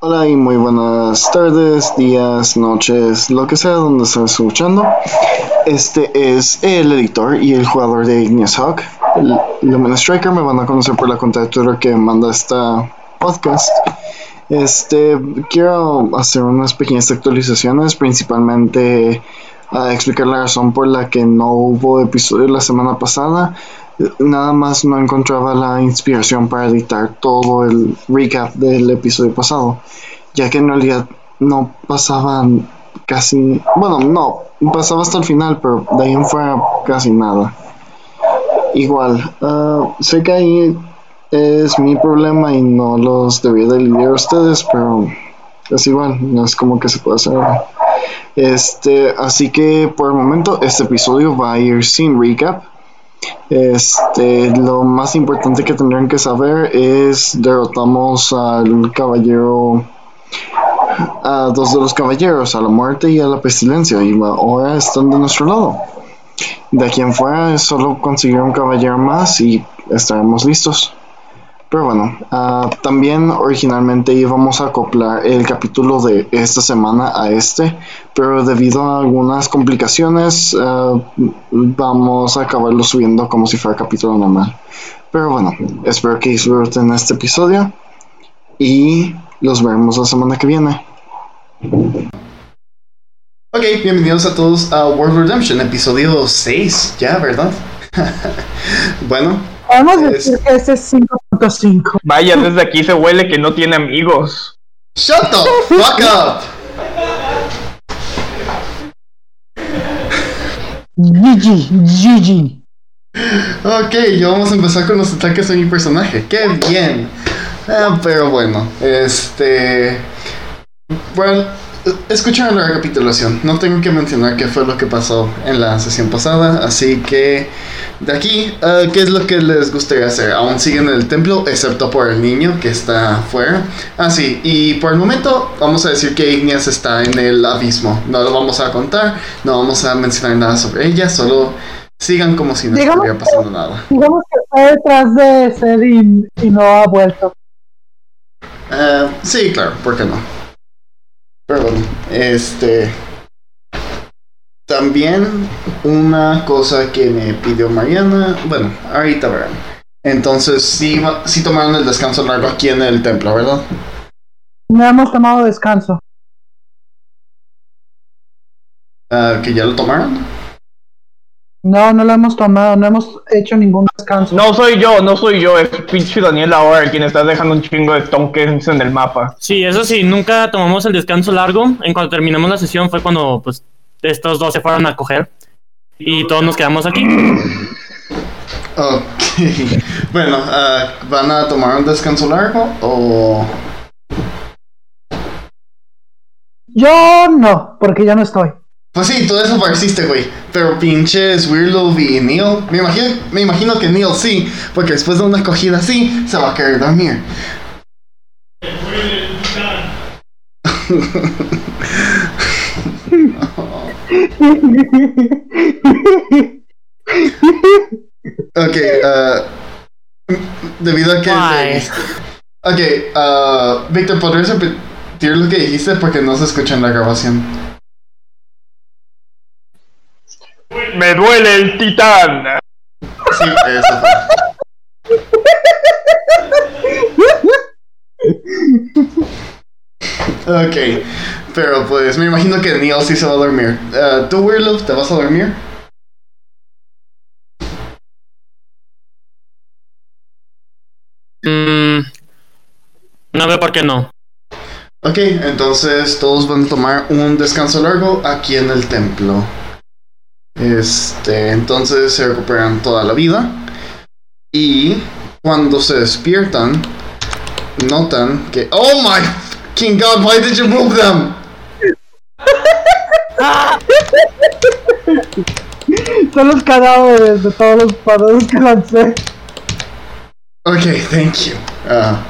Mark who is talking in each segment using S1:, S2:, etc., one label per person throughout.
S1: Hola y muy buenas tardes, días, noches, lo que sea donde estés escuchando. Este es el editor y el jugador de Ignis Hawk. L- Lumina Striker me van a conocer por la cuenta de Twitter que manda esta podcast. Este, quiero hacer unas pequeñas actualizaciones, principalmente a explicar la razón por la que no hubo episodio la semana pasada. Nada más no encontraba la inspiración para editar todo el recap del episodio pasado, ya que en realidad no pasaban casi, bueno, no, pasaba hasta el final, pero de ahí en fuera casi nada. Igual, ah, sé que ahí es mi problema y no los debía de lidiar a ustedes, pero es igual, no es como que se pueda hacer. algo. Este, así que por el momento este episodio va a ir sin recap. Este, lo más importante que tendrán que saber es derrotamos al caballero a dos de los caballeros, a la muerte y a la pestilencia, y ahora están de nuestro lado. De aquí en fuera es solo conseguir un caballero más y estaremos listos. Pero bueno, ah, también originalmente íbamos a acoplar el capítulo de esta semana a este, pero debido a algunas complicaciones ah, vamos a acabarlo subiendo como si fuera capítulo normal. Pero bueno, espero que disfruten este episodio y los veremos la semana que viene.
S2: Ok, bienvenidos a todos a World Redemption, episodio 6, ya, ¿verdad? bueno,
S3: Podemos
S2: Es-
S3: decir que este es 5.5.
S4: Vaya, desde aquí se huele que no tiene amigos.
S2: shut the fuck up.
S3: GG, GG.
S2: Ok, ya vamos a empezar con los ataques de mi personaje, qué bien. Ah, pero bueno, este... Bueno, escucharon la recapitulación, no tengo que mencionar qué fue lo que pasó en la sesión pasada, así que... De aquí, ah, ¿qué es lo que les gustaría hacer? Aún siguen en el templo, excepto por el niño que está afuera. Ah, sí, y por el momento vamos a decir que Igneas está en el abismo. No lo vamos a contar, no vamos a mencionar nada sobre ella, solo sigan como si no
S3: Digamos
S2: estuviera pasando nada.
S3: Digamos que fue detrás de ser y, y no ha vuelto.
S2: Ah, sí, claro, ¿por qué no? Pero bueno, este... También una cosa que me pidió Mariana, bueno, ahorita verán. Entonces sí, va- sí tomaron el descanso largo aquí en el templo, ¿verdad?
S3: No hemos tomado descanso.
S2: Ah, que ya lo tomaron.
S3: No, no lo hemos tomado, no hemos hecho ningún descanso.
S4: No soy yo, no soy yo, es pinche Daniel ahora quien está dejando un chingo de tonques en el mapa.
S5: Sí, eso sí, nunca tomamos el descanso largo. En cuanto terminamos la sesión fue cuando pues estos dos se fueron a coger y todos nos quedamos aquí.
S2: Ok. Bueno, ah, ¿van a tomar un descanso largo o...?
S3: Yo no, porque yo no estoy.
S2: Pues sí, tú desapareciste, güey. Pero pinches Weirdo y Neil. Me imagino, me imagino que Neil sí, porque después de una cogida así, se va a querer dormir. Ok, ah, debido a que...
S5: Ay.
S2: Ok, ah, Víctor, ¿podrías repetir lo que dijiste? Porque no se escucha en la grabación.
S4: Me duele el titán.
S2: Sí, eso fue. Ok, pero pues me imagino que Neil sí se va a dormir. Eh, ¿Tú, Weirloof, te vas a dormir?
S5: Mm, no veo por qué no.
S2: Ok, entonces todos van a tomar un descanso largo aquí en el templo. Este, entonces se recuperan toda la vida. Y cuando se despiertan, notan que. ¡Oh my fucking god! ¿Why did you move them?
S3: Son los cadáveres de todos los pados que lancé.
S2: Ok, thank you. Ah,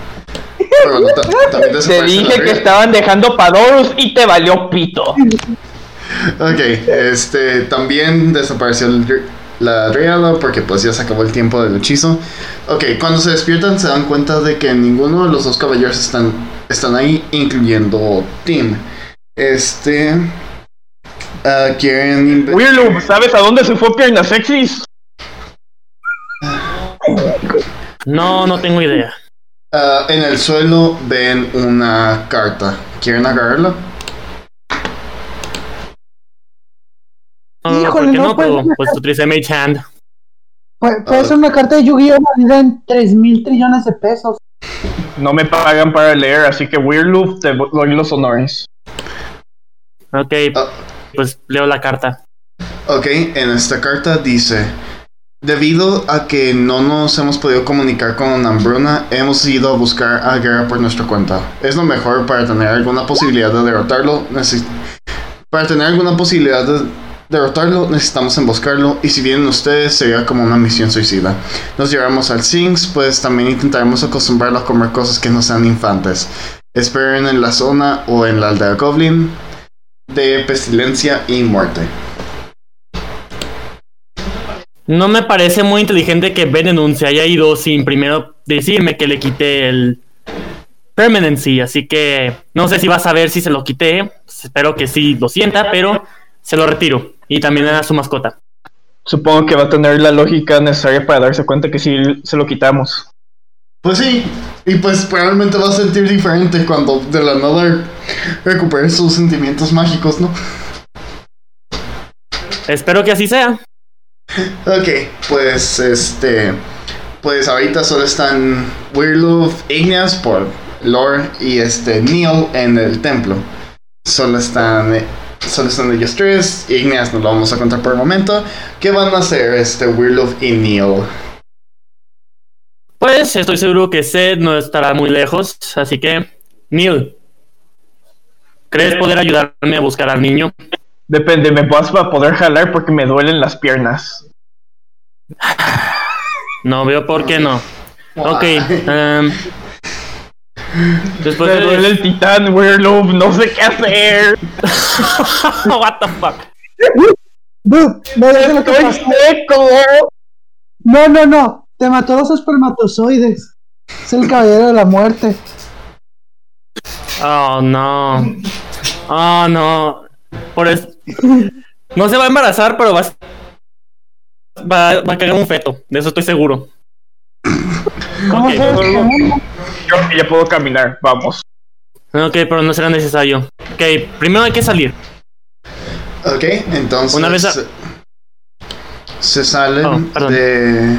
S2: pero bueno, ta- también
S4: Te
S2: desaparece la
S4: dije que
S2: vida.
S4: estaban dejando Padorus y te valió pito.
S2: Ok, este, también desapareció el, dr- la Driala porque pues ya se acabó el tiempo del hechizo. Ok, cuando se despiertan se dan cuenta de que ninguno de los dos caballeros están, están ahí, incluyendo Tim. Este... ah, quieren... inve-
S4: Weirloop, ¿sabes a dónde se fue Pierna Sexys?
S5: No, no tengo idea.
S2: Ah, en el suelo ven una carta. ¿Quieren agarrarla?
S5: No, no, no,
S3: Híjole,
S5: ¿por qué
S3: no,
S5: no?
S3: pues.
S5: Pero, pues utilicé Mage Hand.
S3: Puede, puede ser una carta de Yu-Gi-Oh! valida en 3 mil trillones de pesos.
S4: No me pagan para leer, así que Weirloop, te doy los honores.
S5: Ok,
S2: Ah.
S5: pues leo la carta.
S2: Ok, en esta carta dice, debido a que no nos hemos podido comunicar con Ambruna, hemos ido a buscar a Guerra por nuestra cuenta. Es lo mejor para tener alguna posibilidad de derrotarlo. Necesi- para tener alguna posibilidad de derrotarlo, necesitamos emboscarlo y si vienen ustedes sería como una misión suicida. Nos llevamos al Sphinx, pues también intentaremos acostumbrarlo a comer cosas que no sean infantes. Esperen en la zona o en la aldea Goblin de pestilencia y muerte.
S5: No me parece muy inteligente que Venenum se haya ido sin primero decirme que le quité el Permanency, así que no sé si vas a ver si se lo quité, pues espero que sí lo sienta, pero se lo retiro. Y también a su mascota.
S4: Supongo que va a tener la lógica necesaria para darse cuenta que si se lo quitamos.
S2: Pues sí, y pues probablemente va a sentir diferente cuando de la nada recupere sus sentimientos mágicos, ¿no?
S5: Espero que así sea.
S2: Ok, pues este. Pues ahorita solo están Weirloof, Igneas por Lore y este Neil en el templo. Solo están. eh, Solo están ellos tres. Igneas no lo vamos a contar por el momento. ¿Qué van a hacer este Weirloof y Neil?
S5: Pues estoy seguro que Seth no estará muy lejos, así que Neil, ¿crees poder ayudarme a buscar al niño?
S4: Depende, me vas a poder jalar porque me duelen las piernas.
S5: No veo por qué no. Ok. em, después
S4: Me
S5: de-
S4: duele el titán, Weirloop, no sé qué hacer.
S5: What the fuck.
S3: Dude, ve ve lo que
S4: Estoy
S3: pasó.
S4: seco.
S3: No, no, no. Te mató los espermatozoides. Es el caballero de la muerte.
S5: Oh no. Oh no. Por eso. No se va a embarazar, pero va a... Va, va a cagar un feto. De eso estoy seguro.
S3: ¿Cómo
S5: Ok,
S3: sabes que no?
S4: Creo que ya puedo caminar, vamos.
S5: Ok, pero no será necesario. Ok, primero hay que salir.
S2: Ok, entonces.
S5: Una vez a-
S2: Se, se salen
S5: Oh, perdón.
S2: de,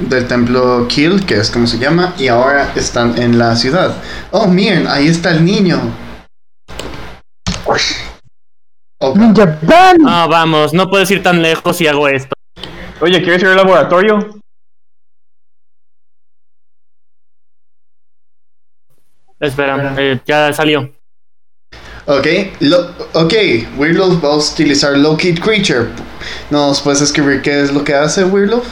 S2: del templo Kill, que es como se llama, y ahora están en la ciudad. Oh, miren, ahí está el niño. Ok,
S3: Ninja Van.
S5: Ah, vamos, no puedes ir tan lejos si hago esto.
S4: Oye, ¿quieres ir al laboratorio?
S5: Espera, eh, ya salió.
S2: ok, lo- ok, Weirloaf va a utilizar Locate Creature. ¿Nos puedes escribir qué es lo que hace Weirloaf?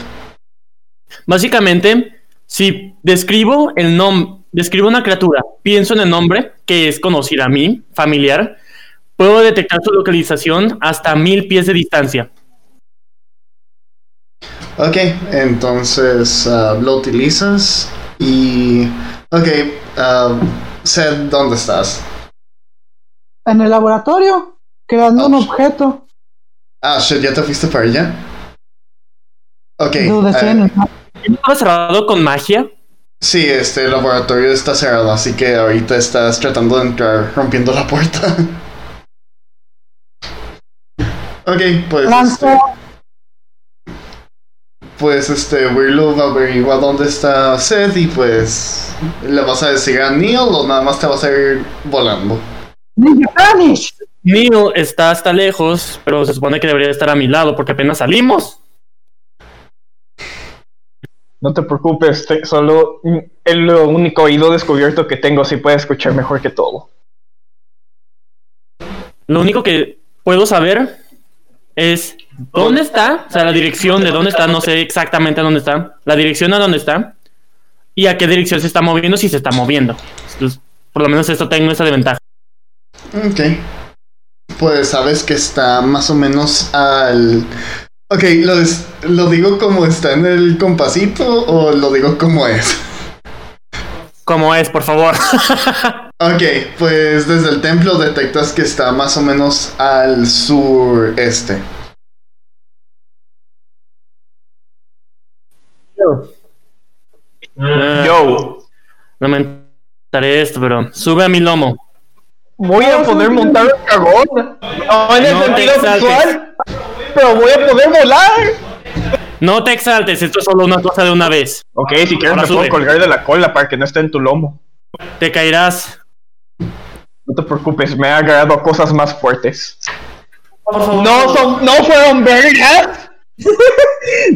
S5: Básicamente, si describo el nombre, describo una criatura, pienso en el nombre, que es conocida a mí, familiar, puedo detectar su localización hasta mil pies de distancia.
S2: Ok, entonces ah, lo utilizas y... Ok, ah, Seth, ¿dónde estás?
S3: En el laboratorio. Creando un
S2: Ouch.
S3: objeto.
S2: Ah, shit, ¿ya te fuiste para allá? Ok.
S3: Dude, estoy
S2: eh,
S3: en el mapa.
S5: ¿Estaba cerrado con magia?
S2: sí, este laboratorio está cerrado, así que ahorita estás tratando de entrar rompiendo la puerta. ok, pues.
S3: Lanzo-
S2: este, pues este, Weirloop averigua dónde está Seth y pues. ¿Le vas a decir a Neil o nada más te vas a ir volando?
S3: Ninja Vanish.
S5: Neil está hasta lejos, pero se supone que debería estar a mi lado porque apenas salimos.
S4: No te preocupes, te- solo mm, es lo único oído descubierto que tengo, así puedes escuchar mejor que todo.
S5: Lo único que puedo saber es dónde está, o sea, la dirección de dónde está, no sé exactamente dónde está, la dirección a dónde está y a qué dirección se está moviendo, si se está moviendo. Entonces, por lo menos esto tengo esa desventaja.
S2: Ok. Pues sabes que está más o menos al Ok, ¿lo, des- ¿lo digo como está en el compasito o lo digo como es?
S5: Como es, por favor.
S2: Ok, pues desde el templo detectas que está más o menos al sureste.
S5: Eh,
S4: Yo,
S5: No me enteré esto, pero sube a mi lomo.
S4: voy a poder montar el dragón. No en el
S5: No te
S4: sentido
S5: exaltes.
S4: visual, pero voy a poder volar.
S5: No te exaltes, esto es solo una cosa de una vez.
S4: Ok, si quieres
S5: Ahora
S4: me
S5: sube.
S4: puedo colgar de la cola para que no esté en tu lomo.
S5: Te caerás.
S4: No te preocupes, me he agarrado a cosas más fuertes.
S5: Por favor.
S4: No son, no fueron vergas.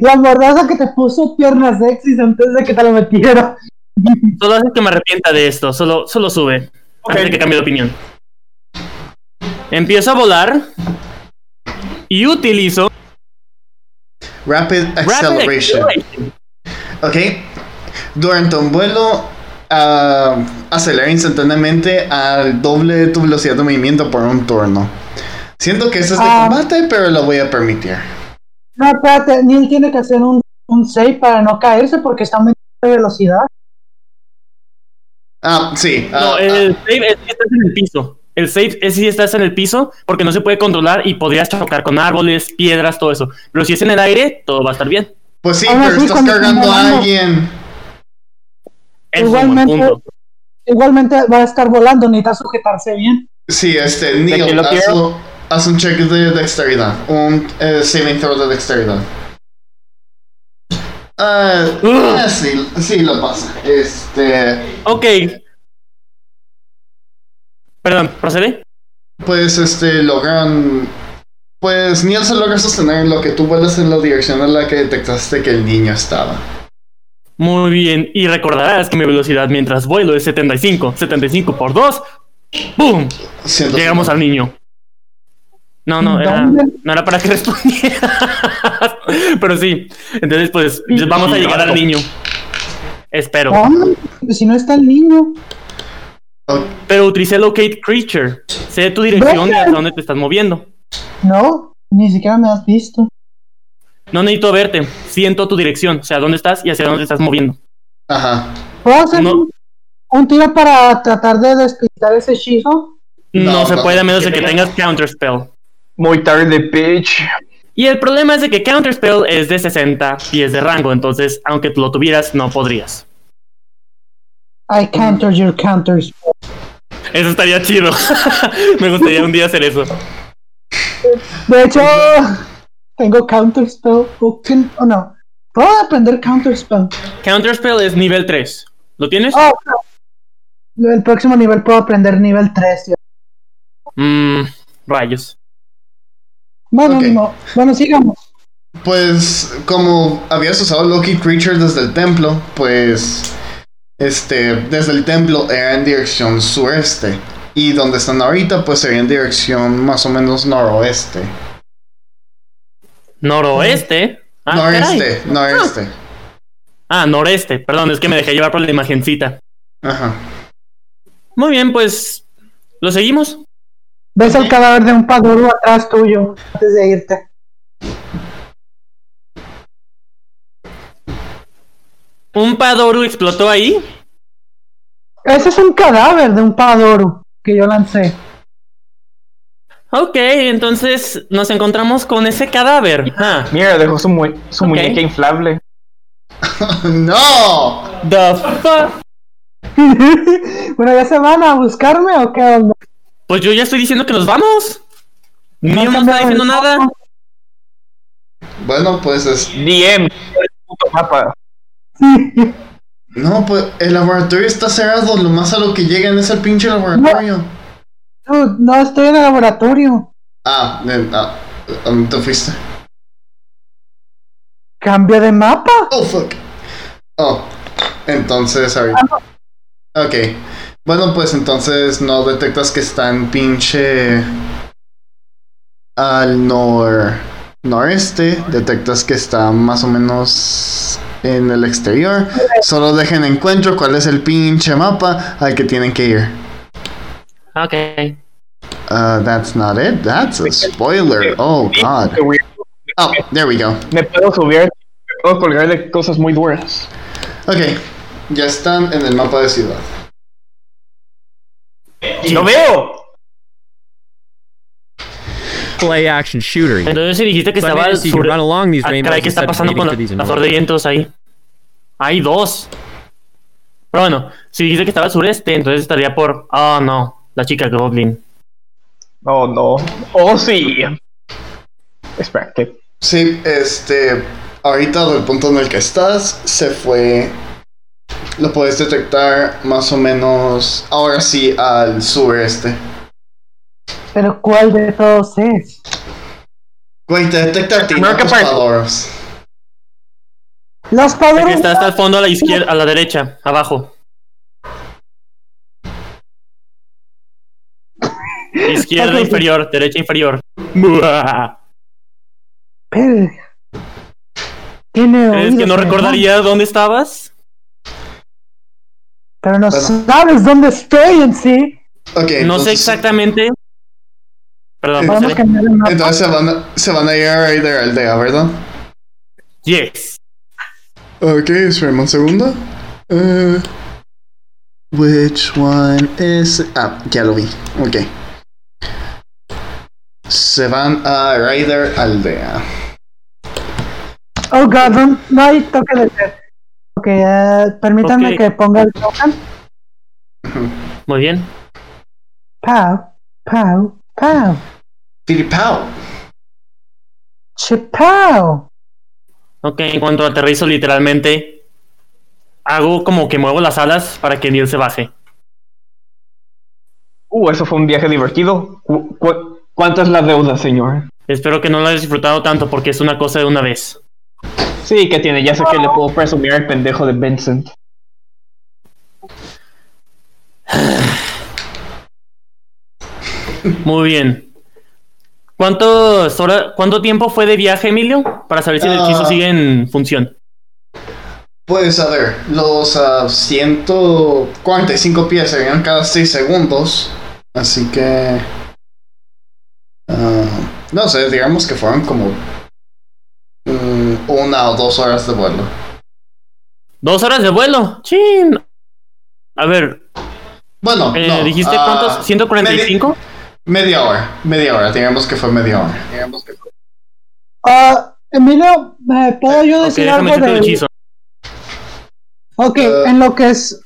S3: La mordaza que te puso piernas sexys antes de que te la metiera.
S5: Solo haces que me arrepienta de esto. Solo, solo sube.
S4: Ok.
S5: Antes de que cambie de opinión. Empiezo a volar. Y utilizo
S2: Rapid
S5: Rapid
S2: Acceleration.
S5: Acceleration.
S2: Ok. Durante un vuelo, ah, acelera instantáneamente al doble de tu velocidad de movimiento por un turno. Siento que eso es de
S3: Ah.
S2: combate, pero lo voy a permitir.
S3: No, espérate, Neil tiene que hacer un, un save para no caerse porque está aumentando de velocidad.
S2: Ah, sí. ah,
S5: No, eh, el save es si estás en el piso. El save es si estás en el piso porque no se puede controlar y podrías chocar con árboles, piedras, todo eso. Pero si es en el aire, todo va a estar bien.
S2: ah, pues sí,
S3: aún
S2: pero
S3: así,
S2: estás
S3: cuando
S2: cargando a
S3: volando-
S2: alguien.
S5: Es un buen
S3: Igualmente-
S5: punto.
S3: Igualmente va a estar volando, necesita sujetarse bien.
S2: Sí, este,
S4: que
S2: Neil,
S4: lo
S2: haz,
S4: quiero.
S2: un- haz un check de dexteridad. Un eh, saving throw de dexteridad. Ah, ah, sí, sí, lo pasa. Este.
S5: Ok. Perdón, procede.
S2: pues este logran pues Neil se logra sostener en lo que tú vuelas en la dirección en la que detectaste que el niño estaba.
S5: Muy bien. Y recordarás que mi velocidad mientras vuelo es 75. 75 por 2. ¡Bum!
S2: Siento-
S5: Llegamos al niño. No, no, era, no era para que respondieras. Pero sí. Entonces, pues, vamos a llegar al niño. Espero.
S3: ¿Dónde? Si no está el niño.
S5: Pero utilicé Locate Creature. Sé tu dirección y hasta dónde te estás moviendo.
S3: No, ni siquiera me has visto.
S5: No necesito verte. Siento tu dirección. O sea, dónde estás y hacia dónde te estás moviendo.
S2: Ajá.
S3: ¿Puedo hacer
S5: No.
S3: un, un tiro para tratar de despistar ese hechizo?
S5: No,
S2: No,
S5: se
S2: no.
S5: puede a menos de que tengas Counter Spell.
S4: Muy tarde, bitch.
S5: Y el problema es de que Counter Spell es de 60 pies de rango, entonces aunque tú lo tuvieras, no podrías.
S3: I counter your counters.
S5: Eso estaría chido. Me gustaría un día hacer eso.
S3: De hecho, tengo counter spell. ¿O quién- o no? Puedo aprender counter spell.
S5: Counter Spell es nivel 3. ¿Lo tienes?
S3: Oh, no. El próximo nivel puedo aprender nivel 3. tío.
S5: Mm, rayos.
S3: Bueno,
S2: Ok.
S3: ni modo. bueno, sigamos.
S2: Pues como habías usado Loki Creature desde el templo, pues este desde el templo era en dirección sureste y donde están ahorita pues sería en dirección más o menos noroeste.
S5: Noroeste. Ah, caray.
S2: noreste, noreste.
S5: Ah, noreste. Perdón, es que me dejé llevar por la imagencita.
S2: Ajá.
S5: Muy bien, pues. ¿Lo seguimos?
S3: Ves el cadáver de un paduro atrás tuyo antes de irte.
S5: ¿Un Padoru explotó ahí?
S3: Ese es un cadáver de un padoro que yo lancé.
S5: Ok, entonces nos encontramos con ese cadáver. Ah,
S4: Mira, dejó su, mu- su
S5: Ok.
S4: muñeca inflable.
S2: no.
S5: the fuck.
S3: bueno, ¿ya se van a buscarme o qué onda?
S5: Pues yo ya estoy diciendo que nos vamos. Ni
S3: ¿No han
S5: no está
S3: cambiado
S5: diciendo
S3: el
S5: nada.
S3: mapa?
S2: Bueno, pues es-
S4: DM. el puto mapa.
S3: Sí.
S2: No, pues el laboratorio está cerrado. Lo más a lo que llegan es el pinche laboratorio.
S3: Dude, no estoy en el laboratorio.
S2: Ah, eh, ah, ¿a dónde te fuiste?
S3: ¿Cambio de mapa?
S2: Oh, fuck. Oh, entonces ahorita. Ok. Bueno, pues entonces no detectas que están pinche. Al nor. noreste. Detectas que está más o menos. En el exterior, solo dejen encuentro cuál es el pinche mapa al que tienen que ir.
S5: Ok.
S2: Uh, that's not it. That's a spoiler. Oh god.
S4: Qué weirdo. Me
S2: Oh, there we go.
S4: Me puedo subir, me puedo colgar de cosas muy duras.
S2: Ok, ya están en el mapa de ciudad.
S4: ¡Lo veo!
S6: Play action shooter.
S5: Entonces si dijiste que
S6: So I
S5: estaba
S6: made
S5: al
S6: it so you could
S5: sur.
S6: run along these
S5: Ah,
S6: rainbows
S5: caray, ¿qué está
S6: instead of
S5: pasando
S6: waiting
S5: con
S6: for these
S5: la- las
S6: annoying-
S5: ordentos ahí? Hay dos. Pero bueno, si dijiste que estaba al sureste, entonces estaría por. Ah, no. La chica Goblin.
S4: No, no. Oh, sí. Espera, ¿qué?
S2: Sí, este. Ahorita del punto en el que estás, se fue. Lo puedes detectar más o menos. Ahora sí, al sureste.
S3: Pero ¿cuál de todos es?
S2: Güey, te detecta a ti, no
S4: Primero que
S2: tus
S4: aparece.
S2: Padoros.
S3: Los
S5: La que
S3: padres.
S5: está hasta el fondo a la izquierda, a la derecha, abajo. Izquierda
S3: Ok.
S5: inferior, derecha inferior.
S3: Verga. Tiene
S5: ¿Crees que
S3: oídos,
S5: no
S3: ¿verdad?
S5: recordaría dónde estabas?
S3: Pero no
S2: Bueno.
S3: sabes dónde estoy en sí.
S2: Ok,
S5: No sé
S2: entonces-
S5: exactamente. Perdón,
S3: Vamos a
S5: pásale.
S3: cambiar de mapa.
S2: Entonces se van, a, se van a ir a Raider Aldea, ¿verdad?
S5: Yes.
S2: Ok, espérame un segundo. Eh, which one is. Ah, ya lo vi. Ok. Se van a Raider Aldea.
S3: Oh god, no, no hay toque de queda. Ok, eh, permítanme
S5: Ok.
S3: que ponga el token.
S5: Muy bien.
S3: Pow, pow, pow,
S2: Filipao.
S3: chipow.
S5: Ok, en cuanto aterrizo literalmente, hago como que muevo las alas para que Neil se baje.
S4: Uh, eso fue un viaje divertido. ¿Cu cu- cuánto es la deuda, señor?
S5: Espero que no lo hayas disfrutado tanto porque es una cosa de una vez.
S4: Sí, que tiene. Ya sé que le puedo presumir al pendejo de Vincent.
S5: Muy bien. ¿Cuántos hora- ¿Cuánto tiempo fue de viaje, Emilio? Para saber si el hechizo
S2: Ah.
S5: sigue en función.
S2: Pues a ver, los ah, 145 pies serían cada 6 segundos. Así que. ah, no sé, digamos que fueron como. mm, una o dos horas de vuelo.
S5: ¿Dos horas de vuelo? ¡Chin! A ver,
S2: Bueno,
S5: eh,
S2: no,
S5: ¿dijiste
S2: ah,
S5: cuántos? ¿145?
S2: Media hora, media hora, digamos que fue media hora. Digamos que fue-
S3: Ah, Emilio, ¿me ¿puedo yo
S5: Ok,
S3: decir
S5: déjame
S3: algo
S5: decirte el
S3: de...
S5: hechizo.
S3: Ok,
S2: Ah.
S3: en lo que es...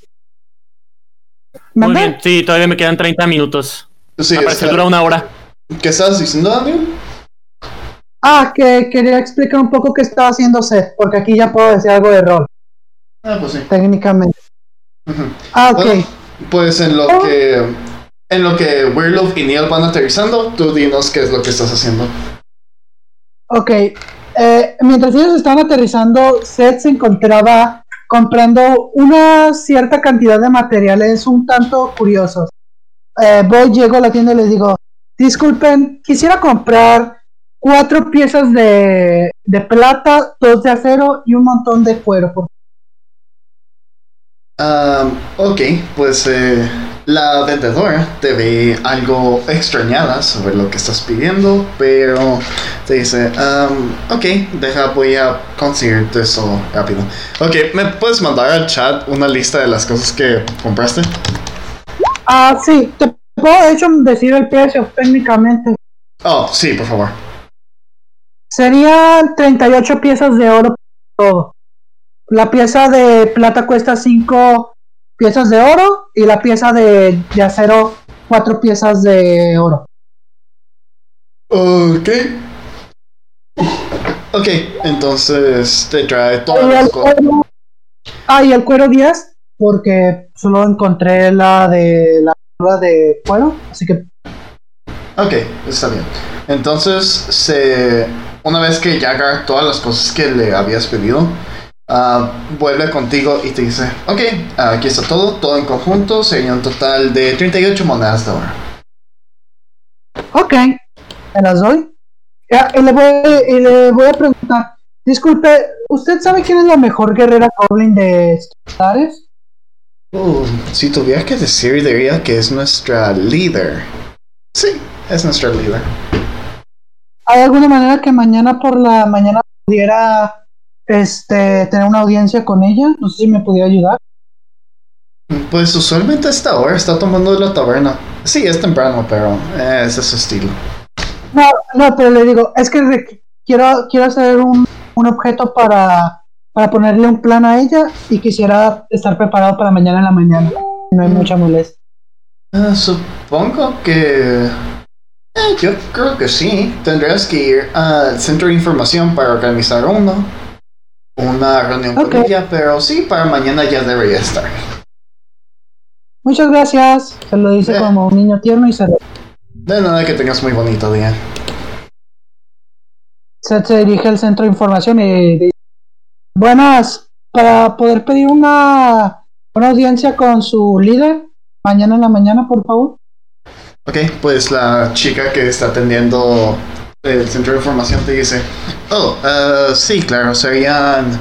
S5: Muy
S3: ¿Mandé?
S5: bien, sí, todavía me quedan 30 minutos.
S2: Sí,
S5: Ah, Parece que
S2: espera,
S5: dura una hora.
S2: ¿Qué estabas diciendo, Daniel?
S3: Ah, que quería explicar un poco qué estaba haciendo Seth, porque aquí ya puedo decir algo de rol,
S2: Ah, pues sí.
S3: técnicamente.
S2: Ujú.
S3: Ah, ok.
S2: Bueno, pues en lo
S5: Oh.
S2: que. En lo que Weirlove y Neil van aterrizando, tú dinos qué es lo que estás haciendo.
S3: Ok, eh, mientras ellos estaban aterrizando, Seth se encontraba comprando una cierta cantidad de materiales un tanto curiosos. Eh, voy, llego a la tienda y les digo, disculpen, quisiera comprar cuatro piezas de, de plata, dos de acero y un montón de cuero. por-
S2: Ah, ok, pues eh, la vendedora te ve algo extrañada sobre lo que estás pidiendo, pero te dice, am, ok, deja, voy a conseguirte eso rápido. Ok, ¿me puedes mandar al chat una lista de las cosas que compraste?
S3: Ah, sí, te puedo de hecho decir el precio técnicamente.
S2: Oh, sí, por favor.
S3: Serían 38 piezas de oro por todo. La pieza de plata cuesta 5 piezas de oro y la pieza de, de acero 4 piezas de oro.
S2: Ok. Ok, entonces te trae todas
S3: Y
S2: las
S3: el
S2: cosas.
S3: cuero, ah, y el cuero 10, porque solo encontré la de la figura de cuero, así que
S2: Ok, está bien. Entonces, se, una vez que ya agarra todas las cosas que le habías pedido, ah, vuelve contigo y te dice, ok, aquí está todo, todo en conjunto, sería un total de 38 monedas de oro.
S3: Ok, me las doy. Ya, Y le, voy, y le voy a preguntar, disculpe, ¿usted sabe quién es la mejor guerrera goblin de Stares?
S2: Uh, si tuviera que decir, diría que es nuestra líder. Sí, es nuestra líder.
S3: ¿Hay alguna manera que mañana por la mañana pudiera este, tener una audiencia con ella? No sé si me pudiera ayudar.
S2: Pues usualmente a esta hora está tomando de la taberna. Sí, es temprano, pero eh, ese es su estilo.
S3: No, no, pero le digo, es que re- quiero, quiero hacer un, un objeto para, para ponerle un plan a ella y quisiera estar preparado para mañana en la mañana. No hay mucha molestia.
S2: Ah, supongo que... eh, yo creo que sí. Tendrías que ir al centro de información para organizar uno. Una reunión
S3: Ok.
S2: con ella, pero sí, para mañana ya debería estar.
S3: Muchas gracias. Se lo dice
S2: Eh.
S3: como un niño tierno y se lo-
S2: De nada, que tengas muy bonito día.
S3: Seth se dirige al centro de información y dice, buenas, para poder pedir una, una audiencia con su líder, mañana en la mañana, por favor.
S2: Ok, pues la chica que está atendiendo el centro de información te dice, oh, eh, sí, claro, serían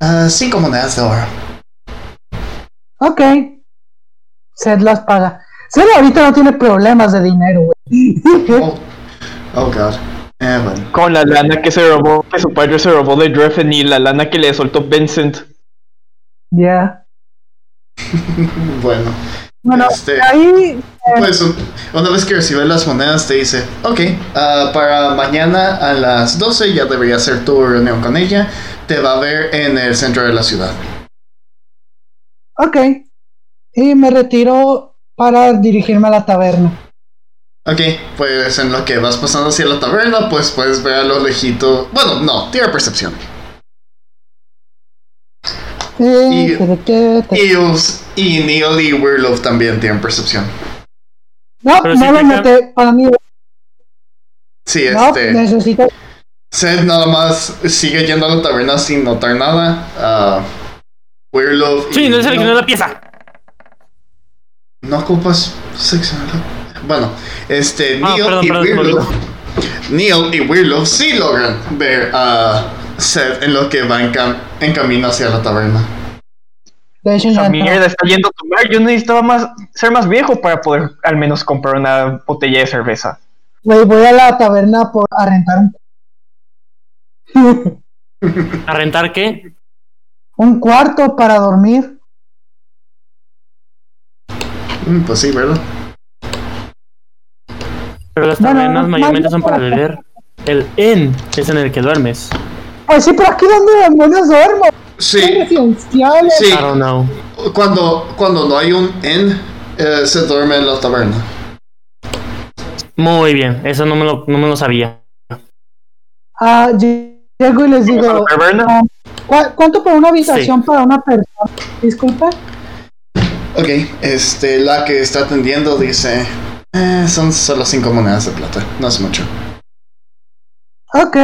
S2: eh, cinco monedas de oro.
S3: Ok. Seth las paga. Seth ahorita no tiene problemas de dinero, güey.
S2: Oh, oh God. Eh, bueno.
S4: Con la lana que se robó, que su padre se robó de Dreffen y la lana que le soltó Vincent.
S3: Ya.
S2: bueno.
S3: Bueno,
S2: Este-
S3: ahí
S2: Pues un- una vez que recibe las monedas te dice, ok, ah, para mañana a las 12 ya debería ser tu reunión con ella. Te va a ver en el centro de la ciudad.
S3: Ok. Y me retiro para dirigirme a la taberna.
S2: Ok, pues en lo que vas pasando hacia la taberna, pues puedes ver a lo lejito. Bueno, no, tira percepción.
S3: Eh,
S2: Y-
S3: pero Eh, qué te-
S2: Eels y Neil y Werewolf también tienen percepción.
S3: No,
S5: pero
S3: no
S5: sí
S3: lo
S5: te cam-
S3: noté para mí.
S2: Sí,
S3: No,
S2: este.
S3: necesito.
S2: Seth nada más sigue yendo a la taberna sin notar nada. ah, Werewolf. y
S5: Sí, no
S2: Neil-
S5: seleccionó la pieza.
S2: No ocupas seccionarlo. Bueno, este,
S5: Ah,
S2: Neil,
S5: perdón,
S2: y
S5: perdón, se me
S2: Weirlow, Neil y Weirlow sí logran ver a Seth en lo que va en, cam- en camino hacia la taberna.
S3: De hecho, ya
S4: Esa
S3: entró.
S4: mierda está yendo a tomar. Yo necesitaba más, ser más viejo para poder al menos comprar una botella de cerveza.
S3: Güey, voy a la taberna por, a rentar un,
S5: ¿A rentar qué?
S3: un cuarto para dormir.
S2: Mm, pues sí, ¿verdad?
S5: Pero las
S3: Bueno,
S5: tabernas
S3: no,
S5: mayormente
S3: no,
S5: son para
S3: no.
S5: beber. El en es en el que duermes.
S3: Pues sí, pero aquí donde demonios duermo. Son
S2: Sí,
S3: residenciales.
S5: I
S2: sí.
S5: don't know.
S2: Cuando, cuando no hay un end, eh, se duerme en la taberna.
S5: Muy bien, eso no me lo, no me lo sabía.
S3: Ah, ll- llego y les
S4: ¿Vamos a la
S3: digo,
S4: taberna?
S3: "¿Cu- ¿cuánto por una habitación para una persona? Disculpa.
S2: Ok, este, la que está atendiendo dice: "Eh, Son solo cinco monedas de plata, no es mucho.
S3: Ok.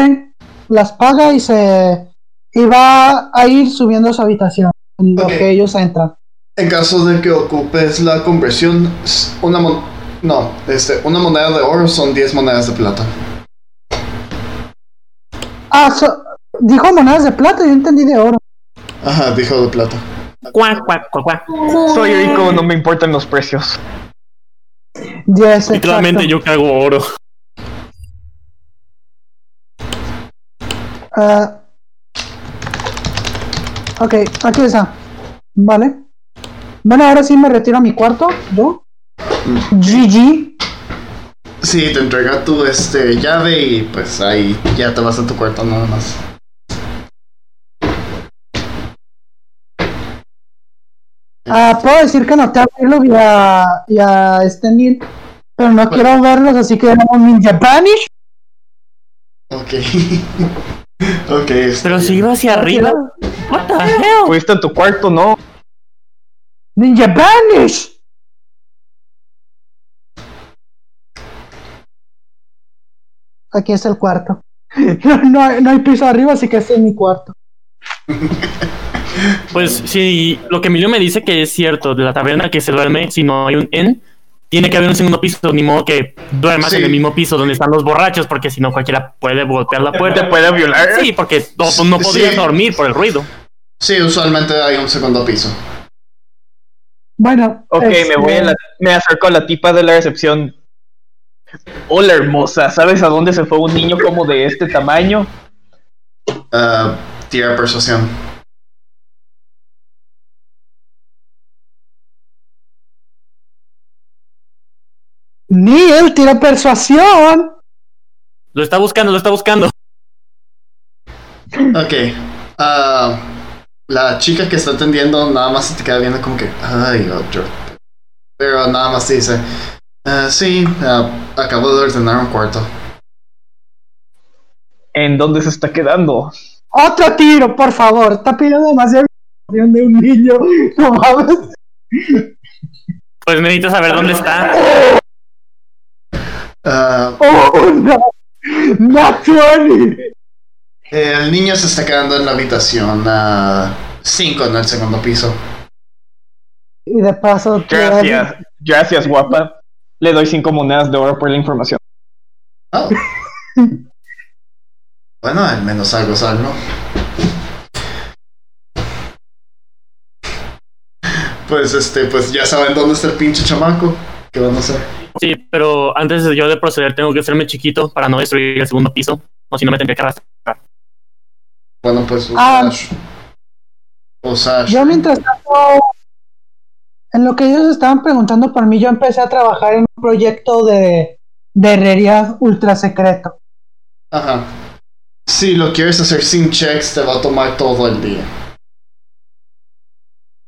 S3: Las paga y se. Y va a ir subiendo a su habitación. En lo
S2: Ok.
S3: que ellos entran.
S2: En caso de que ocupes la conversión, s- una mon- no, este, una moneda de oro son 10 monedas de plata.
S3: Ah, so- dijo monedas de plata, yo entendí de oro.
S2: Ajá, dijo de plata.
S5: Cuac, cuac, cuac, cuac.
S4: Soy rico, no me importan los precios.
S3: Yes,
S5: Literalmente
S3: exacto.
S5: yo cago oro.
S3: Ah, ok, aquí está. Vale. Bueno, ahora sí me retiro a mi cuarto. Yo. GG.
S2: Sí, te entrega tu este, llave y pues ahí ya te vas a tu cuarto nada más.
S3: Ah, puedo decir que noté a Willow y a, y a este Neil, pero no quiero verlos, así que damos Ninja Panish.
S2: Ok. ok. este. está
S5: Pero si
S2: bien.
S5: iba hacia arriba. What the hell?
S4: Fuiste a tu cuarto, ¿no?
S3: Ninja Panish. Aquí es el cuarto. No, no hay, no hay piso arriba, así que este es mi cuarto.
S5: Pues sí, lo que Emilio me dice que es cierto, de la taberna que se duerme, si no hay un en, tiene que haber un segundo piso, ni modo que duermas
S2: Sí.
S5: en el mismo piso donde están los borrachos, porque si no cualquiera puede golpear la
S4: Te
S5: puerta.
S4: puede violar.
S5: Sí, porque no, pues, no
S2: Sí.
S5: podrías dormir por el ruido.
S2: Sí, usualmente hay un segundo piso.
S3: Bueno.
S4: Ok,
S3: este,
S4: Este. me voy a la- me acerco a la tipa de la recepción. Hola hermosa, ¿sabes a dónde se fue un niño como de este tamaño?
S2: Ah, tira persuasión.
S3: Neil tira persuasión.
S5: Lo está buscando, lo está buscando.
S2: Ok. ah, la chica que está atendiendo nada más se te queda viendo como que. Ay, otro. Pero nada más te dice. "Ah, sí, ah, acabo de ordenar un cuarto.
S4: ¿En dónde se está quedando?
S3: Otro tiro, por favor. Está pidiendo demasiada información de un niño. No mames.
S5: Pues necesito saber dónde está.
S2: Ah,
S3: Oh, no. Not 20.
S2: el niño se está quedando en la habitación 5 en el segundo piso.
S3: Y de paso. te das-
S4: Gracias, gracias guapa. Le doy cinco monedas de oro por la información.
S2: Oh. bueno, al menos algo es algo. Pues este, pues ya saben dónde está el pinche chamaco. ¿Qué van a hacer?
S5: Sí, pero antes de yo de proceder tengo que hacerme chiquito para no destruir el segundo piso. O si no me tendría que arrastrar.
S2: Bueno, pues
S3: Ah.
S2: usar. usar.
S3: Yo mientras tanto, en lo que ellos estaban preguntando por mí, yo empecé a trabajar en un proyecto de, de herrería ultra secreto.
S2: Ajá. Si lo quieres hacer sin checks, te va a tomar todo el día.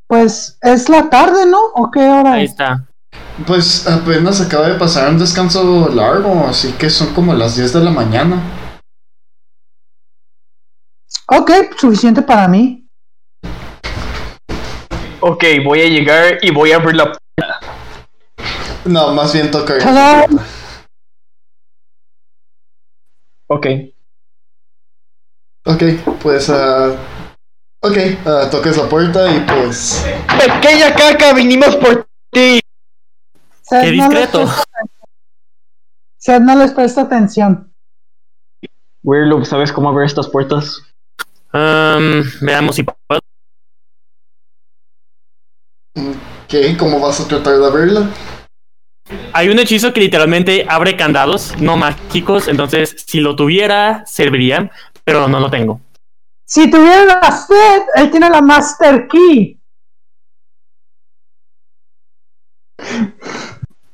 S3: Pues es la tarde, ¿no? ¿O qué hora
S5: Ahí
S3: es?
S5: está.
S2: Pues apenas acaba de pasar un descanso largo, así que son como las 10 de la mañana.
S3: Ok, suficiente para mí.
S4: Ok, voy a llegar y voy a abrir la...
S2: No, más bien toca ir.
S3: Tada.
S4: Ok.
S2: Ok, pues. ah, ok, ah, tocas la puerta y pues.
S4: Pequeña caca, vinimos por ti.
S3: Sed
S5: Qué
S3: no les
S5: discreto.
S3: presta atención. Sed no les presta atención.
S4: Weirloop, ¿sabes cómo abrir estas puertas?
S5: Am, veamos si puedo.
S2: ¿Qué? ¿Cómo vas a tratar de abrirla?
S5: Hay un hechizo que literalmente abre candados no mágicos, entonces si lo tuviera serviría, pero no lo tengo.
S3: Si tuviera la sed, él tiene la Master Key.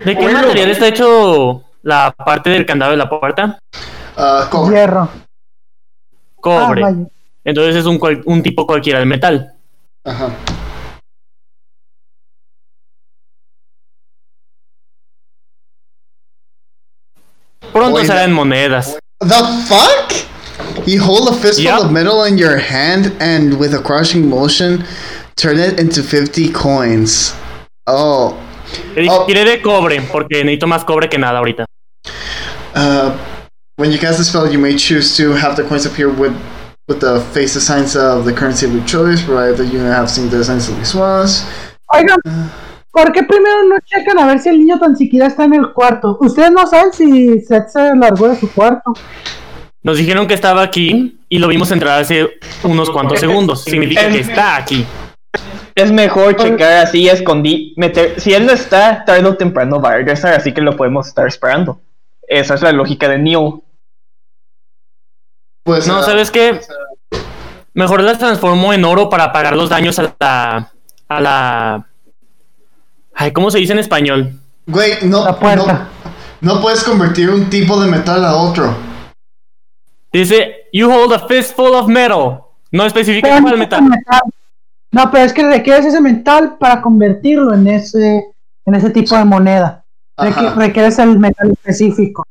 S5: ¿De qué material está hecho la parte del candado de la puerta?
S2: Ah, cobre.
S3: Hierro. Ah,
S5: Cobre.
S3: vaya.
S5: Entonces es un, cual- un tipo cualquiera de metal.
S2: Ajá.
S5: Pronto
S2: Oiga.
S5: serán monedas.
S2: The fuck? You hold a fistful
S5: Yep.
S2: of metal in your hand and with a crushing motion, turn it into 50 coins. Oh.
S5: Te dije,
S2: Oh.
S5: Tiré de cobre, porque necesito más cobre que nada ahorita.
S2: Uh, when you cast the spell, you may choose to have the coins appear with with the face signs of the currency of your choice, provided that you have seen the signs at least once.
S3: Oigan, ¿por qué primero no checan a ver si el niño tan siquiera está en el cuarto? Ustedes no saben si Seth se largó de su cuarto.
S5: Nos dijeron que estaba aquí y lo vimos entrar hace unos cuantos segundos. Significa que está aquí.
S4: Es mejor checar así, escondí, meter... Si él no está, tarde o temprano va a regresar, así que lo podemos estar esperando. Esa es la lógica de Neo.
S2: Pues,
S5: No,
S2: uh,
S5: ¿sabes qué? Mejor las transformo en oro para pagar los daños a la. a la. Ay, ¿cómo se dice en español?
S2: Güey, no,
S3: La puerta.
S2: no, no puedes convertir un tipo de metal a otro.
S5: Dice, you hold a fistful of metal. No especifica
S3: Pero no
S5: cuál
S3: es
S5: metal.
S3: un metal. No, pero es que requieres ese metal para convertirlo en ese, en ese tipo de moneda. Requi-
S2: Ajá.
S3: requieres el metal específico.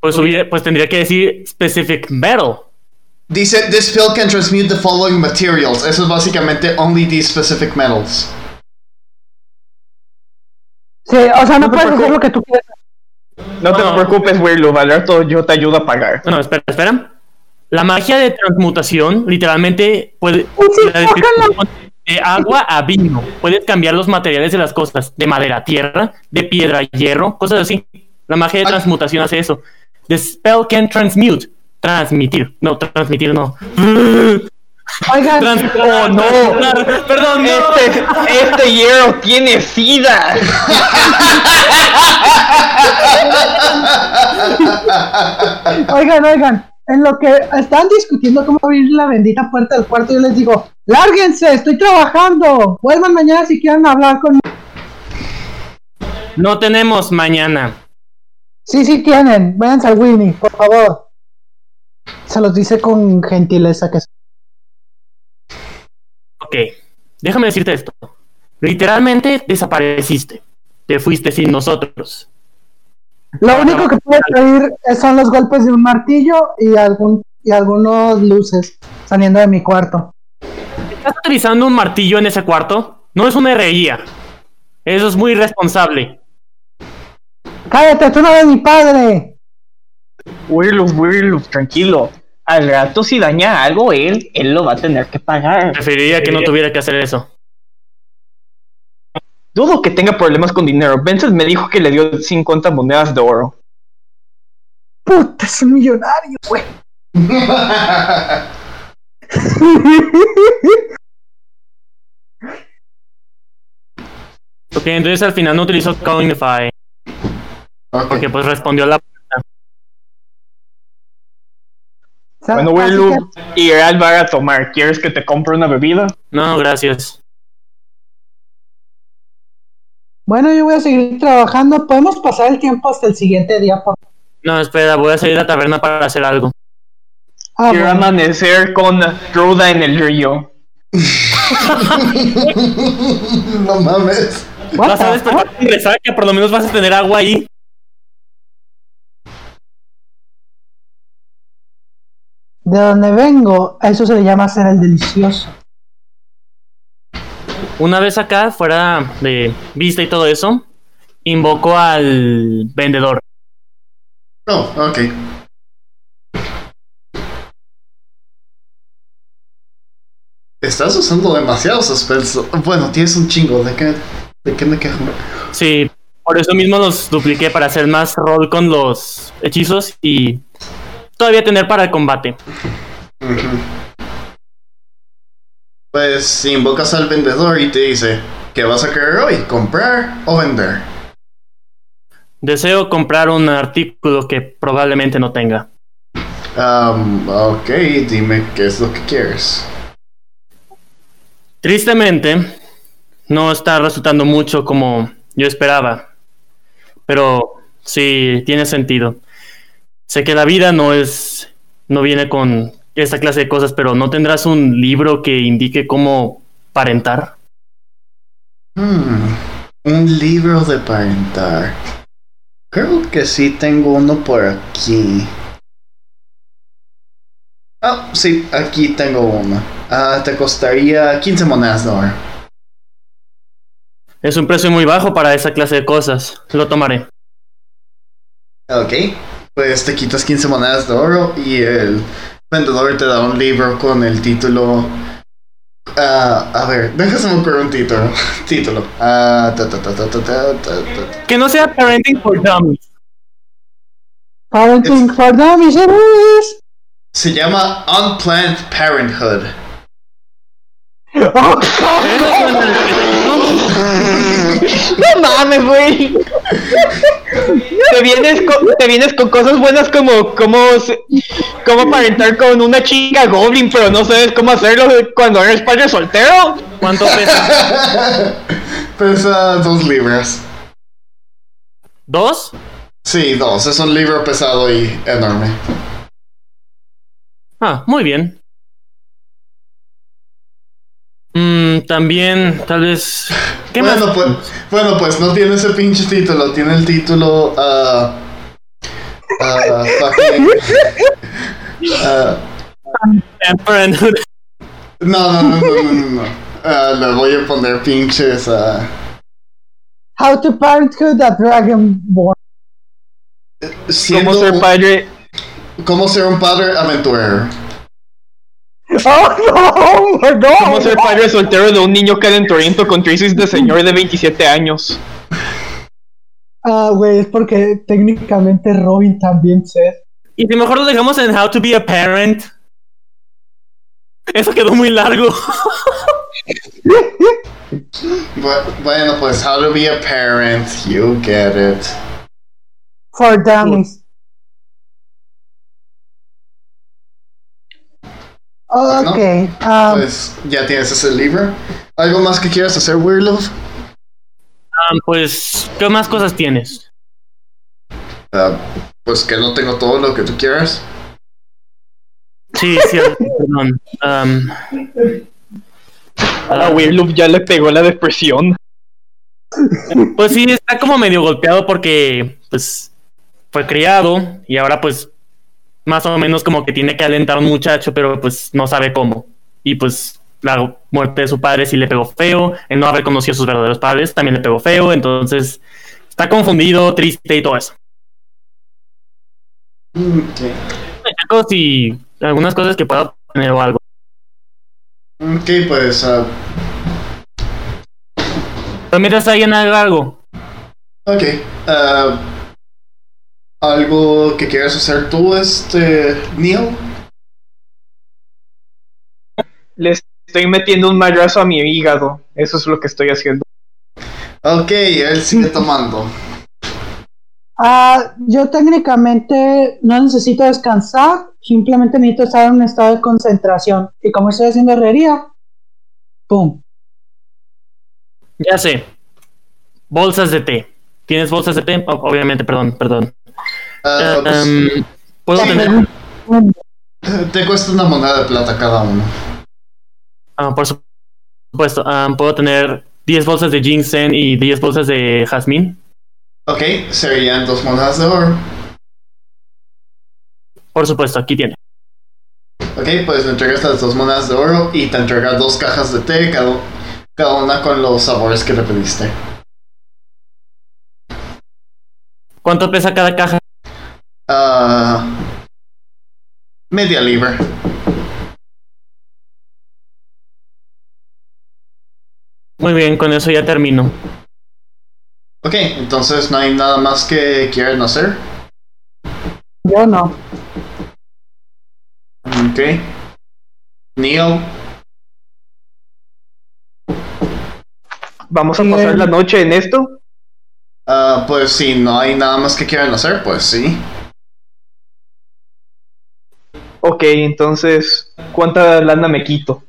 S5: Pues, hubiera- pues tendría que decir specific metal.
S2: Dice, this spell can transmute the following materials. Eso es básicamente only these specific metals.
S3: Sí, o sea, no,
S4: No te
S3: puedes hacer
S4: preocupes.
S3: lo que tú quieras.
S4: No te
S5: No.
S4: preocupes, Weirloop, al rato yo te ayudo a pagar.
S5: Bueno, espera, espera. La magia de transmutación literalmente puede.
S3: sí,
S5: la descripción de agua a vino. Puedes cambiar los materiales de las cosas. De madera a tierra, de piedra a hierro, cosas así. La magia de
S2: Ay.
S5: transmutación hace eso. The spell can transmute. Transmitir. No, transmitir no.
S3: Oigan,
S5: Trans-
S4: ¡Oh, no!
S5: Perdón, no.
S4: Este, este hierro tiene sida.
S3: Oigan, oigan, en lo que están discutiendo cómo abrir la bendita puerta del cuarto, yo les digo, lárguense, estoy trabajando, vuelvan mañana si quieren hablar conmigo.
S5: No tenemos mañana.
S3: Sí, sí tienen, váyanse al Winnie, por favor. Se los dice con gentileza que
S5: Ok, déjame decirte esto. Literalmente desapareciste. Te fuiste sin nosotros.
S3: Lo único que puedo pedir son los golpes de un martillo y algún y algunos luces saliendo de mi cuarto.
S5: ¿Estás utilizando un martillo en ese cuarto? No es una herrería. Eso es muy irresponsable.
S3: Cállate, tú no eres mi padre.
S4: Wirloof, Wirloof, tranquilo. Al rato si daña algo él, él lo va a tener que pagar.
S5: Preferiría que no tuviera que hacer eso.
S4: Dudo que tenga problemas con dinero. Benson me dijo que le dio 50 monedas de oro.
S3: Puta, es un millonario, güey.
S5: Ok, entonces al final no utilizó Coinify.
S2: Ok.
S5: Porque pues respondió a la... Ah,
S4: Bueno,
S3: Así
S4: Wirloof,
S3: que-
S4: iré al bar a tomar. ¿Quieres que te compre una bebida?
S5: No, gracias.
S3: bueno, yo voy a seguir trabajando. Podemos pasar el tiempo hasta el siguiente día. Por...
S5: No, espera, voy a salir a la taberna para hacer algo.
S3: Ah,
S4: Quiero
S3: bueno.
S4: amanecer con Ruda en el río.
S2: no mames.
S3: What
S5: Vas a
S3: the
S5: despertar con resaca, por lo menos vas a tener agua ahí.
S3: De donde vengo, a eso se le llama ser el delicioso.
S5: Una vez acá, fuera de vista y todo eso, invocó al vendedor.
S2: Oh, ok. Estás usando demasiados suspensos. Bueno, tienes un chingo. ¿De qué, de qué me quejo?
S5: Sí, por eso mismo los dupliqué para hacer más rol con los hechizos y todavía tener para el combate.
S2: Ujú. Pues invocas al vendedor y te dice: ¿Qué vas a querer hoy? ¿Comprar o vender?
S5: Deseo comprar un artículo que probablemente no tenga.
S2: Am, Um, ok, dime qué es lo que quieres.
S5: Tristemente, no está resultando mucho como yo esperaba. Pero sí, tiene sentido. Sé que la vida no es. no viene con esta clase de cosas, pero ¿no tendrás un libro que indique cómo parentar?
S2: Hmm, un libro de parentar. Creo que sí tengo uno por aquí. Ah, sí, aquí tengo uno. Ah, te costaría 15 monedas de oro.
S5: Es un precio muy bajo para esa clase de cosas. Lo tomaré.
S2: Ok, pues te quitas 15 monedas de oro y el vendedor te da un libro con el título. Ah, a ver, déjame ocurrir un título. título. Ah, ta, ta, ta, ta, ta, ta, ta, ta.
S5: Que no sea Parenting for Dummies.
S3: Parenting for dummies, it is.
S2: Se llama Unplanned Parenthood.
S3: Oh,
S4: No mames, güey. Te vienes, con, te vienes con cosas buenas como como se- como aparentar con una chica goblin, pero no sabes cómo hacerlo cuando eres padre soltero.
S5: ¿Cuánto pesa?
S2: Pesa dos libras.
S5: ¿Dos?
S2: Sí, dos. Es un libro pesado y enorme.
S5: Ah, muy bien. Mm, también, tal vez. ¿Qué
S2: bueno,
S5: más?
S2: Pues, bueno, pues no tiene ese pinche título. Tiene el título. ah, ah, fucking- ah,
S5: Parenthood.
S2: no, no, no, no, no, no, no. Ah, le voy a poner pinches. ah,
S3: How to parenthood a dragonborn.
S2: siendo
S4: Cómo ser
S2: un-
S4: padre.
S2: cómo ser un padre aventurero.
S3: Oh, no, no.
S4: Cómo ser padre soltero de un niño calenturiento con crisis de señor de 27 años.
S3: Ah, güey, es porque técnicamente Robin también se.
S5: Y si mejor lo dejamos en How to be a parent. Eso quedó muy largo.
S2: Bu- Bueno, pues, how to be a parent. You get it.
S3: For dummies.
S2: Bueno,
S3: Ok. ah,
S2: Pues ya tienes ese libro. ¿Algo más que quieras hacer, Weird Love?
S5: Ah, pues, ¿qué más cosas tienes?
S2: Ah, pues que no tengo todo lo que tú quieras.
S5: Sí, cierto, perdón. Am,
S4: A
S2: Ah.
S4: la Weirloop ya le pegó la depresión.
S5: pues sí, está como medio golpeado porque, pues, fue criado y ahora, pues, más o menos como que tiene que alentar a un muchacho, pero pues no sabe cómo. Y pues, la muerte de su padre sí le pegó feo, el no haber conocido a sus verdaderos padres también le pegó feo, entonces está confundido, triste y todo eso.
S2: Ok.
S5: consejos y algunas cosas que pueda tener o algo.
S2: Ok, pues. ah,
S5: Pero mientras alguien haga algo,
S2: ok. ah, ¿Algo que quieras hacer tú, este. Neil?
S4: Le estoy metiendo un madrazo a mi hígado. Eso es lo que estoy haciendo.
S2: Ok, él sigue tomando.
S3: ah, yo técnicamente no necesito descansar, simplemente necesito estar en un estado de concentración. Y como estoy haciendo herrería, ¡pum!
S5: ya sé. Bolsas de té. ¿Tienes bolsas de té? O- obviamente, perdón, perdón.
S2: Ah, pues,
S5: Em, ¿Puedo
S2: Sí.
S5: tener?
S2: te cuesta una moneda de plata cada uno.
S5: Ah, por su- supuesto. ah, ¿Puedo tener 10 bolsas de ginseng y 10 bolsas de jazmín?
S2: Ok, serían dos monedas de oro.
S5: Por supuesto, aquí tiene.
S2: Ok, pues le entregas las dos monedas de oro y te entregas dos cajas de té, cada, cada una con los sabores que le pediste.
S5: ¿Cuánto pesa cada caja?
S2: Ah, media libra.
S5: Muy bien, con eso ya termino.
S2: Ok, entonces no hay nada más que quieran hacer.
S3: Yo no.
S2: Ok. Neil,
S4: Vamos a
S3: Bien.
S4: pasar la noche en esto.
S2: ah, pues si no hay nada más que quieran hacer, pues sí.
S4: Ok, entonces, ¿cuánta lana me quito?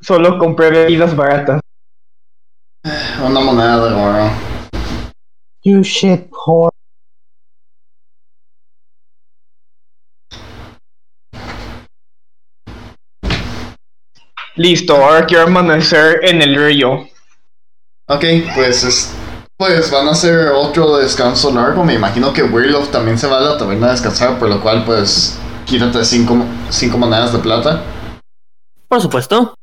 S4: Solo compré bebidas baratas.
S2: Una moneda de oro.
S3: You shit whore.
S4: Listo, ahora quiero amanecer en el río.
S2: Ok, pues es- pues van a hacer otro descanso largo. Me imagino que Weirlof también se va a la taberna a descansar, por lo cual pues quítate cinco, mo- cinco monedas de plata.
S5: Por supuesto.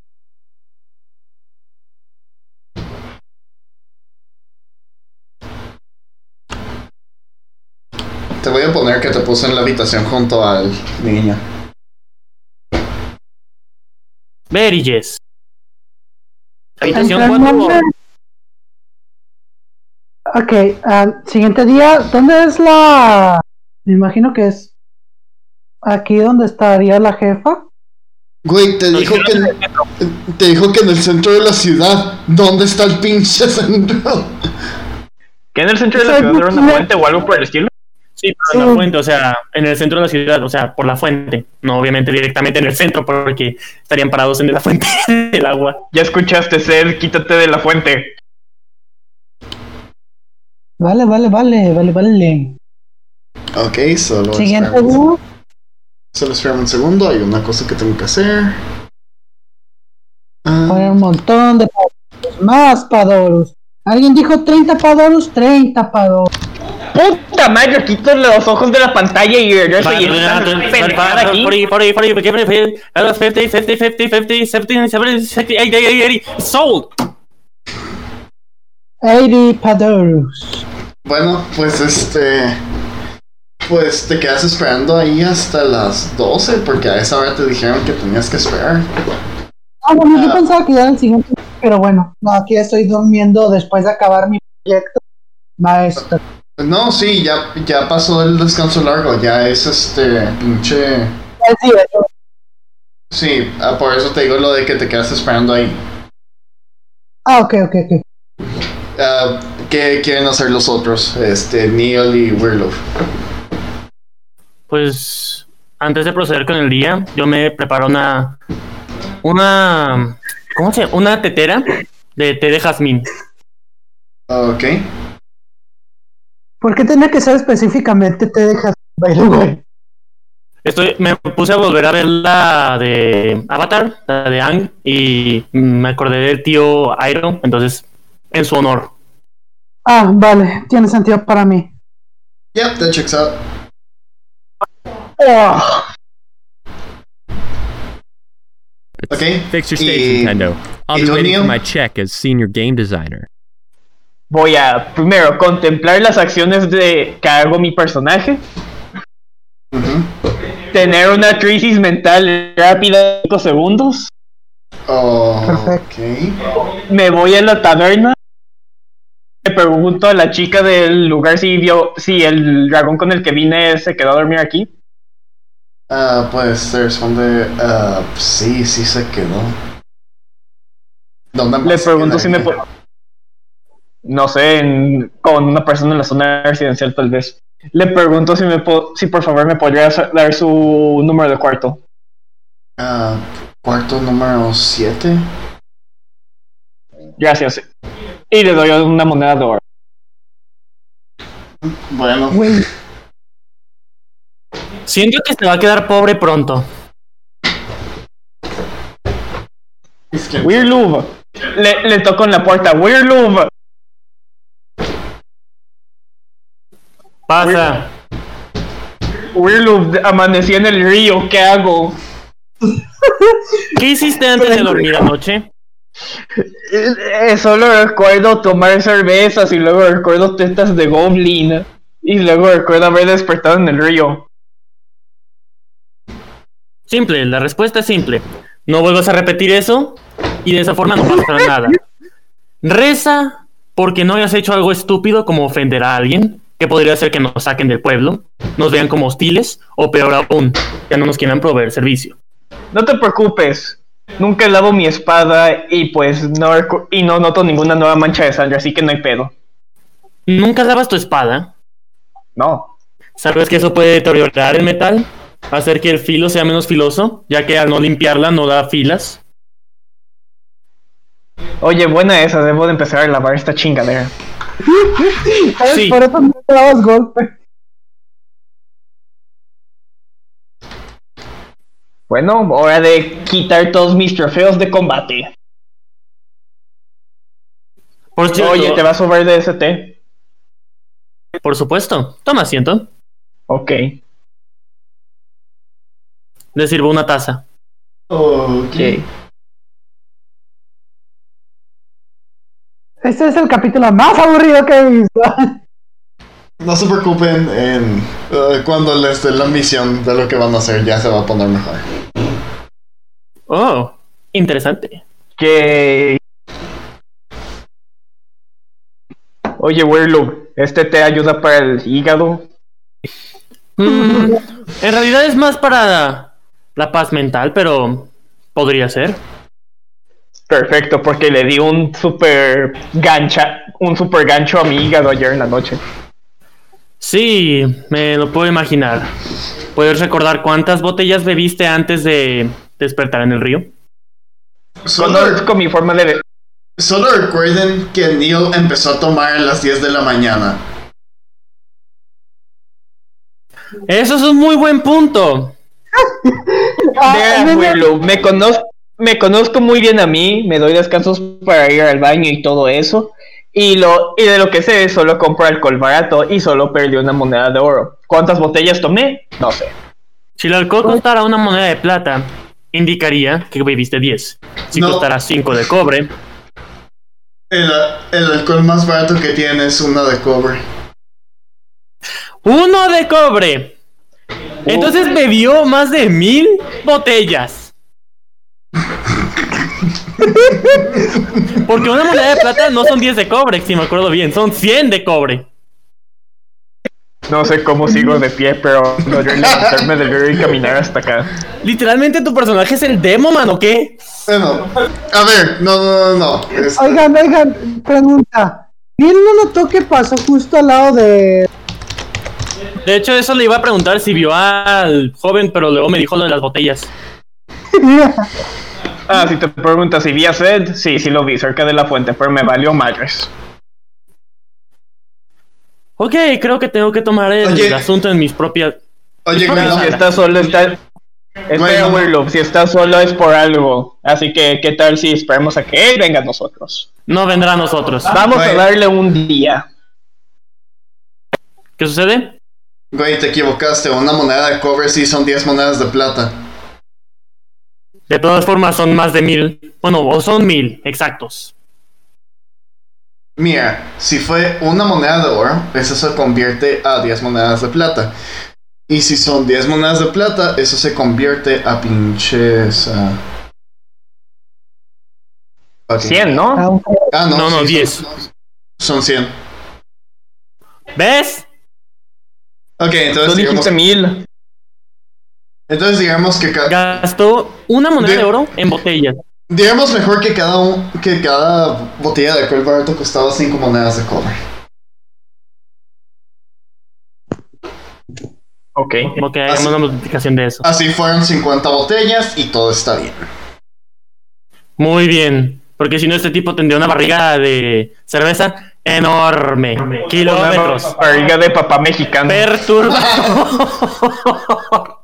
S2: Te voy a poner que te puse en la habitación junto al niño.
S5: Very yes. Habitación
S3: Entrando
S5: 4.
S3: en- Ok, ah, siguiente día, ¿dónde es la...? Me imagino que es aquí donde estaría la jefa.
S2: Güey, te
S5: Lo
S2: dijo que
S5: dijeron
S2: te dijo que en el centro de la ciudad. ¿Dónde está el pinche centro?
S4: ¿Qué en el centro de la
S3: Soy
S4: ciudad era una
S3: Godzilla.
S4: fuente o algo por el estilo?
S5: Sí, pero en
S3: Sí.
S5: la fuente, o sea, en el centro de la ciudad, o sea, por la fuente. No, obviamente directamente en el centro, porque estarían parados en la fuente del agua.
S4: Ya escuchaste, Sed, quítate de la fuente.
S3: Vale, vale, vale, vale, vale.
S2: Ok, solo
S3: Siguiente
S2: espérame un-
S3: día,
S2: Solo espérame un segundo, hay una cosa que tengo que hacer. Ah,
S3: poner un montón de padorus, más padorus. Alguien dijo 30 padorus, 30 padorus.
S4: ¡Puta madre! Quito los ojos de la pantalla y regreso y estás pendejada aquí.
S5: Sold.
S3: 80 padorus.
S2: Bueno, pues este. Pues te quedas esperando ahí hasta las 12, porque a esa hora te dijeron que tenías que esperar.
S3: Ah, bueno, yo
S2: Ah.
S3: pensaba que ya era el siguiente, pero bueno, no, aquí estoy durmiendo después de acabar mi proyecto. Maestro.
S2: No, sí, ya, ya pasó el descanso largo, ya es este. pinche.
S3: Así es.
S2: Sí, ah, por eso te digo lo de que te quedas esperando ahí.
S3: Ah, ok, ok, ok.
S2: Ah, ¿Qué quieren hacer los otros? Este, Neil y Weirloof.
S5: Pues antes de proceder con el día, yo me preparo una. Una. ¿Cómo se llama? Una tetera de té de jazmín.
S2: Ok.
S3: ¿Por qué tenía que ser específicamente te dejas bailar, güey?
S5: Estoy, me puse a volver a ver la de Avatar, la de Ang, y me acordé del tío Iron, entonces, en su honor.
S3: Ah, vale, tiene sentido para mí.
S2: Yep, that checks out.
S3: Ah,
S2: Okay.
S6: Fix your stage,
S2: Eh,
S6: Nintendo. I'll
S2: eh,
S6: be
S2: John
S6: waiting
S2: Neal?
S6: for my check as senior game designer.
S4: Voy a primero contemplar las acciones de que hago mi personaje,
S2: Ujú.
S4: tener una crisis mental rápida de 5 segundos,
S2: Oh,
S3: Perfecto.
S2: ok.
S4: me voy a la taberna, le pregunto a la chica del lugar si vio, si el dragón con el que vine se quedó a dormir aquí.
S2: Ah, pues se responde. Ah, sí, sí se quedó. ¿Dónde más
S4: Le
S2: se
S4: pregunto si me
S2: quedaría?
S4: puedo. No sé, en- con una persona en la zona residencial tal vez. Le pregunto si me po- si por favor me podría sa- dar su número de cuarto.
S2: Ah, cuarto número 7.
S4: Gracias. Y le doy una moneda de oro.
S2: Bueno,
S3: güey.
S5: Siento que se va a quedar pobre pronto.
S2: es que-
S4: Weird Lube. Le, le toco en la puerta. Weird Lube.
S5: Pasa.
S4: Weird Lube, amanecí en el río. ¿Qué hago?
S5: ¿Qué hiciste antes de dormir anoche?
S4: Eh, eh, solo recuerdo tomar cervezas y luego recuerdo tetas de goblin. Y luego recuerdo haber despertado en el río.
S5: Simple, la respuesta es simple. No vuelvas a repetir eso y de esa forma no pasará nada. Reza porque no hayas hecho algo estúpido como ofender a alguien, que podría ser que nos saquen del pueblo, nos vean como hostiles o peor aún, que no nos quieran proveer servicio.
S4: No te preocupes. Nunca lavo mi espada y pues no recu- y no noto ninguna nueva mancha de sangre, así que no hay pedo.
S5: Nunca lavas tu espada.
S4: No.
S5: Sabes que eso puede deteriorar el metal, hacer que el filo sea menos filoso, ya que al no limpiarla no da filas.
S4: Oye, buena esa, debo de empezar a lavar esta chingadera.
S3: ¿Sabes?
S5: Sí.
S3: Ah, Por eso no te dabas golpe.
S4: Bueno, hora de quitar todos mis trofeos de combate.
S5: Por cierto,
S4: Oye, ¿te vas a subir de ST?
S5: por supuesto. Toma asiento.
S4: Ok.
S5: Le sirvo una taza.
S2: Ok.
S3: Este es el capítulo más aburrido que he visto.
S2: No se preocupen, en, eh, cuando les dé la misión de lo que van a hacer ya se va a poner mejor.
S5: Oh, interesante.
S4: Que... Oye, Werloop, ¿este te ayuda para el hígado?
S5: Mm, en realidad es más para la paz mental, pero podría ser.
S4: Perfecto, porque le di un super gancha, un super gancho a mi hígado ayer en la noche.
S5: Sí, me lo puedo imaginar. ¿Puedes recordar cuántas botellas bebiste antes de despertar en el río?
S2: Solo,
S4: Conozco mi forma de...
S2: solo recuerden que Neil empezó a tomar a las 10 de la mañana.
S5: Eso es un muy buen punto.
S3: Ah,
S4: Vea,
S3: no, no,
S4: Werloop, me conozco... Me conozco muy bien a mí, me doy descansos para ir al baño y todo eso. Y, lo, y de lo que sé, solo compro alcohol barato y solo perdí una moneda de oro. ¿Cuántas botellas tomé? No sé.
S5: Si el alcohol costara una moneda de plata, indicaría que bebiste 10. Si
S2: No.
S5: costara 5 de cobre,
S2: El, el alcohol más barato que tiene es una de cobre.
S5: ¡uno de cobre! Entonces bebió más de mil botellas. Porque una moneda de plata no son 10 de cobre, si me acuerdo bien, son 100 de cobre.
S4: No sé cómo sigo de pie, pero logré levantarme del río y caminar hasta acá.
S5: Literalmente tu personaje es el demo, man, ¿o qué?
S2: Bueno, a ver, no, no, no, no. este,
S3: Oigan, oigan, pregunta. ¿Quién no notó que pasó justo al lado de
S5: De hecho, eso le iba a preguntar si vio al joven, pero luego me dijo lo de las botellas.
S4: Ah, si te preguntas si vi a Zed, sí, sí lo vi cerca de la fuente, pero me valió madres.
S5: Ok, creo que tengo que tomar el
S2: Oye.
S5: asunto en mis propias...
S2: Oye, Glau,
S4: Si está solo, está. Espera,
S2: Bueno.
S4: Werewolf, si está solo es por algo. Así que, ¿qué tal si esperamos a que él venga a nosotros?
S5: No vendrá a nosotros.
S4: Vamos
S2: Bueno.
S4: a darle un día.
S5: ¿Qué sucede?
S2: güey, te equivocaste. Una moneda de cobre sí son 10 monedas de plata.
S5: De todas formas, son más de mil. Bueno, o son mil, exactos.
S2: Mira, si fue una moneda de oro, eso se convierte a 10 monedas de plata. Y si son 10 monedas de plata, eso se convierte a pinches. ah. Ok.
S4: 100, ¿no?
S3: Aunque-
S2: Ah, no,
S5: No, no,
S2: sí, son-
S5: 10.
S2: Son 100.
S5: ¿Ves?
S2: Ok,
S4: Tú
S2: entonces digamos,
S4: dijiste mil.
S2: entonces digamos que ca-
S5: Gastó una moneda
S2: De-
S5: de oro en botellas.
S2: digamos mejor que cada un- que cada botella de alcohol barato costaba 5 monedas de cobre.
S4: Ok.
S5: Como que hagamos
S2: Así-
S5: una multiplicación de eso.
S2: Así fueron 50 botellas y todo está bien.
S5: Muy bien. Porque si no, este tipo tendría una barriga de cerveza enorme. Kilómetros.
S4: Barriga de papá mexicano.
S5: Perturbador.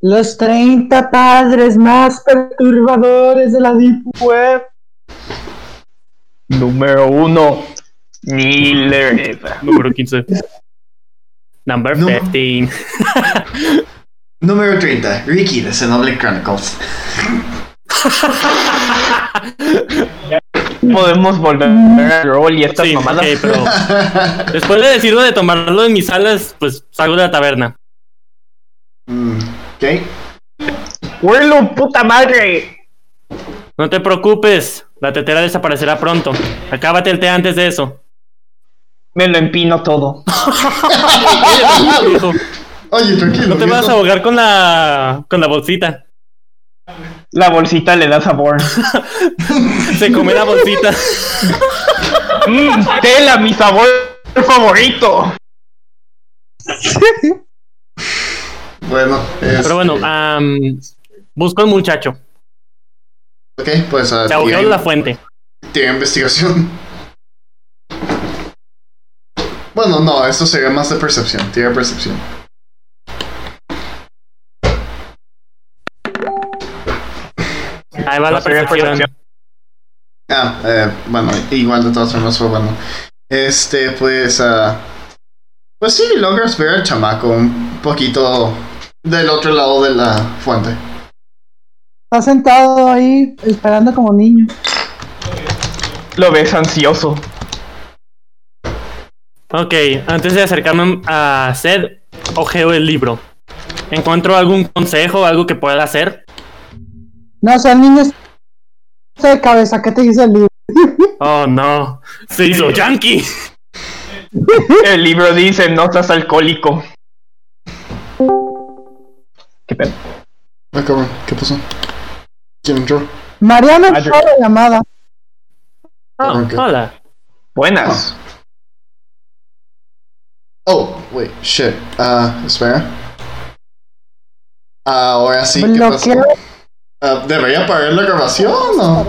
S3: Los 30 padres más perturbadores de la Deep Web.
S4: Número uno. Miller.
S5: Número 15. Number
S2: No.
S5: 15.
S2: Número 30. Ricky de Xenoblade Chronicles.
S4: Podemos volver a rol y estas
S5: Sí, ok,
S4: mamadas.
S5: pero después de decirlo de tomarlo en mis alas, pues salgo de la taberna.
S2: Mm, ok.
S4: Werewolf, puta madre.
S5: No te preocupes, la tetera desaparecerá pronto. Acábate el té antes de eso.
S4: Me lo empino todo.
S5: Ah, Hijo,
S2: Oye, tranquilo.
S5: no te
S2: mientras-
S5: vas a ahogar con la con la bolsita.
S4: La bolsita le da sabor.
S5: Se come la bolsita.
S4: Mmm, tela, mi sabor favorito.
S2: Bueno, este, es-
S5: Pero bueno, am, busco al muchacho.
S2: ok, pues ah,
S5: Se ahogó
S2: tiene-
S5: en la fuente.
S2: tiene investigación. Bueno, no, esto sería más de percepción. Tiene percepción.
S5: Ahí va la percepción.
S2: Ah, eh, bueno, igual de todas formas fue bueno. Este, pues, ah, pues sí, logras ver al chamaco un poquito del otro lado de la fuente.
S3: Está sentado ahí esperando como niño.
S4: Lo ves ansioso.
S5: Ok, antes de acercarme a Sed, ojeo el libro. ¿Encuentro algún consejo, algo que pueda hacer?
S3: No, o sea, el niño está de cabeza. ¿Qué te dice el libro?
S5: Oh no, se hizo yankee.
S4: El libro dice, no estás alcohólico. ¿Qué pedo?
S2: Ah, cabrón, ¿qué pasó? ¿Quién entró?
S3: Mariana
S4: Ah,
S3: entró a la llamada.
S5: Oh,
S2: Ok.
S5: hola.
S4: Buenas.
S2: Oh, wait, shit. Ah, espera. Ah, Ahora sí, ¿qué pasó?
S3: Bloqueo.
S2: Ah, ¿Debería parar la grabación o...?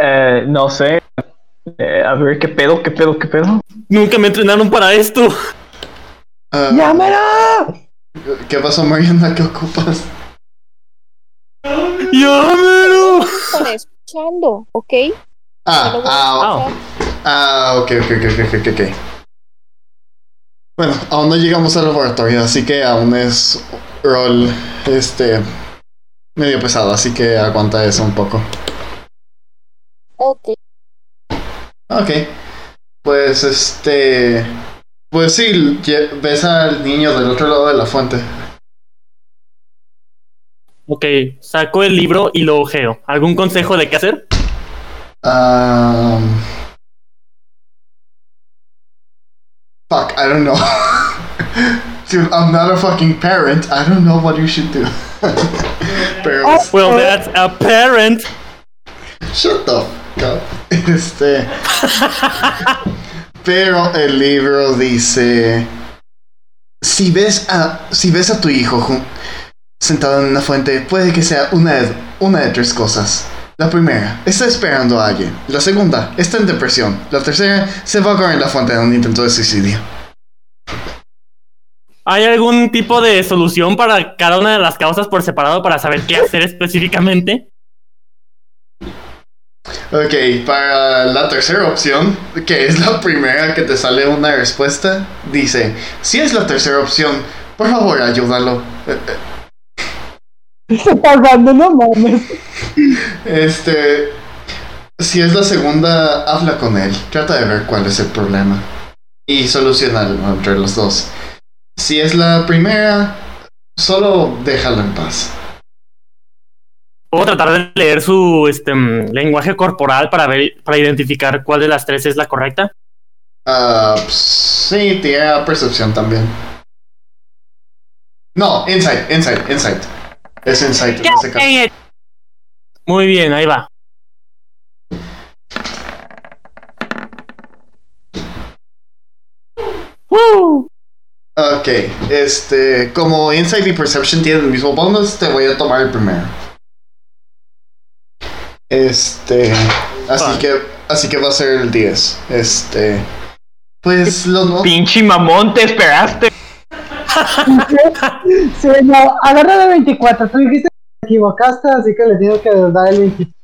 S4: Eh, no sé. Eh, a ver, ¿qué pedo? ¿Qué pedo? ¿Qué pedo?
S5: Nunca me entrenaron para esto.
S2: Ah,
S3: ¡Llámela!
S2: ¿Qué pasó, Mariana? ¿Qué ocupas?
S5: ¡Llámelo!
S7: Están escuchando, ¿ok?
S2: Ah, ah,
S5: Oh,
S2: ah, ok, ok, ok, ok, ok, ok. Bueno, aún no llegamos al laboratorio, así que aún es rol, este, medio pesado, así que aguanta eso un poco.
S7: Ok.
S2: Ok. Pues este. Pues sí, lle- ves al niño del otro lado de la fuente.
S5: ok, saco el libro y lo ojeo. ¿Algún consejo de qué hacer?
S2: Um... Fuck, I don't know. Dude, I'm not a fucking parent. I don't know what you should do. Pero.
S3: Oh,
S5: Well,
S3: oh,
S5: that's apparent.
S2: Shut the fuck up. Este. Pero el libro dice, si ves a, si ves a tu hijo jun- sentado en una fuente, puede que sea una de, una de tres cosas. La primera, está esperando a alguien. La segunda, está en depresión. La tercera, se va a correr en la fuente en un intento de suicidio.
S5: ¿Hay algún tipo de solución para cada una de las causas por separado para saber qué hacer específicamente?
S2: Ok, para la tercera opción, que es la primera que te sale una respuesta, dice, si es la tercera opción, por favor ayúdalo. Eh, eh,
S3: Se pagando, no mames.
S2: Este, si es la segunda, habla con él, trata de ver cuál es el problema y solucionarlo entre los dos. Si es la primera, solo déjalo en paz.
S5: Puedo tratar de leer su este, mm, lenguaje corporal para ver, para identificar cuál de las tres es la correcta.
S2: Ah, pues, sí, tira percepción también. No, insight, insight, insight. Es insight en ese caso.
S5: Muy bien, ahí va.
S2: Ok, este, como Insight y Perception tienen el mismo bonus, te voy a tomar el primero. Este, así
S5: Fuck.
S2: que, así que va a ser el 10. Este, pues lo no.
S4: Pinche mamón, te esperaste.
S3: Sí, no, agarra de 24. Tú dijiste que te equivocaste, así que le tengo que dar el 24.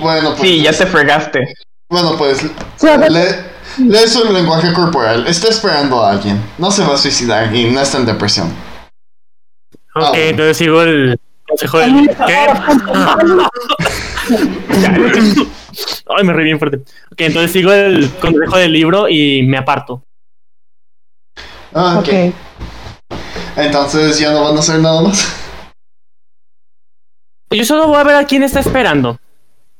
S2: Bueno, pues,
S4: Sí, ya te fregaste.
S2: bueno, pues,
S3: Sí, a ver.
S2: le, lee su lenguaje corporal. Está esperando a alguien. No se va a suicidar y no está en depresión.
S5: Ok,
S2: Ah, bueno.
S5: entonces sigo el consejo del... ¿Qué? Ay, me reí bien fuerte. Ok, entonces sigo el consejo del libro y me aparto.
S2: Ok,
S3: Ok.
S2: entonces ya no van a hacer nada más.
S5: Yo solo voy a ver a quién está esperando.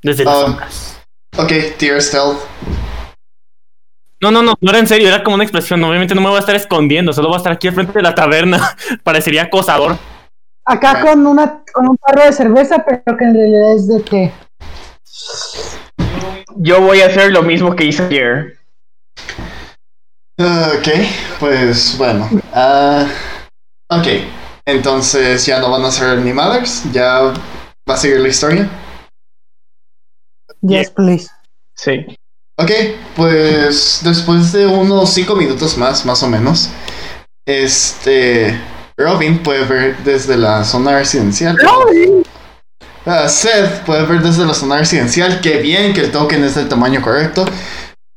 S5: Desde las
S2: Ah.
S5: sombras.
S2: Ok, tier stealth.
S5: No, no, no, no era en serio, era como una expresión. Obviamente no me voy a estar escondiendo, solo voy a estar aquí al frente de la taberna. Parecería acosador.
S3: Acá con, una, con un tarro de cerveza, pero que en realidad es de té.
S4: Yo voy a hacer lo mismo que hice ayer.
S2: Ah, Ok, pues bueno. ah, ok, entonces ya no van a ser ni madres, ya va a seguir la historia.
S3: Yes, please.
S4: Sí.
S2: Ok, pues después de unos 5 minutos más, más o menos, este. Robin puede ver desde la zona residencial. Ah, Seth puede ver desde la zona residencial. Qué bien que el token es del tamaño correcto.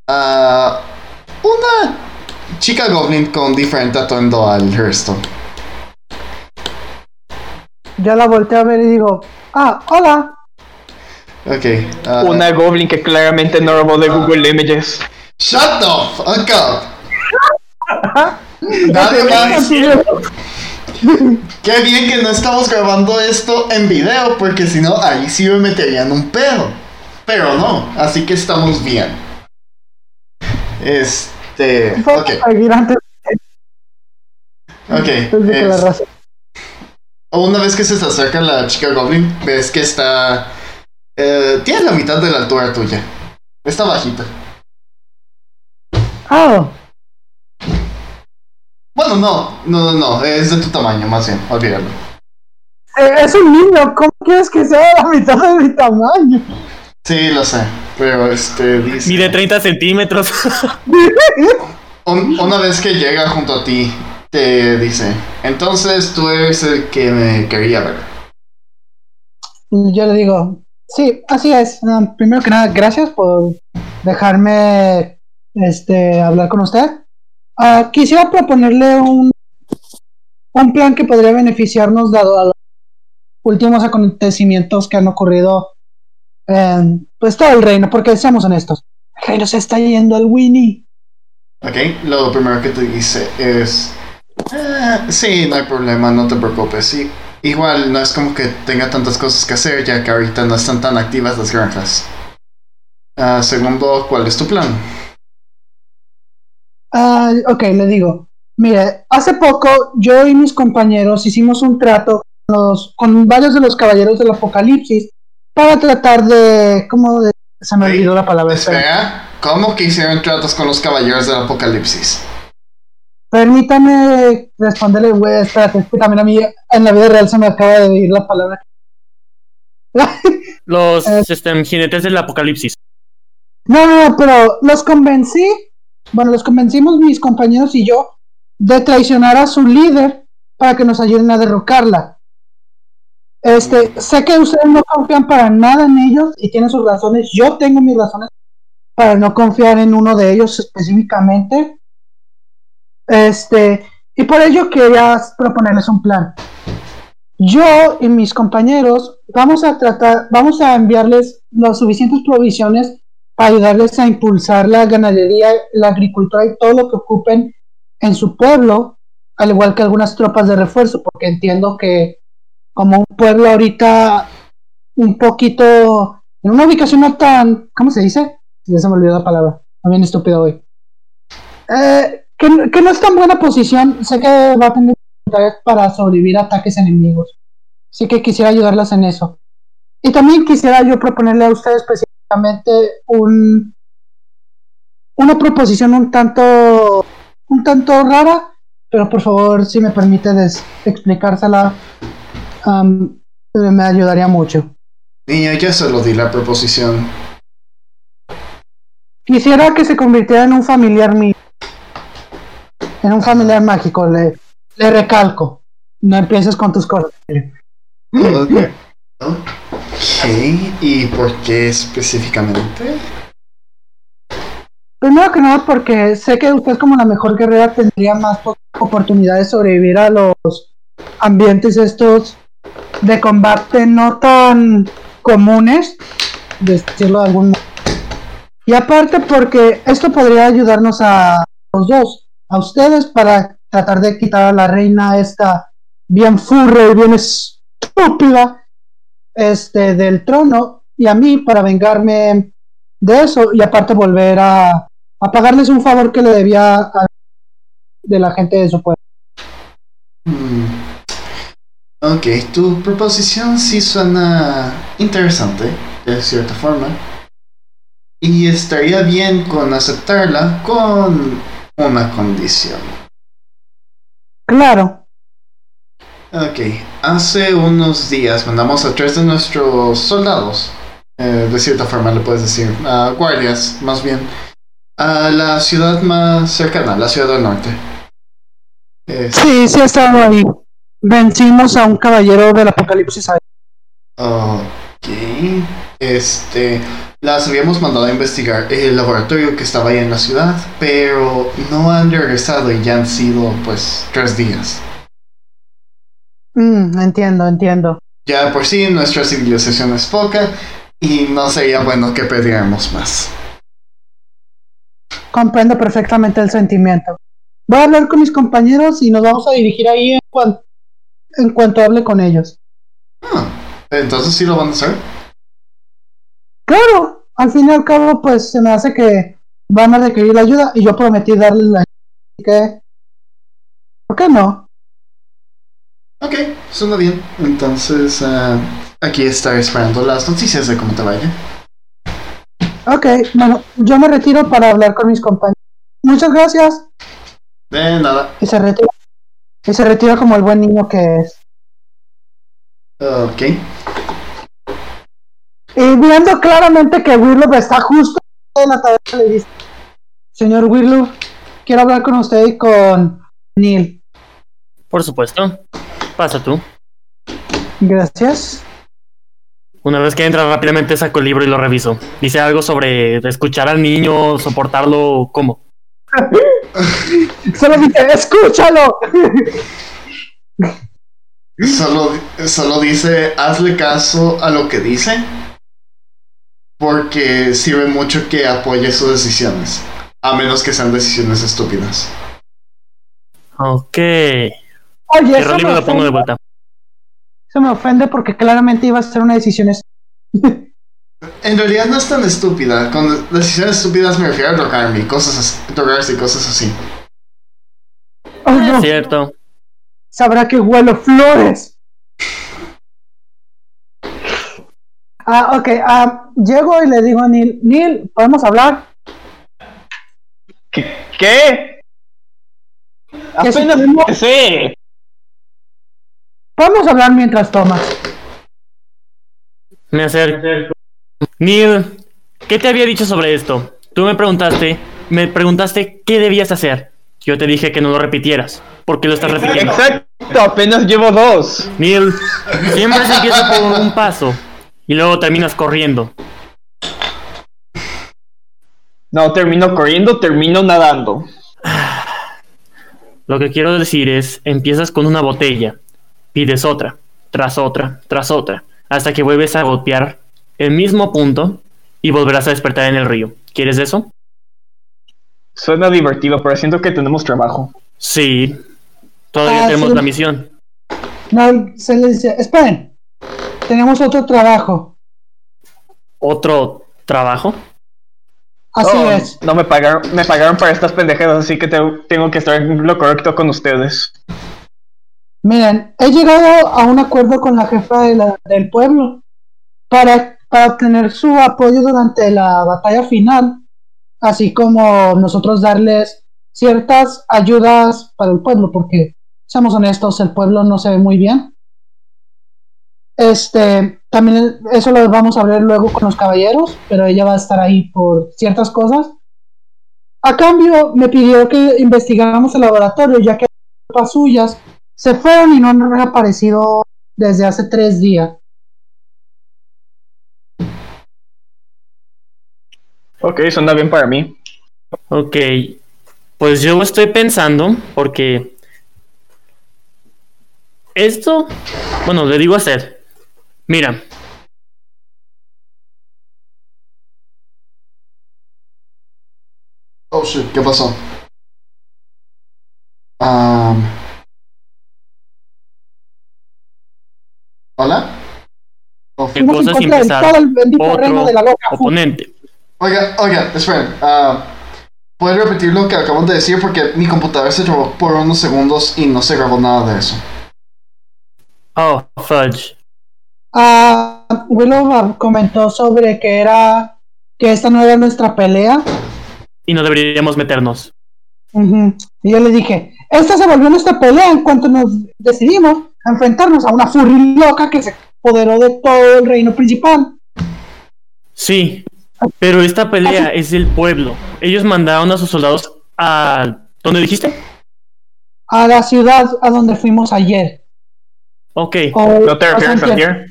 S2: Ah, una chica goblin con diferente atuendo al resto.
S3: Yo la volteo a ver y digo, ah, hola.
S2: Ok. ah,
S4: Una goblin que claramente no robó de
S5: Ah.
S4: Google Images.
S2: Shut the fuck up. Nadie
S3: Este
S2: más. Qué bien que no estamos grabando esto en video, porque si no, ahí sí me meterían un pedo. Pero no, así que estamos bien. Este.
S3: Fue
S2: Ok,
S3: seguir antes
S2: ok.
S3: de que la
S2: es-
S3: raza.
S2: Una vez que se te acerca la chica Goblin, ves que está. eh, tiene la mitad de la altura tuya. Está bajita.
S3: Ah,
S2: Bueno, no, no, no, no, es de tu tamaño, más bien, olvídalo.
S3: eh, es un niño. ¿Cómo quieres que sea la mitad de mi tamaño?
S2: Sí, lo sé, pero este dice.
S5: Mide 30 centímetros.
S2: Un- una vez que llega junto a ti, te dice: Entonces tú eres el que me quería ver.
S3: Y yo le digo, sí, así es. Ah, primero que nada, gracias por dejarme este, hablar con usted. Ah, quisiera proponerle un, un plan que podría beneficiarnos dado a los últimos acontecimientos que han ocurrido en pues, todo el reino, porque seamos honestos, el reino se está yendo al Winnie.
S2: Ok, lo primero que te dice es: "Ah, Sí, no hay problema, no te preocupes. Sí, igual no es como que tenga tantas cosas que hacer, ya que ahorita no están tan activas las granjas. Ah, segundo, ¿cuál es tu plan?
S3: Ah, ok, le digo. Mire, hace poco yo y mis compañeros hicimos un trato con, los- con varios de los caballeros del apocalipsis para tratar de. ¿Cómo de- se me olvidó la palabra? espera.
S2: Espera, ¿Cómo que hicieron tratos con los caballeros del apocalipsis?
S3: Permítame responderle, güey, espérate, es que también a mí en la vida real se me acaba de oír la palabra.
S5: Los
S3: Eh.
S5: este, jinetes del apocalipsis.
S3: No, no, no, pero los convencí, bueno, los convencimos mis compañeros y yo de traicionar a su líder para que nos ayuden a derrocarla. Este, sé que ustedes no confían para nada en ellos y tienen sus razones. Yo tengo mis razones para no confiar en uno de ellos específicamente. Este, y por ello quería proponerles un plan. Yo y mis compañeros vamos a tratar, vamos a enviarles las suficientes provisiones para ayudarles a impulsar la ganadería, la agricultura y todo lo que ocupen en su pueblo, al igual que algunas tropas de refuerzo, porque entiendo que como un pueblo ahorita un poquito en una ubicación no tan, ¿cómo se dice? Ya se me olvidó la palabra, también estúpido hoy. Eh, que, que no es tan buena posición, sé que va a tener dificultades para sobrevivir a ataques enemigos, así que quisiera ayudarlas en eso. Y también quisiera yo proponerle a ustedes pues, específicamente un una proposición un tanto un tanto rara, pero por favor, si me permite des- explicársela, am, me ayudaría mucho.
S2: Niño, ya se lo di la proposición.
S3: Quisiera que se convirtiera en un familiar mío. En un familiar mágico, le, le recalco. No empieces con tus cosas.
S2: Ok, ¿y por qué específicamente?
S3: Primero que nada, porque sé que usted como la mejor guerrera tendría más po- oportunidades de sobrevivir a los ambientes estos de combate no tan comunes, de decirlo de algún modo. Y aparte porque esto podría ayudarnos a los dos, a ustedes, para tratar de quitar a la reina esta bien furre y bien estúpida este, del trono, y a mí para vengarme de eso, y aparte volver a a pagarles un favor que le debía a- de la gente de su pueblo.
S2: Hmm. Ok, tu proposición sí suena interesante, de cierta forma. Y estaría bien con aceptarla con una condición.
S3: Claro,
S2: Ok, hace unos días mandamos a tres de nuestros soldados, eh, de cierta forma le puedes decir, a guardias más bien, a la ciudad más cercana, la ciudad del norte. Eh,
S3: sí, sí estaba ahí. Vencimos a un caballero del apocalipsis ahí.
S2: Ok. Este. Las habíamos mandado a investigar el laboratorio que estaba ahí en la ciudad, pero no han regresado y ya han sido, pues, tres días.
S3: Mm, entiendo, entiendo.
S2: Ya de por sí nuestra civilización es poca y no sería bueno que perdiéramos más.
S3: Comprendo perfectamente el sentimiento. Voy a hablar con mis compañeros y nos vamos a dirigir ahí en, cuan- en cuanto hable con ellos.
S2: Ah, entonces sí lo van a hacer.
S3: Claro, al fin y al cabo, pues se me hace que van a requerir la ayuda y yo prometí darle la ayuda. Así que, ¿por qué no?
S2: Ok, suena bien. Entonces, ah, aquí estaré esperando las noticias de cómo te vaya.
S3: Ok, bueno, yo me retiro para hablar con mis compañeros. Muchas gracias.
S2: De nada.
S3: Y se retira. Y se retira como el buen niño que es.
S2: Ok.
S3: Y viendo claramente que Wirloop está justo en la taberna, le dice: Señor Wirloop, quiero hablar con usted y con Neil.
S5: Por supuesto. Pasa tú.
S3: Gracias.
S5: Una vez que entra rápidamente saco el libro y lo reviso. Dice algo sobre escuchar al niño, soportarlo, ¿cómo?
S3: Solo dice: ¡Escúchalo!
S2: Solo, solo dice, hazle caso a lo que dice, porque sirve mucho que apoye sus decisiones, a menos que sean decisiones estúpidas.
S5: Ok.
S3: Oye,
S5: Cierro
S3: eso
S5: el
S3: me,
S5: libro y lo pongo
S3: ofende,
S5: de vuelta.
S3: eso me ofende porque claramente iba a ser una decisión. es-
S2: En realidad no es tan estúpida, con decisiones estúpidas me refiero a drogarme y cosas as- drogarse y cosas así.
S3: Oh, no.
S5: Cierto.
S3: Sabrá que huelo flores. Ah, ok. ah, llego y le digo a Neil, Neil, ¿podemos hablar?
S4: ¿Qué? ¿Qué?
S3: Que si
S4: Apenas
S3: tengo-
S4: empecé.
S3: Podemos hablar mientras tomas.
S5: Me acerco. Neil, ¿qué te había dicho sobre esto? Tú me preguntaste, me preguntaste qué debías hacer. Yo te dije que no lo repitieras. ¿Por qué lo estás repitiendo?
S4: Exacto, apenas llevo dos.
S5: Neil, siempre se empieza por un paso y luego terminas corriendo.
S4: No, termino corriendo, termino nadando.
S5: Lo que quiero decir es, empiezas con una botella, pides otra, tras otra, tras otra, hasta que vuelves a golpear el mismo punto y volverás a despertar en el río. ¿Quieres eso?
S4: Suena divertido, pero siento que tenemos trabajo.
S5: Sí. Todavía
S3: Ah,
S5: tenemos
S3: sí.
S5: la misión.
S3: No, se les dice, esperen, tenemos otro trabajo.
S5: ¿Otro trabajo?
S3: Así
S4: Oh,
S3: es.
S4: No me pagaron, me pagaron para estas pendejadas, así que te- tengo que estar en lo correcto con ustedes.
S3: Miren, he llegado a un acuerdo con la jefa de la- del pueblo para, para obtener su apoyo durante la batalla final, así como nosotros darles ciertas ayudas para el pueblo, porque, seamos honestos, el pueblo no se ve muy bien. Este, también el- eso lo vamos a ver luego con los caballeros, pero ella va a estar ahí por ciertas cosas. A cambio, me pidió que investigáramos el laboratorio, ya que hay culpas suyas se fueron y no han reaparecido desde hace tres días.
S4: Ok, suena bien para mí.
S5: Ok. Pues yo estoy pensando, porque... Esto... Bueno, le digo a Seth. Mira,
S2: Oh shit, ¿qué pasó? Ah. Am. ¿Hola? Oh,
S5: ¿Qué cosa es
S3: contra del
S5: empezar
S3: todo el bendito
S5: otro
S3: reino de la loca.
S5: oponente.
S2: Oiga, oiga, esperen. ah, ¿Pueden repetir lo que acaban de decir? Porque mi computadora se trabó por unos segundos y no se grabó nada de eso.
S5: Oh, fudge.
S3: Ah, Willow ah, comentó sobre que era que esta no era nuestra pelea.
S5: Y no deberíamos meternos.
S3: Ujú. Y yo le dije, esta se volvió nuestra pelea en cuanto nos decidimos a enfrentarnos a una furry loca que se apoderó de todo el reino principal.
S5: Sí, pero esta pelea es del pueblo. Ellos mandaron a sus soldados a... ¿Dónde dijiste?
S3: A la ciudad a donde fuimos ayer.
S5: Ok.
S3: O-
S4: ¿No te
S3: o
S4: refieres a
S3: antier.
S4: Tier?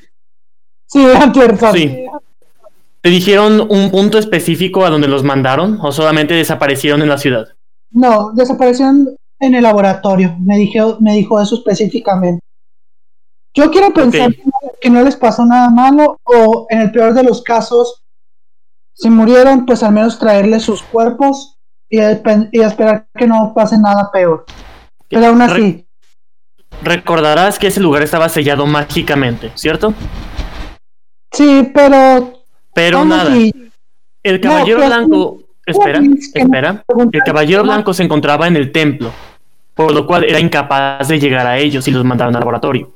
S3: Sí, antier, sorry.
S5: Sí. ¿Te dijeron un punto específico a donde los mandaron o solamente desaparecieron en la ciudad?
S3: No, desaparecieron en el laboratorio. Me, dije, me dijo eso específicamente. Yo quiero pensar que no- que no les pasó nada malo o en el peor de los casos, si murieron, pues al menos traerles sus cuerpos y, espe- y esperar que no pase nada peor. Pero aún así,
S5: Recordarás que ese lugar estaba sellado mágicamente, ¿cierto?
S3: sí, pero...
S5: Pero
S3: aún
S5: nada,
S3: así,
S5: el
S3: No,
S5: caballero
S3: pero-
S5: blanco... Espera,
S3: es que no-
S5: espera. El caballero blanco se encontraba en el templo, por lo cual era incapaz de llegar a ellos y los mandaron al laboratorio.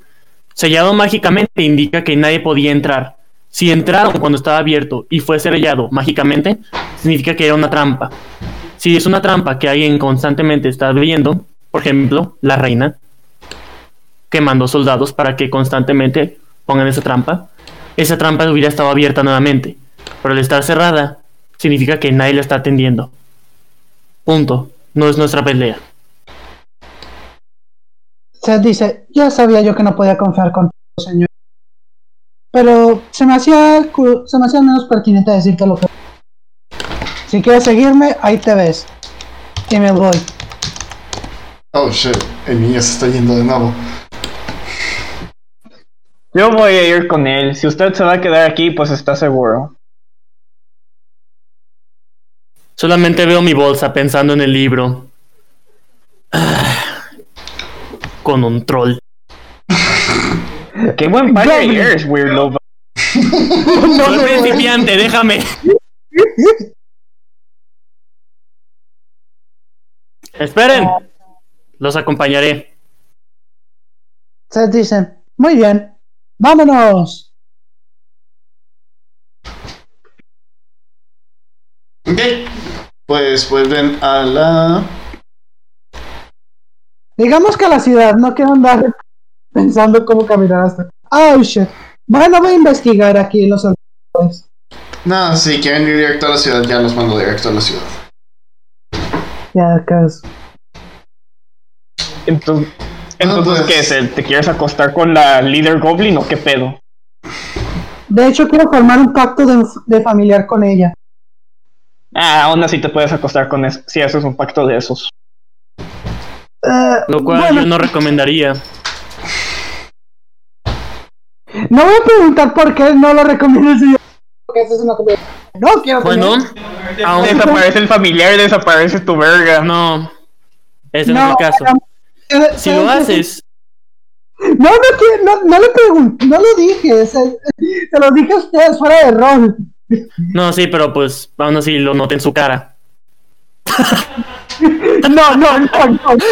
S5: Sellado mágicamente indica que nadie podía entrar. Si entraron cuando estaba abierto y fue sellado mágicamente, significa que era una trampa. Si es una trampa que alguien constantemente está viendo, por ejemplo, la reina, que mandó soldados para que constantemente pongan esa trampa, esa trampa hubiera estado abierta nuevamente. Pero al estar cerrada, significa que nadie la está atendiendo. Punto. No es nuestra pelea.
S3: se dice, ya sabía yo que no podía confiar con tu señor. Pero se me hacía cu- se me hacía menos pertinente decirte lo que. Si quieres seguirme, ahí te ves. Y me voy.
S2: Oh shit, el niño se está yendo de nuevo.
S4: Yo voy a ir con él. Si usted se va a quedar aquí, pues está seguro.
S5: Solamente veo mi bolsa pensando en el libro. Ah, Con un troll.
S4: Qué buen padre eres, Weird Lobo.
S5: Soy principiante, déjame. Esperen. Los acompañaré.
S3: Se dice, muy bien, vámonos.
S2: Ok. Pues vuelven a la.
S3: Digamos que a la ciudad, no quiero andar pensando cómo caminar hasta. Oh shit. Bueno, voy a investigar aquí en los alrededores.
S2: No, si quieren ir directo a la ciudad, ya los mando directo a la ciudad.
S3: Ya, caso.
S4: Entonces,
S2: pues.
S4: entonces ¿qué es? el- ¿Te quieres acostar con la líder goblin o qué pedo?
S3: De hecho, quiero formar un pacto de, de familiar con ella.
S4: Ah, aún así te puedes acostar con eso. Si haces un pacto de esos.
S3: Eh,
S5: Lo cual
S3: bueno,
S5: yo no recomendaría.
S3: no voy a preguntar por qué no lo recomiendo el señor. Porque esa es una comida. No quiero tener-
S5: Bueno, aún
S4: Desaparece el familiar, desaparece tu verga.
S5: no. Ese no,
S3: no,
S5: es el caso.
S3: era-
S5: Si lo haces,
S3: No, no, que- no, no le pregunté, no le dije, se, se lo dije a ustedes fuera de rol.
S5: no, sí, pero pues aún así lo noté en su cara.
S3: No, no, no, no. no.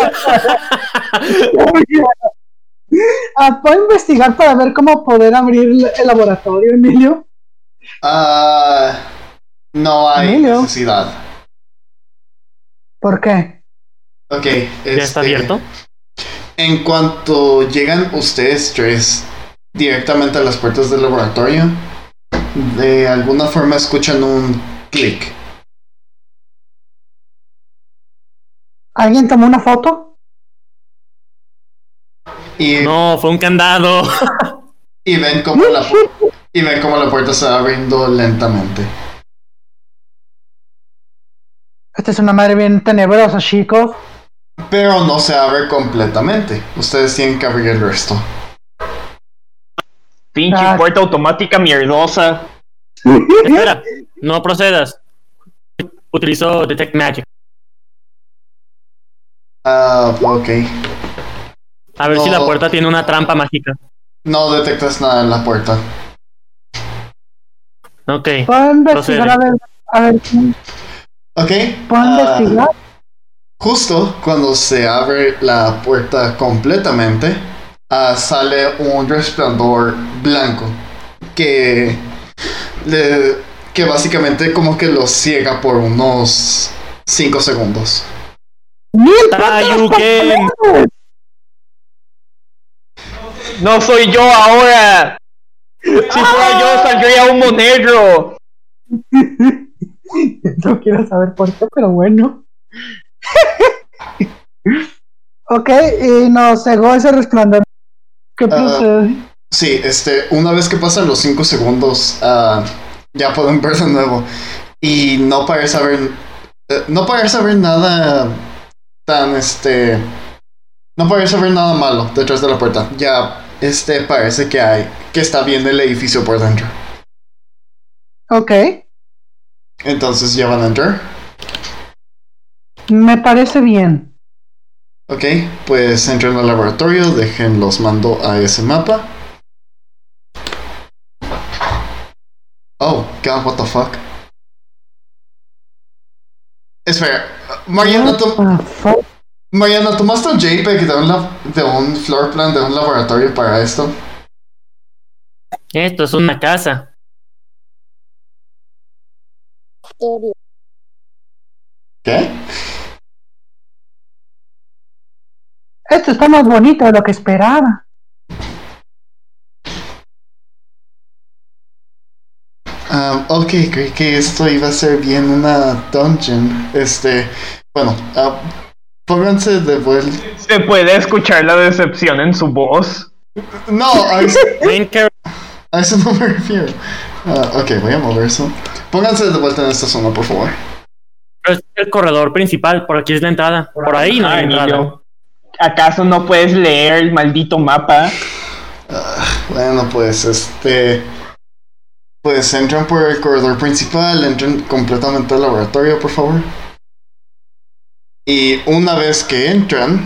S3: Ah, ¿Puedo investigar para ver cómo poder abrir el- el laboratorio, Emilio?
S2: Ah. no hay
S3: Emilio.
S2: necesidad.
S3: ¿Por qué?
S2: Ok. este,
S5: Ya está abierto.
S2: En cuanto llegan ustedes tres directamente a las puertas del laboratorio, de alguna forma escuchan un clic.
S3: ¿Alguien tomó una foto?
S2: Y,
S5: No, fue un candado.
S2: y ven cómo la pu- y ven cómo la puerta se va abriendo lentamente.
S3: Esta es una madre bien tenebrosa, chicos.
S2: Pero no se abre completamente. Ustedes tienen que abrir el resto.
S4: Pinche
S3: Ah.
S4: puerta automática mierdosa.
S5: Espera, no procedas. Utilizó Detect Magic.
S2: Ah, ok.
S5: A ver si
S2: No.
S5: la puerta tiene una trampa mágica.
S2: No detectas nada en la puerta.
S5: Ok.
S3: ¿Puedo investigar a ver? A ver,
S2: Ok.
S3: ¿puedo
S2: ah,
S3: investigar?
S2: Justo cuando se abre la puerta completamente, ah, sale un resplandor blanco que, le- que básicamente como que los ciega por unos 5 segundos.
S3: ¡Mil
S5: Tayuken.
S3: papeles!
S4: No soy yo ahora. Si fuera yo saldría humo negro.
S3: No quiero saber por qué, pero bueno. ok, y nos cegó ese resplandor. ¿Qué procede?
S2: Sí, este, una vez que pasan los 5 segundos, ah, ya pueden ver de nuevo. Y no parece haber. eh, no parece haber nada tan este. No parece haber nada malo detrás de la puerta. Ya, este parece que hay. que está bien el edificio por dentro.
S3: Ok,
S2: Entonces ya van a entrar.
S3: me parece bien.
S2: Ok, pues entren al laboratorio, dejen los mando a ese mapa. Oh, god, what the fuck. Espera, Mariana, to-
S3: Ah, fuck.
S2: Mariana ¿tomaste un JPEG de un, lab- de un floor plan de un laboratorio para esto?
S5: Esto es una casa.
S7: serio.
S2: ¿Qué?
S3: Esto está más bonito de lo que esperaba.
S2: Um, ok, creí que esto iba a ser bien una dungeon. Este, bueno, ah, pónganse de vuelta.
S4: Se puede escuchar la decepción en su voz.
S2: No, a eso-
S5: Ven, Car-
S2: A eso no me refiero. Ah, ok, voy a mover eso. Pónganse de vuelta en esta zona, por favor.
S5: Pero es el corredor principal, por aquí es la entrada. Por ahí no hay
S4: Ay,
S5: entrada.
S4: niño. ¿Acaso no puedes leer el maldito mapa?
S2: Bueno, pues este. Pues entran por el corredor principal, entren completamente al laboratorio, por favor. Y una vez que entran,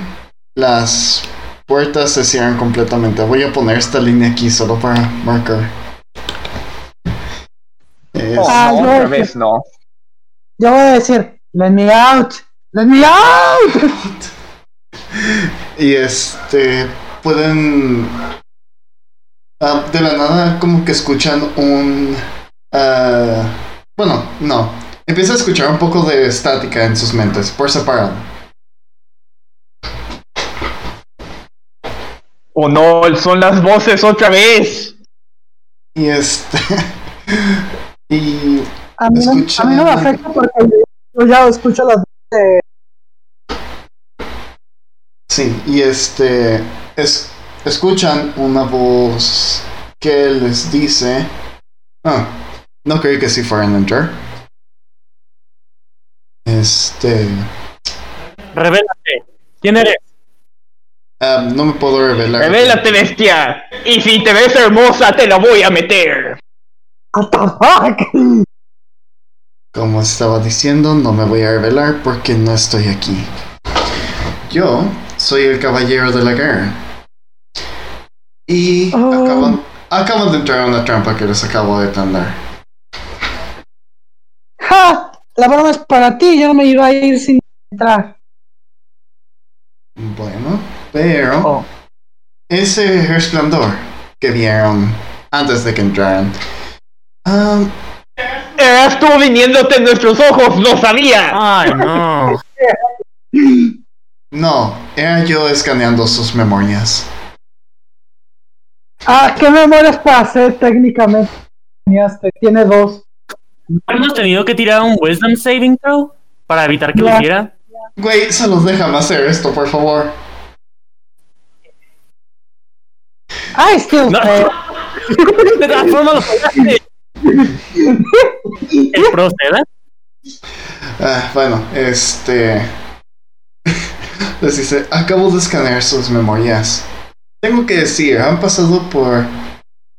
S2: las puertas se cierran completamente. Voy a poner esta línea aquí solo para marcar. Es-
S4: Oh,
S3: Ah,
S4: no,
S3: no,
S4: otra
S3: es que-
S4: vez no.
S3: Yo voy a decir, let me out, let me out.
S2: Y este. Pueden. ah, de la nada, como que escuchan un. ah, bueno, no. Empieza a escuchar un poco de estática en sus mentes, por separado.
S4: Oh no, son las voces otra vez.
S2: Y este. y.
S3: A mí, no,
S2: Escucha.
S3: a mí no me afecta porque yo ya escucho las de...
S2: Sí, y este. Es, escuchan una voz que les dice. Ah, no creí que sí fueran a entrar. Este.
S5: Revélate. ¿Quién eres?
S2: ah, no me puedo revelar.
S4: Revélate, bestia. Y si te ves hermosa, te la voy a meter.
S3: What the fuck?
S2: Como estaba diciendo, no me voy a revelar porque no estoy aquí. Yo soy el caballero de la guerra. Y
S3: Oh.
S2: acaban, acaban de entrar a una trampa que les acabo de tender.
S3: ¡Ja! La broma es para ti, yo no me iba a ir sin entrar.
S2: Bueno, pero
S3: Oh.
S2: ese resplandor que vieron antes de que entraran. ah,
S4: Eras tú viniéndote en nuestros ojos, lo sabía.
S5: Ay, no.
S2: no, era yo escaneando sus memorias.
S3: Ah, ¿qué memorias para hacer técnicamente? Teníaste, Tiene dos.
S5: ¿Hemos tenido que tirar un Wisdom Saving Throw? Para evitar que lo
S3: Ya.
S5: hiciera.
S2: Güey, se los déjame hacer esto, por favor.
S3: ¡Ay, este, still
S5: No.
S3: fail.
S5: De todas formas lo pagaste. ¿El proceda?
S2: Ah, bueno, este. Les dice: Acabo de escanear sus memorias. Tengo que decir, han pasado por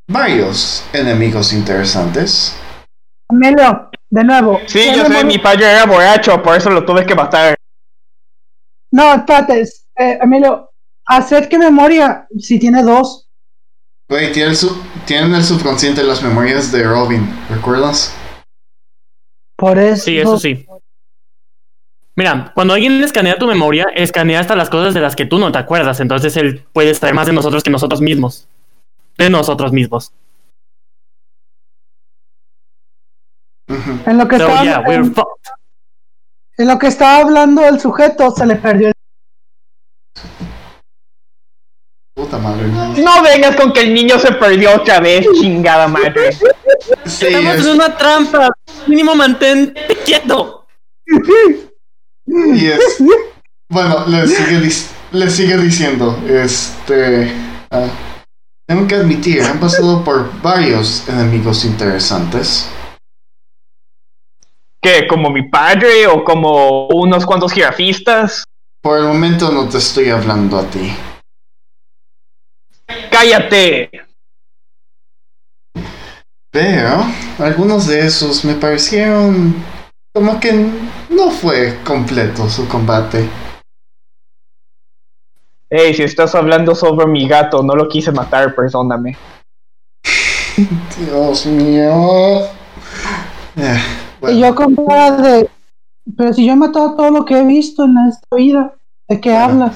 S2: varios enemigos interesantes.
S3: Emilio, de nuevo.
S4: Sí,
S3: ¿Qué
S4: yo sé,
S3: memorias-
S4: mi padre era borracho, por eso lo tuve que matar.
S3: No, espérate. eh, Emilio, hacer qué memoria si tiene dos.
S2: Güey, tiene el sub- tienen el subconsciente las memorias de Robin, ¿recuerdas?
S3: Por eso.
S5: Sí, eso sí. Mira, cuando alguien escanea tu memoria, escanea hasta las cosas de las que tú no te acuerdas. Entonces él puede saber más de nosotros que nosotros mismos. De nosotros mismos.
S2: Ujú.
S3: En lo que,
S5: So
S3: estaba,
S5: yeah, we're
S3: en,
S5: fucked.
S3: en lo que estaba hablando el sujeto, se le perdió el.
S2: Puta madre. no.
S4: No vengas con que el niño se perdió otra vez, chingada madre.
S2: Sí,
S5: Estamos
S2: es-
S5: en una trampa. Mínimo mantente quieto.
S2: y es- Bueno, le sigue, dis- le sigue diciendo: Este. ah, tengo que admitir, han pasado por varios enemigos interesantes.
S4: ¿Qué? ¿Como mi padre o como unos cuantos jirafistas?
S2: Por el momento no te estoy hablando a ti.
S4: ¡Cállate!
S2: Pero algunos de esos me parecieron como que no fue completo su combate.
S4: Ey, si estás hablando sobre mi gato, no lo quise matar, perdóname.
S2: Dios mío. Eh, bueno,
S3: Y yo con cara de. Pero si yo he matado todo lo que he visto en esta vida, ¿de qué
S2: Bueno.
S3: hablas?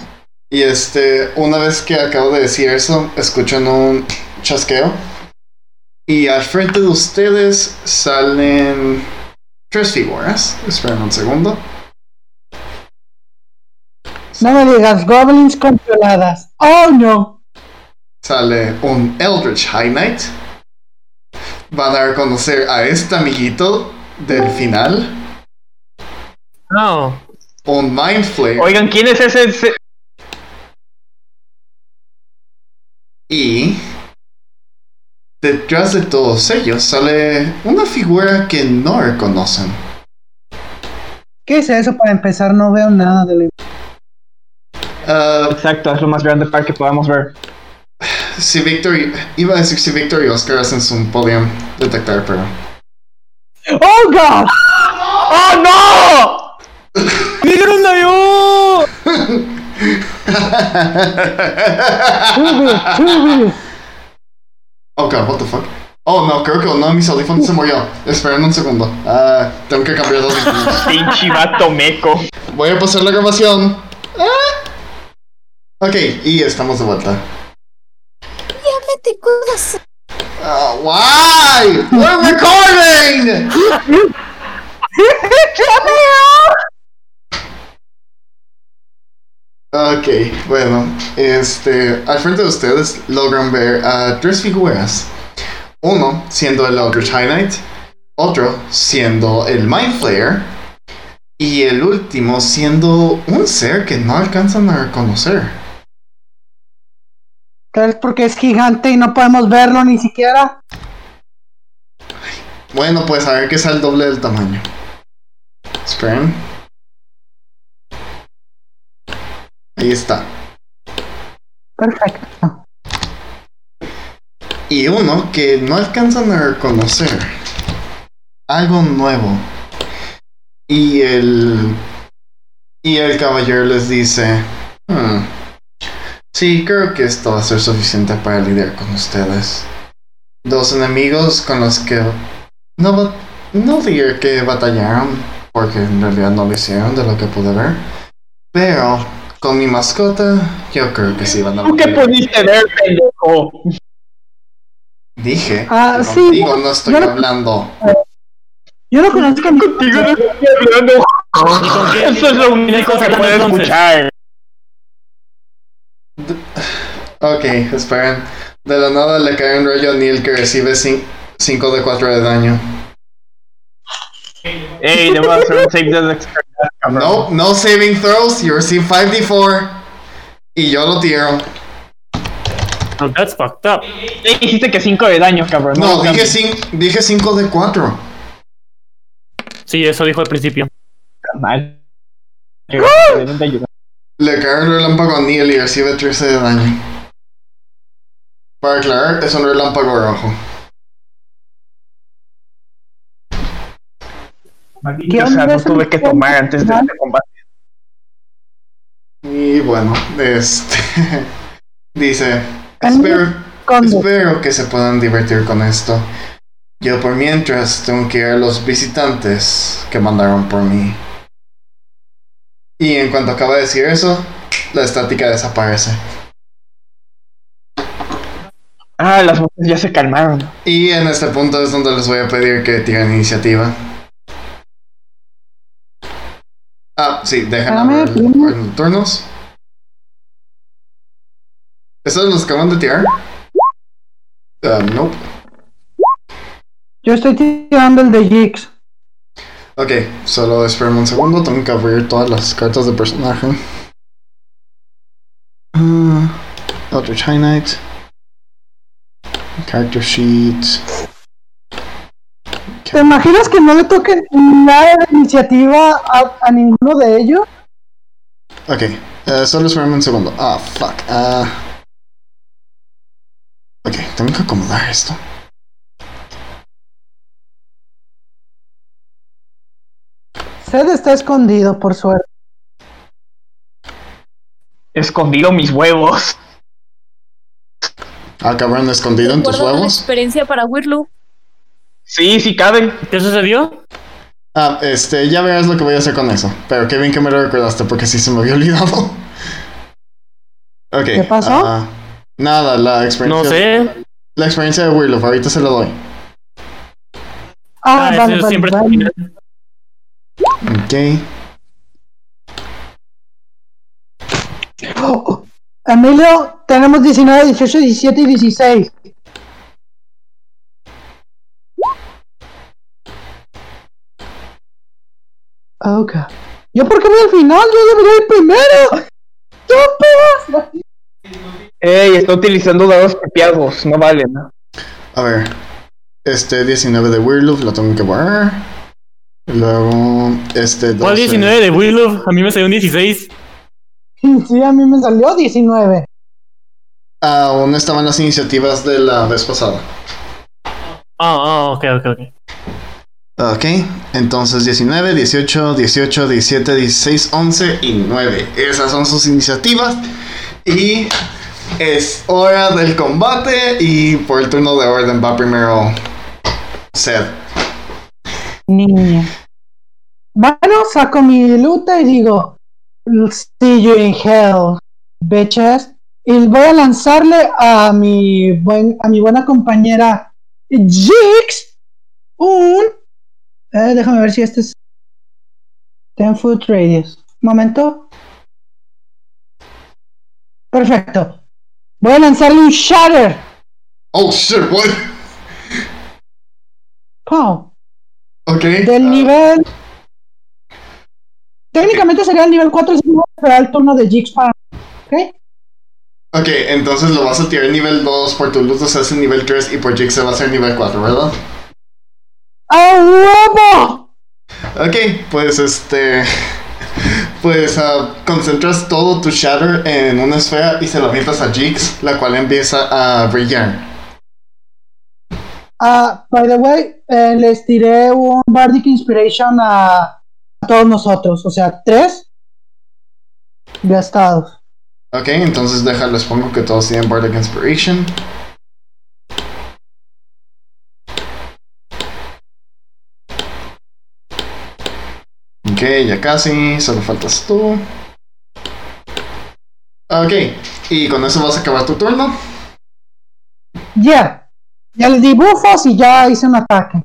S2: y este, una vez que acabo de decir eso, escuchan un chasqueo. Y al frente de ustedes salen tres figuras. Esperen un segundo.
S3: No me digas, goblins con violadas. ¡Oh, no!
S2: sale un Eldritch High Knight. Van a reconocer a este amiguito del final.
S5: No.
S2: Un Mind Flayer.
S4: Oigan, ¿quién es ese? ese-
S2: Y detrás de todos ellos sale una figura que no reconocen.
S3: ¿Qué es eso para empezar? No veo nada de la.
S2: Ah,
S4: Exacto, es lo más grande para que podamos ver.
S2: si Victor y- iba a decir si Victor y Oscar hacen su podium detectar, pero
S3: ¡Oh, God!
S4: ¡Oh, no!
S5: ¡Negro un avión!
S3: Ubi, ubi.
S2: Oh god, what the fuck. Oh no, creo que uno de mis audífonos se murió. Esperen un segundo. Ah, tengo que cambiar de audífonos.
S4: Pinche vato meco.
S2: Voy a pasar la grabación. Ah. Ok, y estamos de vuelta.
S7: Llámate cosas.
S2: Uh, Ah, why? We're recording! Ok, bueno, este, al frente de ustedes logran ver a tres figuras. Uno siendo el Eldritch High Knight, otro siendo el Mind Flayer y el último siendo un ser que no alcanzan a reconocer.
S3: Tal vez porque es gigante y no podemos verlo ni siquiera.
S2: Bueno, pues a ver qué es el doble del tamaño. Esperen. Ahí está.
S3: Perfecto.
S2: Y uno que no alcanzan a reconocer. Algo nuevo. Y el. Y el caballero les dice. "Hmm, Sí, creo que esto va a ser suficiente para lidiar con ustedes. Dos enemigos con los que. No, ba- no diré que batallaron, porque en realidad no lo hicieron de lo que pude ver. Pero con mi mascota, yo creo que sí van a
S4: ¿Tú qué
S2: batallar.
S4: pudiste ver, pendejo?
S2: Dije,
S3: Ah,
S2: que
S3: sí,
S2: contigo
S3: yo-
S2: no estoy
S3: yo no-
S2: hablando.
S3: Yo no conozco a ningún-
S4: Digo, no estoy hablando.
S5: ¿Y con qué-
S4: Eso es lo
S5: con qué
S4: único
S5: cosa
S4: que
S5: hablando
S4: puedo
S5: entonces?
S4: escuchar.
S2: Ok, esperen. De la nada le cae un rayo a Neil que recibe 5 de 4 de daño.
S4: Ey, debo hacer un save de dexteridad, cabrón.
S2: No, no saving throws, you receive 5d4. Y yo lo tiro.
S5: Oh, that's fucked up.
S4: Ey, dijiste que 5 de daño, cabrón.
S2: No,
S4: cambia.
S2: dije 5 dije cinco de 4.
S5: Sí, eso dijo al principio.
S4: Mal. Deben de ayudar.
S2: Le cae un relámpago a Neil y recibe 13 de daño. Para aclarar, es un relámpago rojo.
S4: Maldito
S3: onda
S4: sea, no
S3: es el
S4: tuve que
S3: tiempo?
S4: tomar antes de
S3: Ah.
S4: este combate.
S2: Y bueno, este. dice.
S3: Calma.
S2: Espero,
S3: Conde.
S2: Espero que se puedan divertir con esto. Yo por mientras tengo que ir a los visitantes que mandaron por mí. Y en cuanto acaba de decir eso, la estática desaparece.
S4: Ah, las voces ya se calmaron.
S2: Y en este punto es donde les voy a pedir que tiren iniciativa. Ah, sí, dejen
S3: Dame,
S2: abrir
S3: dime.
S2: los turnos. ¿Esos los acaban de tirar? Ah, nope.
S3: Yo estoy tirando el de Jigs.
S2: Ok, solo espérame un segundo, tengo que abrir todas las cartas de personaje. Uh, Eldritch High Knight. Character Sheet.
S3: ¿Te imaginas que no le toquen nada de iniciativa a, a ninguno de ellos?
S2: Ok, eh, solo espérame un segundo. Ah, fuck. ah. ok, tengo que acomodar esto.
S3: Sed está escondido, por suerte.
S4: Escondido mis huevos.
S2: Ah, cabrón, escondido en tus
S7: Guardo la
S2: huevos.
S7: experiencia para Wirlu.
S4: Sí, sí caben.
S5: ¿Qué sucedió?
S2: Ah, este, ya verás lo que voy a hacer con eso. Pero qué bien que me lo recordaste porque sí se me había olvidado. Ok.
S3: ¿Qué pasó?
S2: ah, nada, la
S3: Pues
S2: experiencia.
S5: No sé.
S2: La experiencia de Willow, ahorita se la doy.
S3: Ah,
S5: Ah,
S3: vale,
S5: eso
S3: vale,
S5: siempre
S3: vale.
S2: Ok.
S3: Oh, Emilio, tenemos 19, 18, 17 y 16. Ah, Ok. ¿Yo por qué voy al final? Yo debería ir primero. ¡Yo pedazo!
S4: Ey, está utilizando dados copiados, no valen.
S2: A ver. Este 19 de Willow lo tengo que borrar. Luego. Este 12.
S5: ¿Cuál 19 de Willow? A mí me salió un 16.
S3: Sí, a mí me salió 19.
S2: Aún estaban las iniciativas de la vez pasada.
S5: Ah, ah, ok, ok, ok.
S2: Ok, entonces 19, 18, 18, 17, 16, 11 y 9. Esas son sus iniciativas. Y es hora del combate. Y por el turno de orden va primero Seth.
S3: Niña. Bueno, saco mi luta y digo, see you in hell, bitches. Y voy a lanzarle a mi, buen, a mi buena compañera Jix un... eh, déjame ver si este es Ten foot radius. Momento. Perfecto. Voy a lanzarle un shatter.
S2: Oh shit, what?
S3: Pow.
S2: Ok.
S3: Del
S2: ah,
S3: nivel. Técnicamente sería el nivel 4, pero el turno de Jigs para. ¿Ok?
S2: Ok, entonces lo vas a tirar nivel 2, por tu luz se hace nivel 3 y por Jake se va a hacer nivel 4, ¿verdad?
S3: ¡A huevo!
S2: Ok, pues este. Pues ah, concentras todo tu Shatter en una esfera y se la avientas a Jigs, la cual empieza a brillar.
S3: Ah, by the way, eh, les tiré un Bardic Inspiration a, a todos nosotros. O sea, tres gastados.
S2: Ok, entonces déjales, pongo que todos tienen Bardic Inspiration. Ok, ya casi, solo faltas tú. Ok, y con eso vas a acabar tu turno.
S3: Ya. Ya les di bufos y ya hice un ataque.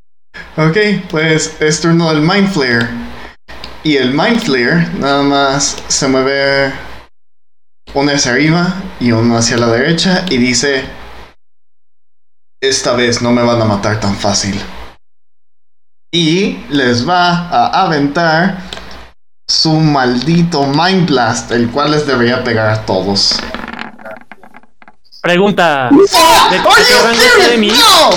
S2: Ok, pues es turno del Mind Flayer. Y el Mind Flayer nada más se mueve uno hacia arriba y uno hacia la derecha y dice: Esta vez no me van a matar tan fácil. Y les va a aventar su maldito Mind Blast, el cual les debería pegar a todos.
S5: Pregunta. ¿De
S2: ¡Are
S5: qué rango
S2: you
S5: está de
S2: serious?
S5: mí?
S3: ¡Ah!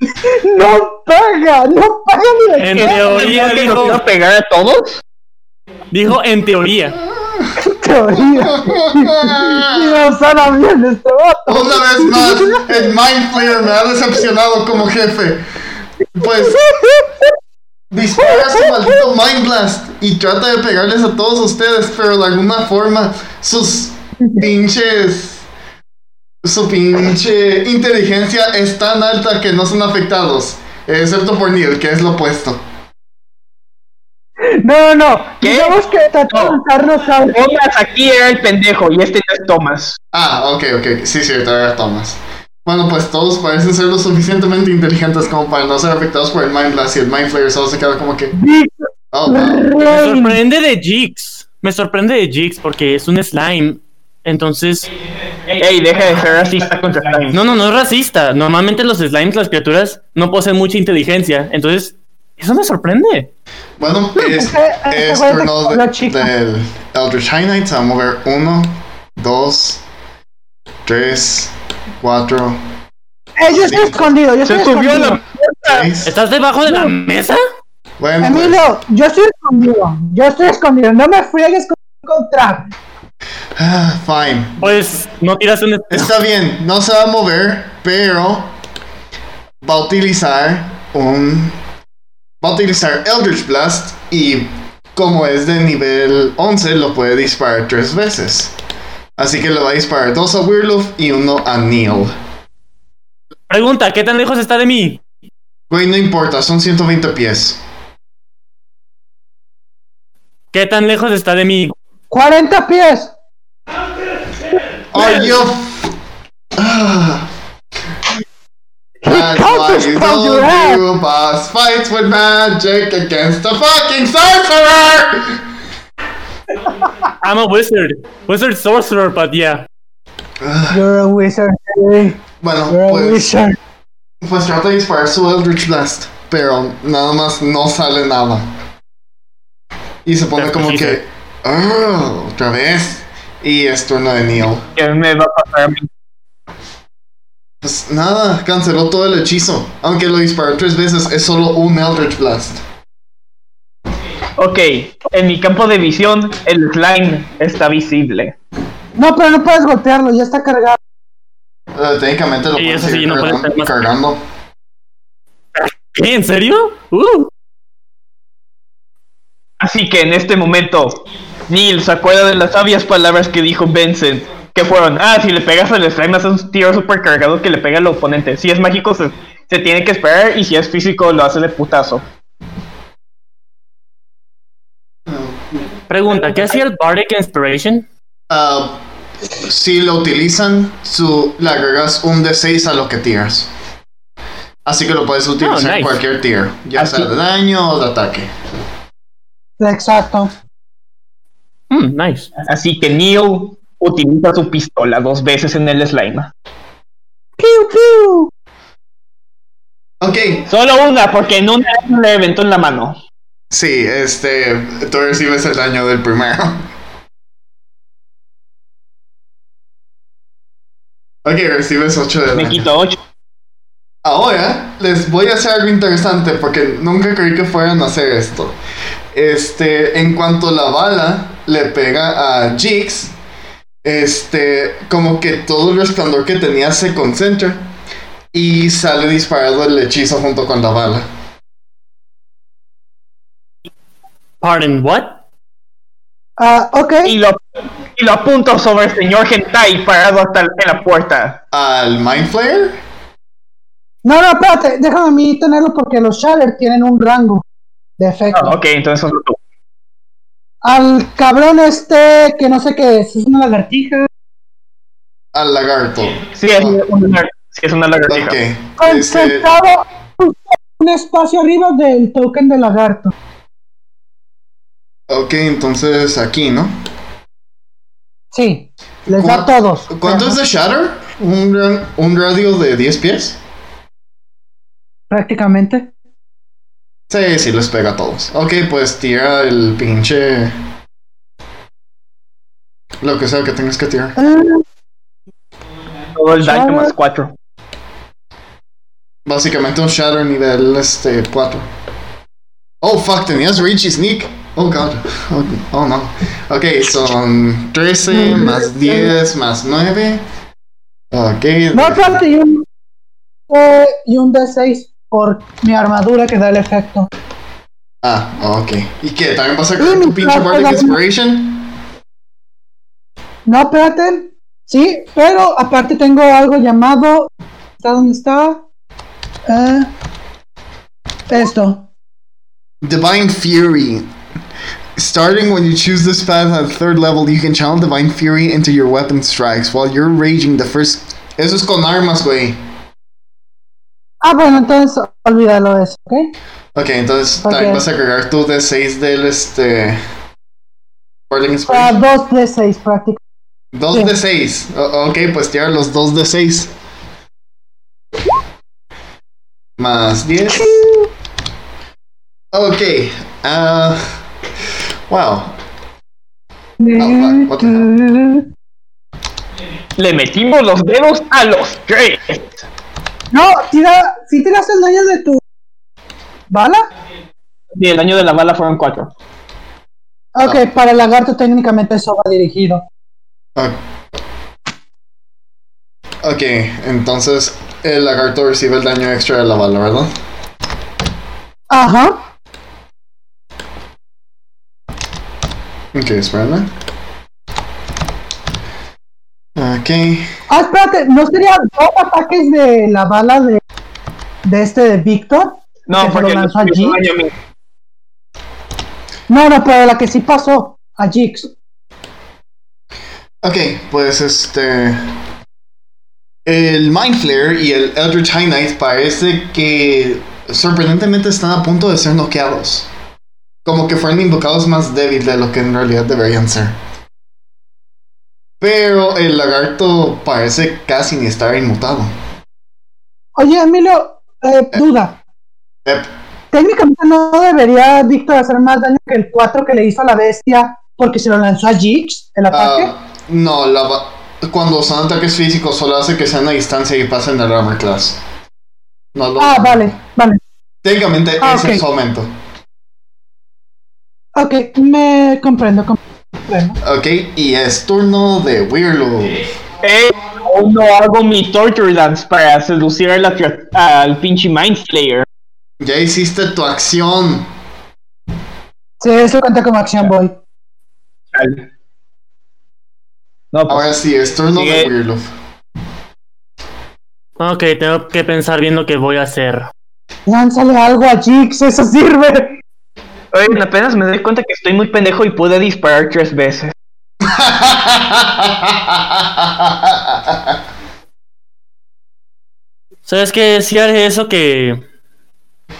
S2: ¡No!
S3: No paga, no paga ni de
S5: En
S3: qué.
S5: teoría
S4: que nos
S5: dijo,
S4: iba a pegar a todos?
S5: dijo en teoría.
S3: teoría. Y no suena bien este vato.
S2: Una vez más, el Mind Flayer me ha decepcionado como jefe. Pues dispara su maldito Mind Blast y trata de pegarles a todos ustedes, pero de alguna forma sus pinches. Su pinche inteligencia es tan alta que no son afectados. Excepto por Neil, que es lo opuesto.
S3: No, no, no.
S4: ¿Qué?
S3: Digamos que tratar de
S4: No.
S3: lanzarnos a
S4: Thomas aquí era el pendejo y este no es Thomas.
S2: Ah, ok, ok. Sí, cierto, ahora Thomas. Bueno, pues todos parecen ser lo suficientemente inteligentes como para no ser afectados por el Mind Blast y el Mind Flayer solo se queda como que. Oh, wow.
S5: Me
S3: Rain.
S5: sorprende de Jigs. Me sorprende de Jigs porque es un slime. Entonces,
S4: Ey, deja de ser racista contra Time.
S5: no, no, no es racista. Normalmente los slimes, las criaturas, no poseen mucha inteligencia. Entonces, eso me sorprende.
S2: Bueno, es,
S3: Ese- ese
S2: es
S3: güey se
S2: turno de-
S3: coló chico.
S2: del Eldritch High Knight. Se va a mover 1, 2, 3, 4,
S3: Eh, yo estoy escondido, yo estoy
S4: Se subió a
S3: escondido.
S4: la...
S2: 6.
S5: ¿Estás debajo de la mesa?
S2: Bueno, pues,
S3: Emilio, yo estoy escondido. Yo estoy escondido. No me friegues con encontrar.
S2: ah, fine.
S5: Pues no tiras un.
S2: Está bien, no se va a mover, pero va a utilizar un. Va a utilizar Eldritch Blast y como es de nivel 11, lo puede disparar 3 veces. Así que le va a disparar 2 a Weirloof y 1 a Neil.
S5: Pregunta, ¿qué tan lejos está de mí?
S2: Güey, no importa, son 120 pies.
S5: ¿Qué tan lejos está de mí?
S3: 40 pies.
S2: Are you? Ah. That's
S3: can't
S2: why you
S3: respond to that.
S2: don't do boss fights with magic against the fucking sorcerer!
S5: I'm a wizard. Wizard sorcerer, but yeah.
S3: You're a wizard. Harry. You're
S2: Bueno,
S3: a
S2: pues,
S3: wizard.
S2: pues trata de disparar su Eldritch Blast, pero nada más no sale nada. Y se pone
S5: That's
S2: como
S5: what she
S2: que...
S5: said.
S2: "Ah, otra vez. Y es turno de Neil.
S4: ¿Qué me va a pasar a mí?
S2: Pues nada, canceló todo el hechizo. Aunque lo disparó tres veces, es solo un Eldritch Blast.
S4: Ok, en mi campo de visión, el slime está visible.
S3: No, pero no puedes golpearlo, ya está cargado.
S2: Eh, técnicamente lo
S5: Sí,
S2: puedes
S5: eso sí,
S2: seguir
S5: no puede
S2: cargando,
S5: ser más-
S2: cargando.
S5: ¿Qué? ¿En serio? Uh.
S4: Así que en este momento, Neil se acuerda de las sabias palabras que dijo Vincent. Que fueron, ah, si le pegas al slime haces un tiro supercargado que le pega al oponente. Si es mágico se, se tiene que esperar y si es físico lo hace de putazo.
S5: Pregunta, ¿qué hacía el Bardic Inspiration?
S2: Ah, si lo utilizan, su, le agregas un D6 a lo que tiras. Así que lo puedes utilizar en
S5: nice.
S2: cualquier tier, ya
S4: Oh, Así-
S2: sea de daño o de ataque.
S3: Exacto.
S5: Mm, nice.
S4: Así que Neo utiliza su pistola dos veces en el slime.
S3: Piu, piu.
S2: Ok,
S4: Solo una, porque en una le aventó en la mano.
S2: sí, este. Tú recibes el daño del primero. Ok, recibes 8 de
S4: Me
S2: daño.
S4: quito ocho.
S2: Ahora les voy a hacer algo interesante porque nunca creí que fueran a hacer esto. Este, en cuanto la bala le pega a Jix, este, como que todo el resplandor que tenía se concentra y sale disparado el hechizo junto con la bala.
S5: Pardon, what?
S3: Ah, ok.
S4: Y lo, y lo apunto sobre el señor Hentai parado hasta en la puerta.
S2: ¿Al Mind Flayer?
S3: No, no, espérate, déjame a mí tenerlo porque los Shaler tienen un rango de efecto.
S4: Ah, ok, entonces
S3: Al cabrón este que no sé qué es, es una lagartija.
S2: Al lagarto.
S4: sí es una, sí, es una lagartija.
S2: Ok. Este,
S3: Concentrado un espacio arriba del token de lagarto.
S2: ok, entonces aquí, ¿no?
S3: Sí, les da a
S2: ¿Cuán-
S3: todos.
S2: ¿Cuánto es de Shatter? ¿Un, gran- un radio de 10 pies?
S3: Prácticamente.
S2: Sí, sí, les pega a todos. Ok, pues tira el pinche. Lo que sea que tengas que tirar.
S3: Ah,
S4: Todo el daño
S3: Shadow.
S4: más cuatro.
S2: Básicamente un Shatter nivel este 4. Oh fuck, tenías Reach y Sneak. Oh god. Oh, oh, no. Ok, son 13 más 10 más 9. Ok.
S3: no, espérate, y un, eh, y un D6 por mi armadura que da el efecto.
S2: Ah, ok. ¿Y qué? ¿También vas a
S3: Sí,
S2: coger tu
S3: mi
S2: pinche
S3: cuarto
S2: Bardic
S3: daño.
S2: Inspiration?
S3: No, espérate. Sí, pero aparte tengo algo llamado. ¿Está dónde está? Eh, esto.
S2: Divine Fury. Starting when you choose this path at third level, you can channel Divine Fury into your weapon strikes while you're raging the first. Eso es con armas, güey.
S3: Ah, bueno, entonces olvídalo eso, ¿ok?
S2: Ok, entonces también
S3: Ok.
S2: vas a cargar tu D6 del este. Bardic
S3: Para
S2: Inspiration.
S3: dos de seis prácticamente.
S2: Dos
S3: Ah, sí.
S2: D6. O- ok, pues tirar los dos D6. Más 10. Ok. ah, wow. Ah, fuck, what the
S3: Mm,
S4: Le metimos los dedos a los tres.
S3: No, tira, si tiras el daño de tu bala.
S4: Y el daño de la bala fueron cuatro.
S3: Ok, para el lagarto técnicamente eso va dirigido.
S2: Ah. Ok, entonces el lagarto recibe el daño extra de la bala, ¿verdad?
S3: Ajá.
S2: Ok, espérame. Ok.
S3: Ah, espérate, ¿no sería dos ataques de la bala de, de este de Víctor? ¿Que
S4: No,
S3: se
S4: porque
S3: lo
S4: no
S3: lanzó
S4: hizo
S3: allí?
S4: daño a mí.
S3: No, no, pero la que sí pasó a Jix.
S2: Ok, pues este. El Mind Flare y el Eldritch High Knight parece que sorprendentemente están a punto de ser noqueados. Como que fueron invocados más débil de lo que en realidad deberían ser. Pero el lagarto parece casi ni estar inmutado.
S3: Oye, Emilio, eh, duda.
S2: Ep.
S3: Técnicamente no debería Víctor hacer más daño que el 4 que le hizo a la bestia porque se lo lanzó a Jix, el
S2: Ah,
S3: ataque.
S2: no, la ba- cuando son ataques físicos solo hace que sean a distancia y pasen el armor class. No lo-
S3: Ah, vale, vale.
S2: Técnicamente
S3: Ah,
S2: ese
S3: ok.
S2: es su aumento.
S3: Ok, me comprendo, comprendo.
S2: Ok, y es turno de Weirdo.
S4: Eh, aún no hago mi torture dance para seducir a la cria- al pinche Mind Flayer.
S2: Ya hiciste tu acción.
S3: Sí, eso cuenta como acción boy.
S4: No, pues,
S2: Ahora sí, es turno de
S4: Sigue.
S2: Weirdo.
S5: Ok, tengo que pensar bien lo que voy a hacer.
S3: Lánzale algo a Jix, eso sirve.
S4: oigan, apenas me doy cuenta que estoy muy pendejo y pude disparar tres veces.
S5: ¿Sabes qué? Si haré eso que.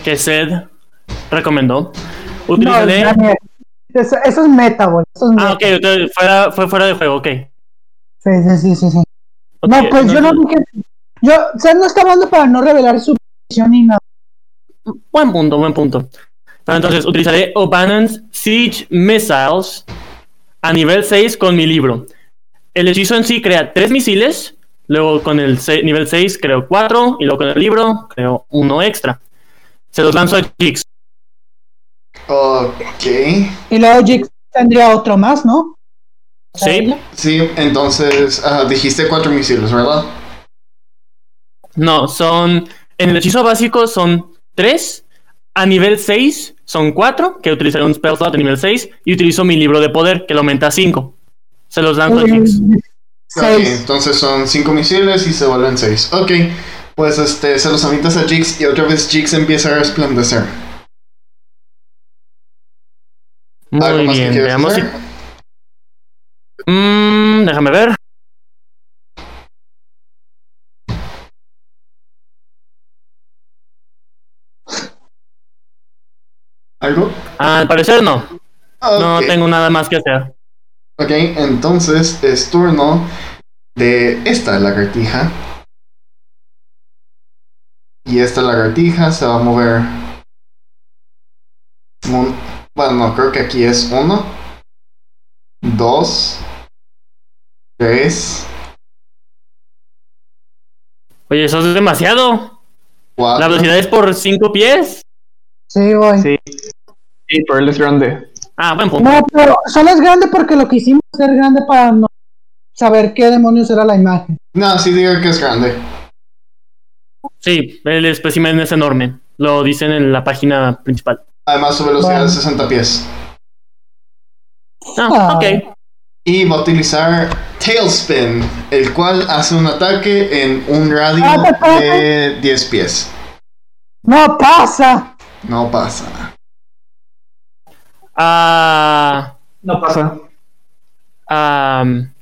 S5: que Sed recomendó.
S3: No,
S5: Utilizaré
S3: Daniel, Eso, eso es meta, güey. Eso es meta.
S5: Ah, ok, entonces fuera- fue fuera de juego, ok.
S3: Sí, sí, sí, sí, sí.
S5: Ok,
S3: no, pues yo no dije. Yo, o sea, no está hablando para no revelar su posición ni nada.
S5: Buen punto, buen punto. Pero entonces utilizaré O'Bannon's Siege Missiles a nivel 6 con mi libro. El hechizo en sí crea 3 misiles, luego con el se- nivel 6 creo 4 y luego con el libro creo uno extra. Se los lanzo a Jix.
S2: Ok.
S3: Y luego Jix tendría otro más, ¿no?
S5: ¿Sí?
S2: Sí, entonces ah, dijiste cuatro misiles, ¿verdad?
S5: No, son... En el hechizo básico son 3, a nivel 6 son 4, que utilizaré un spell slot a nivel 6 y utilizo mi libro de poder que lo aumenta a 5. Se los lanzo a Jix.
S2: Ok,
S3: Seis.
S2: entonces son cinco misiles y se vuelven seis. Ok, pues este, se los amitas a Jigs y otra vez Jigs empieza a resplandecer. ¿Algo
S5: Muy
S2: más que
S5: bien,
S2: quieras
S5: veamos si...
S2: hacer?
S5: Mm, déjame ver.
S2: ¿Algo?
S5: Al parecer no. No
S2: Ok.
S5: tengo nada más que hacer.
S2: Ok, entonces es turno de esta lagartija. Y esta lagartija se va a mover. un- Bueno, no, creo que aquí es uno, dos, tres,
S5: Oye, eso es demasiado. La
S2: cuatro.
S5: velocidad es por 5 pies.
S3: Sí, güey.
S4: Sí. Sí, pero él es grande.
S5: Ah, buen punto.
S3: No, pero solo es grande porque lo quisimos hacer grande para no saber qué demonios era la imagen.
S2: No, sí digo que es grande.
S5: Sí, el espécimen es enorme. Lo dicen en la página principal.
S2: Además, su velocidad
S3: Bueno.
S2: es 60 pies.
S5: Ah, ok.
S2: Y va a utilizar Tailspin, el cual hace un ataque en un radio
S3: Ah, papá.
S2: de 10 pies.
S3: No pasa.
S2: No pasa.
S5: Ah.
S4: No pasa.
S5: am,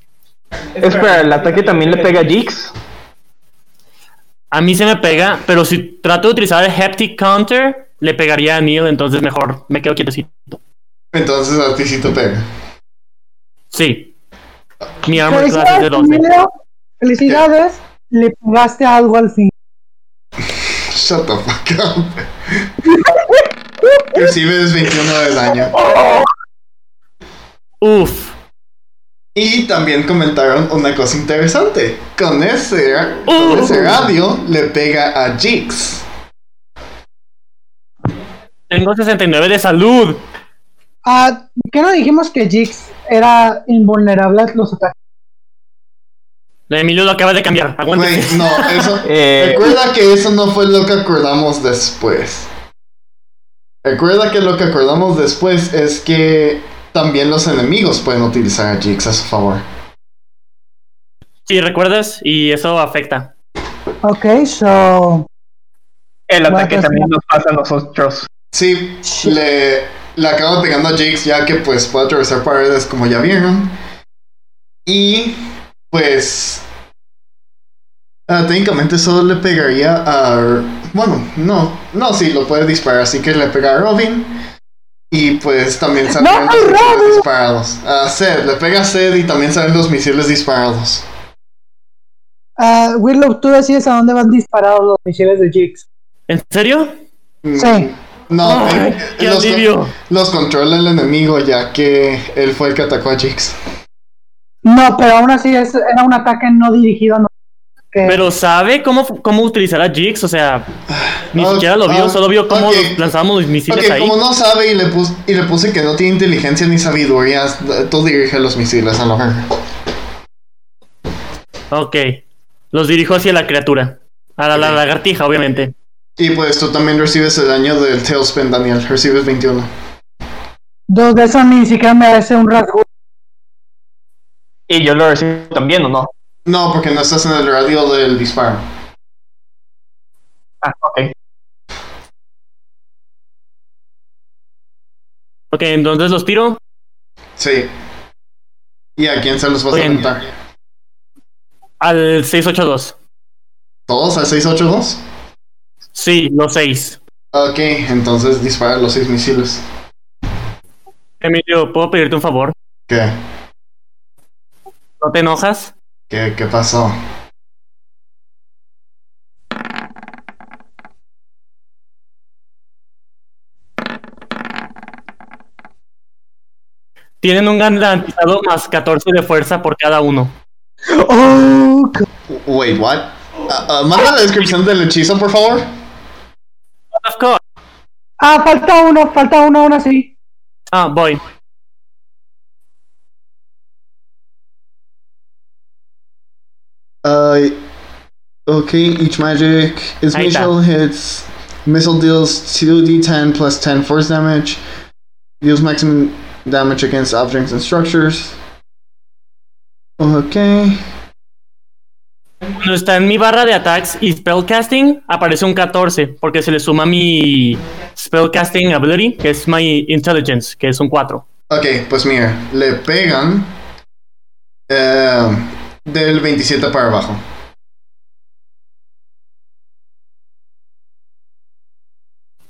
S4: Espera, el ataque también le pega a Jix.
S5: a mí se me pega, pero si trato de utilizar el Heptic Counter, le pegaría a Neil, entonces mejor me quedo quietecito.
S2: Entonces a ti sí te pega.
S5: Sí. Mi armor class es
S3: Felicidades,
S5: de 12.
S3: Emilio. Felicidades. Le pegaste algo al fin.
S2: Shut the fuck up. Recibes 21 de daño.
S5: Uf.
S2: Y también comentaron una cosa interesante. Con ese, con
S5: Uh.
S2: ese radio le pega a Jix.
S5: Tengo 69 de salud.
S3: Ah, ¿Qué no dijimos que Jix era invulnerable a los ataques?
S5: Emilio lo acaba de cambiar. Aguante.
S2: Güey, no, eso.
S4: Eh,
S2: Recuerda que eso no fue lo que acordamos después. Recuerda que lo que acordamos después es que también los enemigos pueden utilizar a Jix a su favor.
S5: Sí, recuerdas y eso afecta.
S3: Ok, so.
S4: el ataque
S3: Bueno,
S4: también
S3: sí.
S4: nos pasa a nosotros.
S2: Sí, le, le acaba pegando a Jakes ya que pues puede atravesar paredes como ya vieron. Y pues... ah, técnicamente solo le pegaría a... Bueno, no, no, sí, lo puede disparar, así que le pega a Robin. Y pues también salen
S3: ¡No,
S2: los misiles
S3: Robin!
S2: disparados. A Zed, le pega a Zed y también salen los misiles disparados.
S3: ah, Willow, tú decides a dónde van disparados los misiles de Jix.
S5: ¿En serio?
S2: Mm,
S3: Sí.
S2: No, eh,
S5: ¡Qué
S2: los,
S5: alivio!
S2: los controla el enemigo ya que él fue el que atacó a Jakes.
S3: No, pero aún así es, era un ataque no dirigido a nosotros. que-
S5: Pero ¿sabe cómo, cómo utilizar a Jigs? O sea, ni
S2: Ah,
S5: siquiera lo vio,
S2: ah,
S5: solo vio cómo
S2: ok.
S5: lanzamos los misiles
S2: Ok,
S5: ahí.
S2: como no sabe y le, pus- y le puse que no tiene inteligencia ni sabiduría, tú dirige los misiles a la verga.
S5: Ok. Los dirijo hacia la criatura. A la, la lagartija, obviamente.
S2: Y pues tú también recibes el daño del Tailspin, Daniel. Recibes 21.
S3: Dos de esos ni siquiera merece un rasgo.
S4: Y yo lo recibo también, ¿o no?
S2: No, porque no estás en el radio del disparo.
S4: Ah, ok.
S5: Ok, entonces los tiro.
S2: Sí. ¿Y a quién se los vas a
S5: Bien.
S2: aventar?
S5: Al 682.
S2: ¿Todos al 682?
S5: Sí, los 6.
S2: Ok, entonces dispara los 6 misiles.
S5: Emilio, ¿puedo pedirte un favor?
S2: ¿Qué?
S5: ¿No te enojas?
S2: ¿Qué, qué pasó?
S5: Tienen un garantizado más 14 de fuerza por cada uno.
S3: Oh, c-
S2: Wait, what? Uh, uh, manda la descripción del hechizo, por favor.
S5: Of course.
S3: ah, falta uno, falta uno aún así.
S5: Ah, voy.
S2: Uh, okay, each magic is
S5: Ahí está.
S2: missile hits. Missile deals 2d10 plus 10 force damage. Deals maximum damage against objects and structures. Okay.
S5: Cuando está en mi barra de attacks y spellcasting, aparece un 14, porque se le suma mi spellcasting ability, que es my intelligence, que es un 4.
S2: Ok, pues mira, le pegan eh, del 27 para abajo.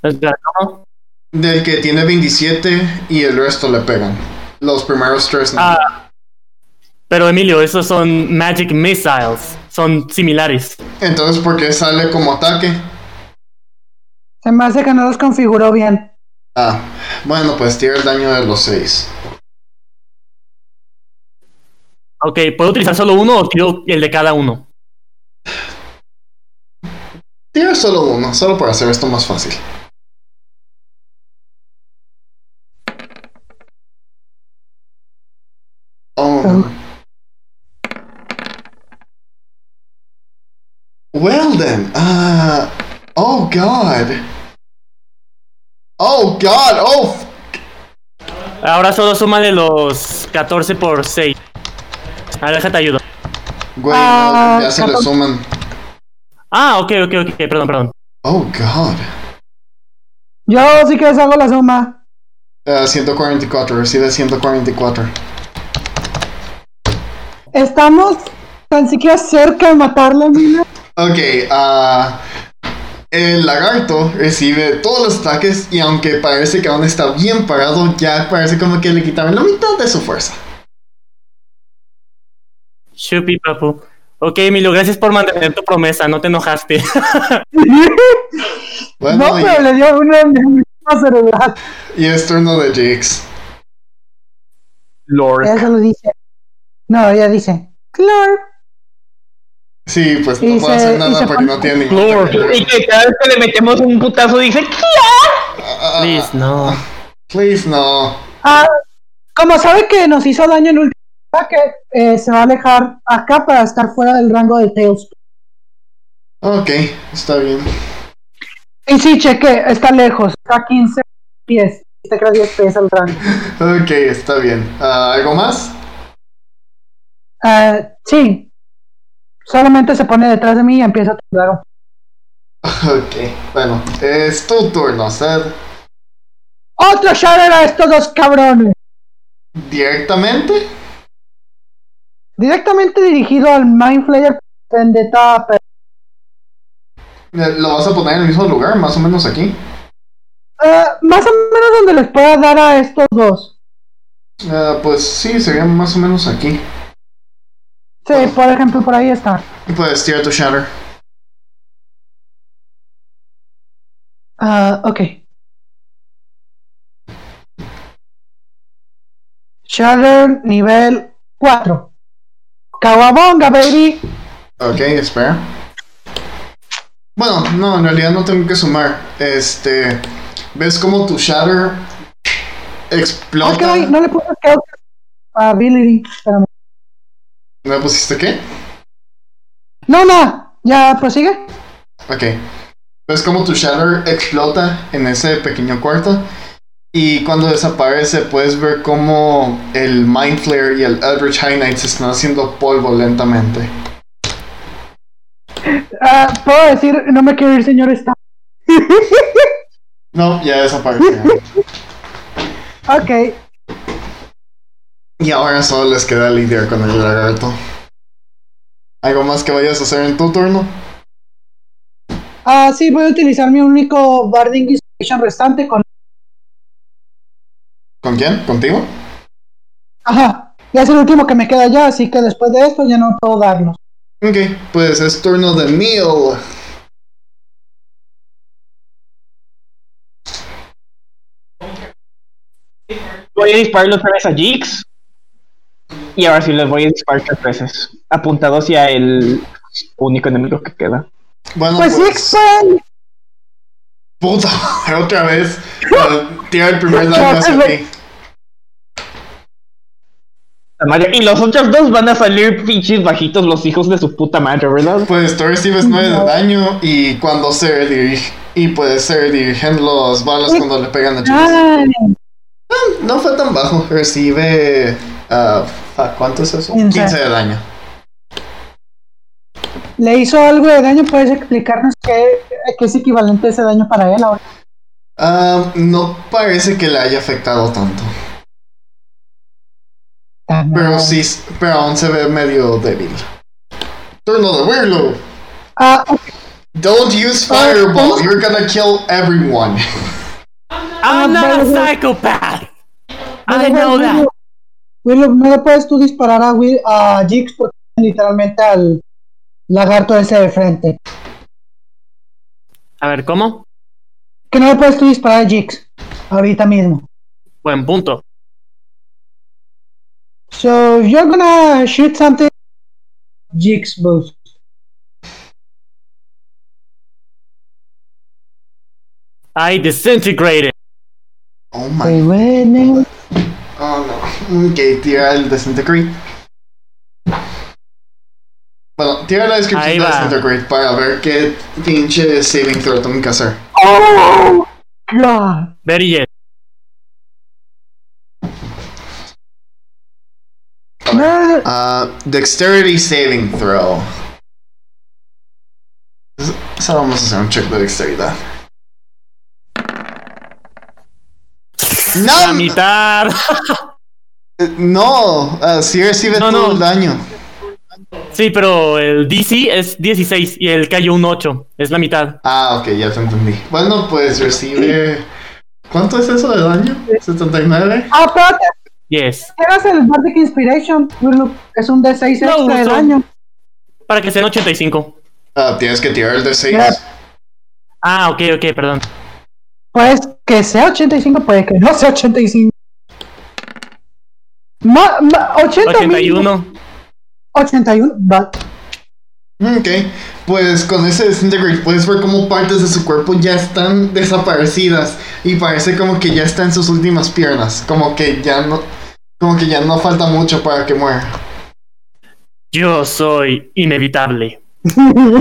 S5: Entonces, ¿no?
S2: Del que tiene 27 y el resto le pegan. Los primeros tres no.
S5: Ah. Pero Emilio, esos son magic missiles, son similares.
S2: Entonces, ¿por qué sale como ataque?
S3: Se me hace que no los configuró bien.
S2: Ah, bueno, pues tira el daño de los 6.
S5: Ok, ¿puedo utilizar solo uno o tiro el de cada uno?
S2: Tira solo uno, solo para hacer esto más fácil. Oh. Well then, uh, oh god. Oh god, oh f-
S5: Ahora solo suma de los 14 por 6. A ver, déjate ayudo.
S2: Güey,
S3: Ah,
S2: ya se le
S3: catorce.
S2: suman.
S5: Ah, ok, ok, ok, perdón, perdón.
S2: Oh god.
S3: Yo sí que les hago la suma.
S2: Uh, 144, recibe 144.
S3: Estamos tan siquiera cerca de matarla, Emilio.
S2: Ok, ah, el lagarto recibe todos los ataques y aunque parece que aún está bien parado, ya parece como que le quitaron la mitad de su fuerza.
S5: Chupi, papu. Ok, Emilio, gracias por mantener tu promesa, no te enojaste.
S2: Bueno,
S3: No,
S2: y-
S3: pero le dio una una cerebral.
S2: y, es turno de Jax.
S5: Lord.
S3: Ella solo dice. No, ella dice. Claro.
S2: Sí, pues
S3: Y
S2: no puede
S3: se-
S2: hacer
S3: y se
S2: nada porque
S3: pone-
S2: no tiene ningún ataque.
S4: Y que cada vez que le metemos un putazo dice ¡Claro!
S2: Ah,
S5: Please, no.
S2: please, no.
S3: Ah, como sabe que nos hizo daño en el último ataque, eh, se va a alejar acá para estar fuera del rango del Tails.
S2: Ok, está bien.
S3: Y sí, cheque, está lejos, está a 15 pies. Este Te creas 10 pies al rango.
S2: Ok, está bien. Ah, ¿Algo más?
S3: Ah, sí. Solamente se pone detrás de mí y empieza a temblar.
S2: Ok, bueno, es tu turno, Seth.
S3: ¡Otro Shadow a estos dos cabrones!
S2: ¿Directamente?
S3: Directamente dirigido al Mind Flayer Vendetta. pero-
S2: Eh, ¿Lo vas a poner en el mismo lugar, más o menos aquí?
S3: Ah, más o menos donde les pueda dar a estos dos.
S2: Ah, pues sí, sería más o menos aquí.
S3: Sí, por ejemplo, por ahí está.
S2: Puedes tirar tu shatter.
S3: Ah, ok. Shadow nivel 4. Kawabonga, baby.
S2: Ok, espera. Bueno, no, en realidad no tengo que sumar. Este. ¿Ves cómo tu shatter
S3: Ah,
S2: explota?
S3: caray, no le puse que ability. espérame.
S2: ¿Me pusiste qué?
S3: No, no. Ya prosigue.
S2: Ok. ¿Ves cómo tu shatter explota en ese pequeño cuarto? Y cuando desaparece, puedes ver cómo el Mind Flare y el Eldritch High Knight se están haciendo polvo lentamente.
S3: Ah, Puedo decir, no me quiero ir, señor Stark.
S2: No, ya desaparecieron.
S3: ok.
S2: Y ahora solo les queda lidiar con el lagarto. ¿Algo más que vayas a hacer en tu turno?
S3: Ah, sí, voy a utilizar mi único Barding Inspiration restante con.
S2: ¿Con quién? ¿Contigo?
S3: Ajá. Ya es el último que me queda ya, así que después de esto ya no puedo darlo.
S2: Ok, pues es turno de Neil.
S4: Voy a dispararlo otra vez a Jinx. Y ahora sí les voy a disparar tres veces. Apuntado hacia el único enemigo que queda.
S2: Bueno,
S3: Pues sí, expel.
S2: Puta, otra vez. Uh, tira el primer daño hacia ti.
S4: La madre- Y los otros dos van a salir pinches bajitos los hijos de su puta madre, ¿verdad?
S2: Pues tú recibes 9 de daño y cuando se dirige. Y puede ser dirigen los balas cuando le pegan a Jinx.
S3: pues, Ay,
S2: No fue tan bajo. Recibe. ah, fuck, ¿Cuánto es eso?
S3: 15.
S2: 15 de daño.
S3: le hizo algo de daño, puedes explicarnos qué, qué es equivalente a ese daño para él ahora.
S2: Ah, no parece que le haya afectado tanto. Pero sí, pero aún se ve medio débil. Turno de Weirdo.
S3: Ah, ok.
S2: Don't use fireball. You're gonna kill everyone.
S5: I'm not a psychopath.
S3: Willow,
S5: I know that.
S3: Willow, Willow, no le puedes tú disparar a, Will, a Jix porque tiene literalmente al lagarto ese de frente.
S5: A ver, ¿cómo?
S3: Que no le puedes tú disparar a Jix ahorita mismo.
S5: Buen punto.
S3: So if you're gonna shoot something, Jix boost.
S5: I disintegrated.
S2: Oh my.
S3: Wait, wait, no.
S2: Oh no. Ok, tira el Disintegrate. Bueno, tira la
S5: Ahí
S2: descripción de
S5: va.
S2: Disintegrate para ver qué pinche saving throw tengo que hacer.
S3: Oh, God.
S5: Very yes.
S3: No,
S2: Uh, dexterity saving throw. Solo vamos a hacer un check de dexteridad.
S5: La
S2: No,
S5: mitad.
S2: eh, no, si recibe
S5: No,
S2: todo
S5: no.
S2: el daño.
S5: Sí, pero el DC es 16 y el cayó un 8. Es la mitad.
S2: Ah, ok, ya te entendí. Bueno, pues recibe. ¿Cuánto es eso de daño? ¿79?
S3: Ah, pero te
S5: Yes.
S3: pegas el Bardic Inspiration, Willow. Es un D6 extra
S5: No,
S3: de
S5: son-
S3: daño.
S5: Para que sean 85.
S2: Ah, tienes que tirar el de 6.
S3: Yep.
S5: Ah, ok, ok, perdón.
S3: Pues que sea 85, puede que no sea 85. Ma, ma, 80 mínimo.
S5: 81.
S3: 81, va.
S2: Mm, Ok, pues con ese disintegrate puedes ver cómo partes de su cuerpo ya están desaparecidas y parece como que ya está en sus últimas piernas, como que ya no, como que ya no falta mucho para que muera.
S5: Yo soy inevitable.
S3: No,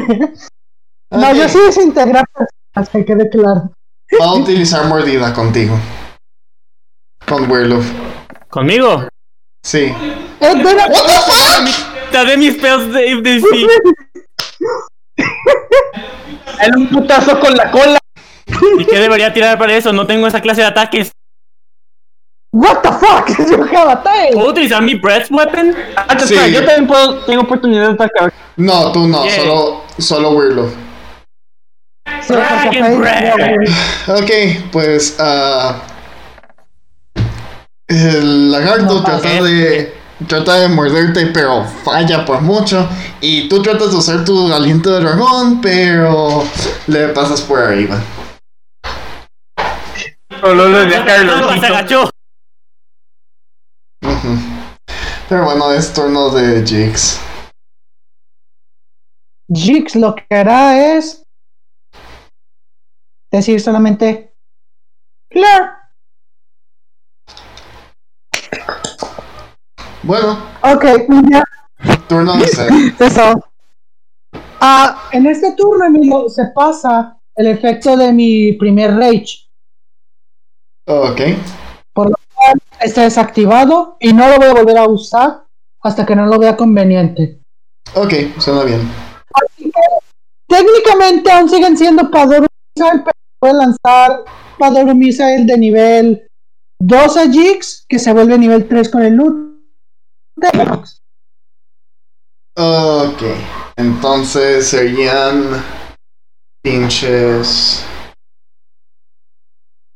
S2: Ok,
S3: yo sí desintegrar personas, que quede claro.
S2: Va a utilizar mordida contigo, con Werewolf.
S5: ¿Conmigo?
S2: Sí.
S3: Eh, de la-
S5: ¡Ah! Te de mis peos de DC.
S4: Dale un putazo con la cola.
S5: ¿Y qué debería tirar para eso? No tengo esa clase de ataques.
S3: What the fuck? Yo have a tail.
S5: ¿Puedo utilizar mi breath weapon?
S4: Ah, te
S2: Sí.
S4: espera, yo también puedo, tengo oportunidad de atacar.
S2: No, tú no,
S5: Yeah.
S2: solo, solo Werewolf.
S3: Sí, porque
S5: Dragon
S3: fue-
S5: Breath.
S2: Ok, pues ah, el lagarto
S3: No
S2: trata
S5: pasa.
S2: de trata de morderte, pero falla por mucho. Y tú tratas de usar tu aliento de dragón, pero le pasas por arriba.
S4: Solo le voy a caer el
S5: Ah, Se
S4: hocico.
S5: agachó.
S2: Ujú. Pero bueno, es turno de Jigs.
S3: Jix lo que hará es decir solamente Claire.
S2: Bueno,
S3: Ok, ya,
S2: turno de Seth.
S3: eso. Ah, en este turno, amigo, se pasa el efecto de mi primer rage.
S2: Ok,
S3: por lo cual está desactivado y no lo voy a volver a usar hasta que no lo vea conveniente.
S2: ok, suena bien.
S3: Así que, técnicamente aún siguen siendo Padoru Missile, pero puede lanzar Padoru Missile de nivel 2 a Jigs, que se vuelve nivel 3 con el loot.
S2: Ok, entonces serían pinches.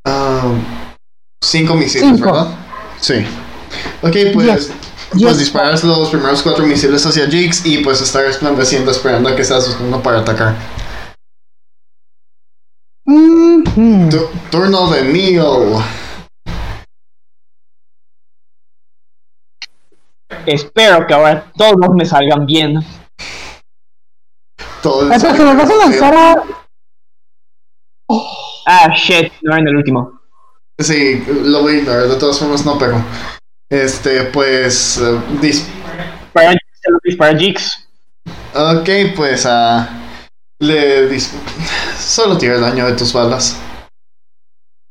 S2: ah, Cinco misiles,
S3: Cinco.
S2: ¿verdad? Sí. Ok, pues.
S3: Yes.
S2: Pues
S3: Yes.
S2: disparas los primeros cuatro misiles hacia Jigs y pues estar resplandeciendo esperando a que seas uno para atacar.
S3: Mhm.
S2: Tu- turno de Neo.
S4: Espero que ahora todos me salgan bien.
S2: Todo
S3: Eh, pero que nos vas a lanzar a.
S4: Ah, shit, no era en el último.
S2: Sí, lo voy a ignorar, de todas formas no pero Este, pues. eh, dis-
S4: Para se lo dispara Jix.
S2: ok, pues. ah, le dis- Solo tira el daño de tus balas.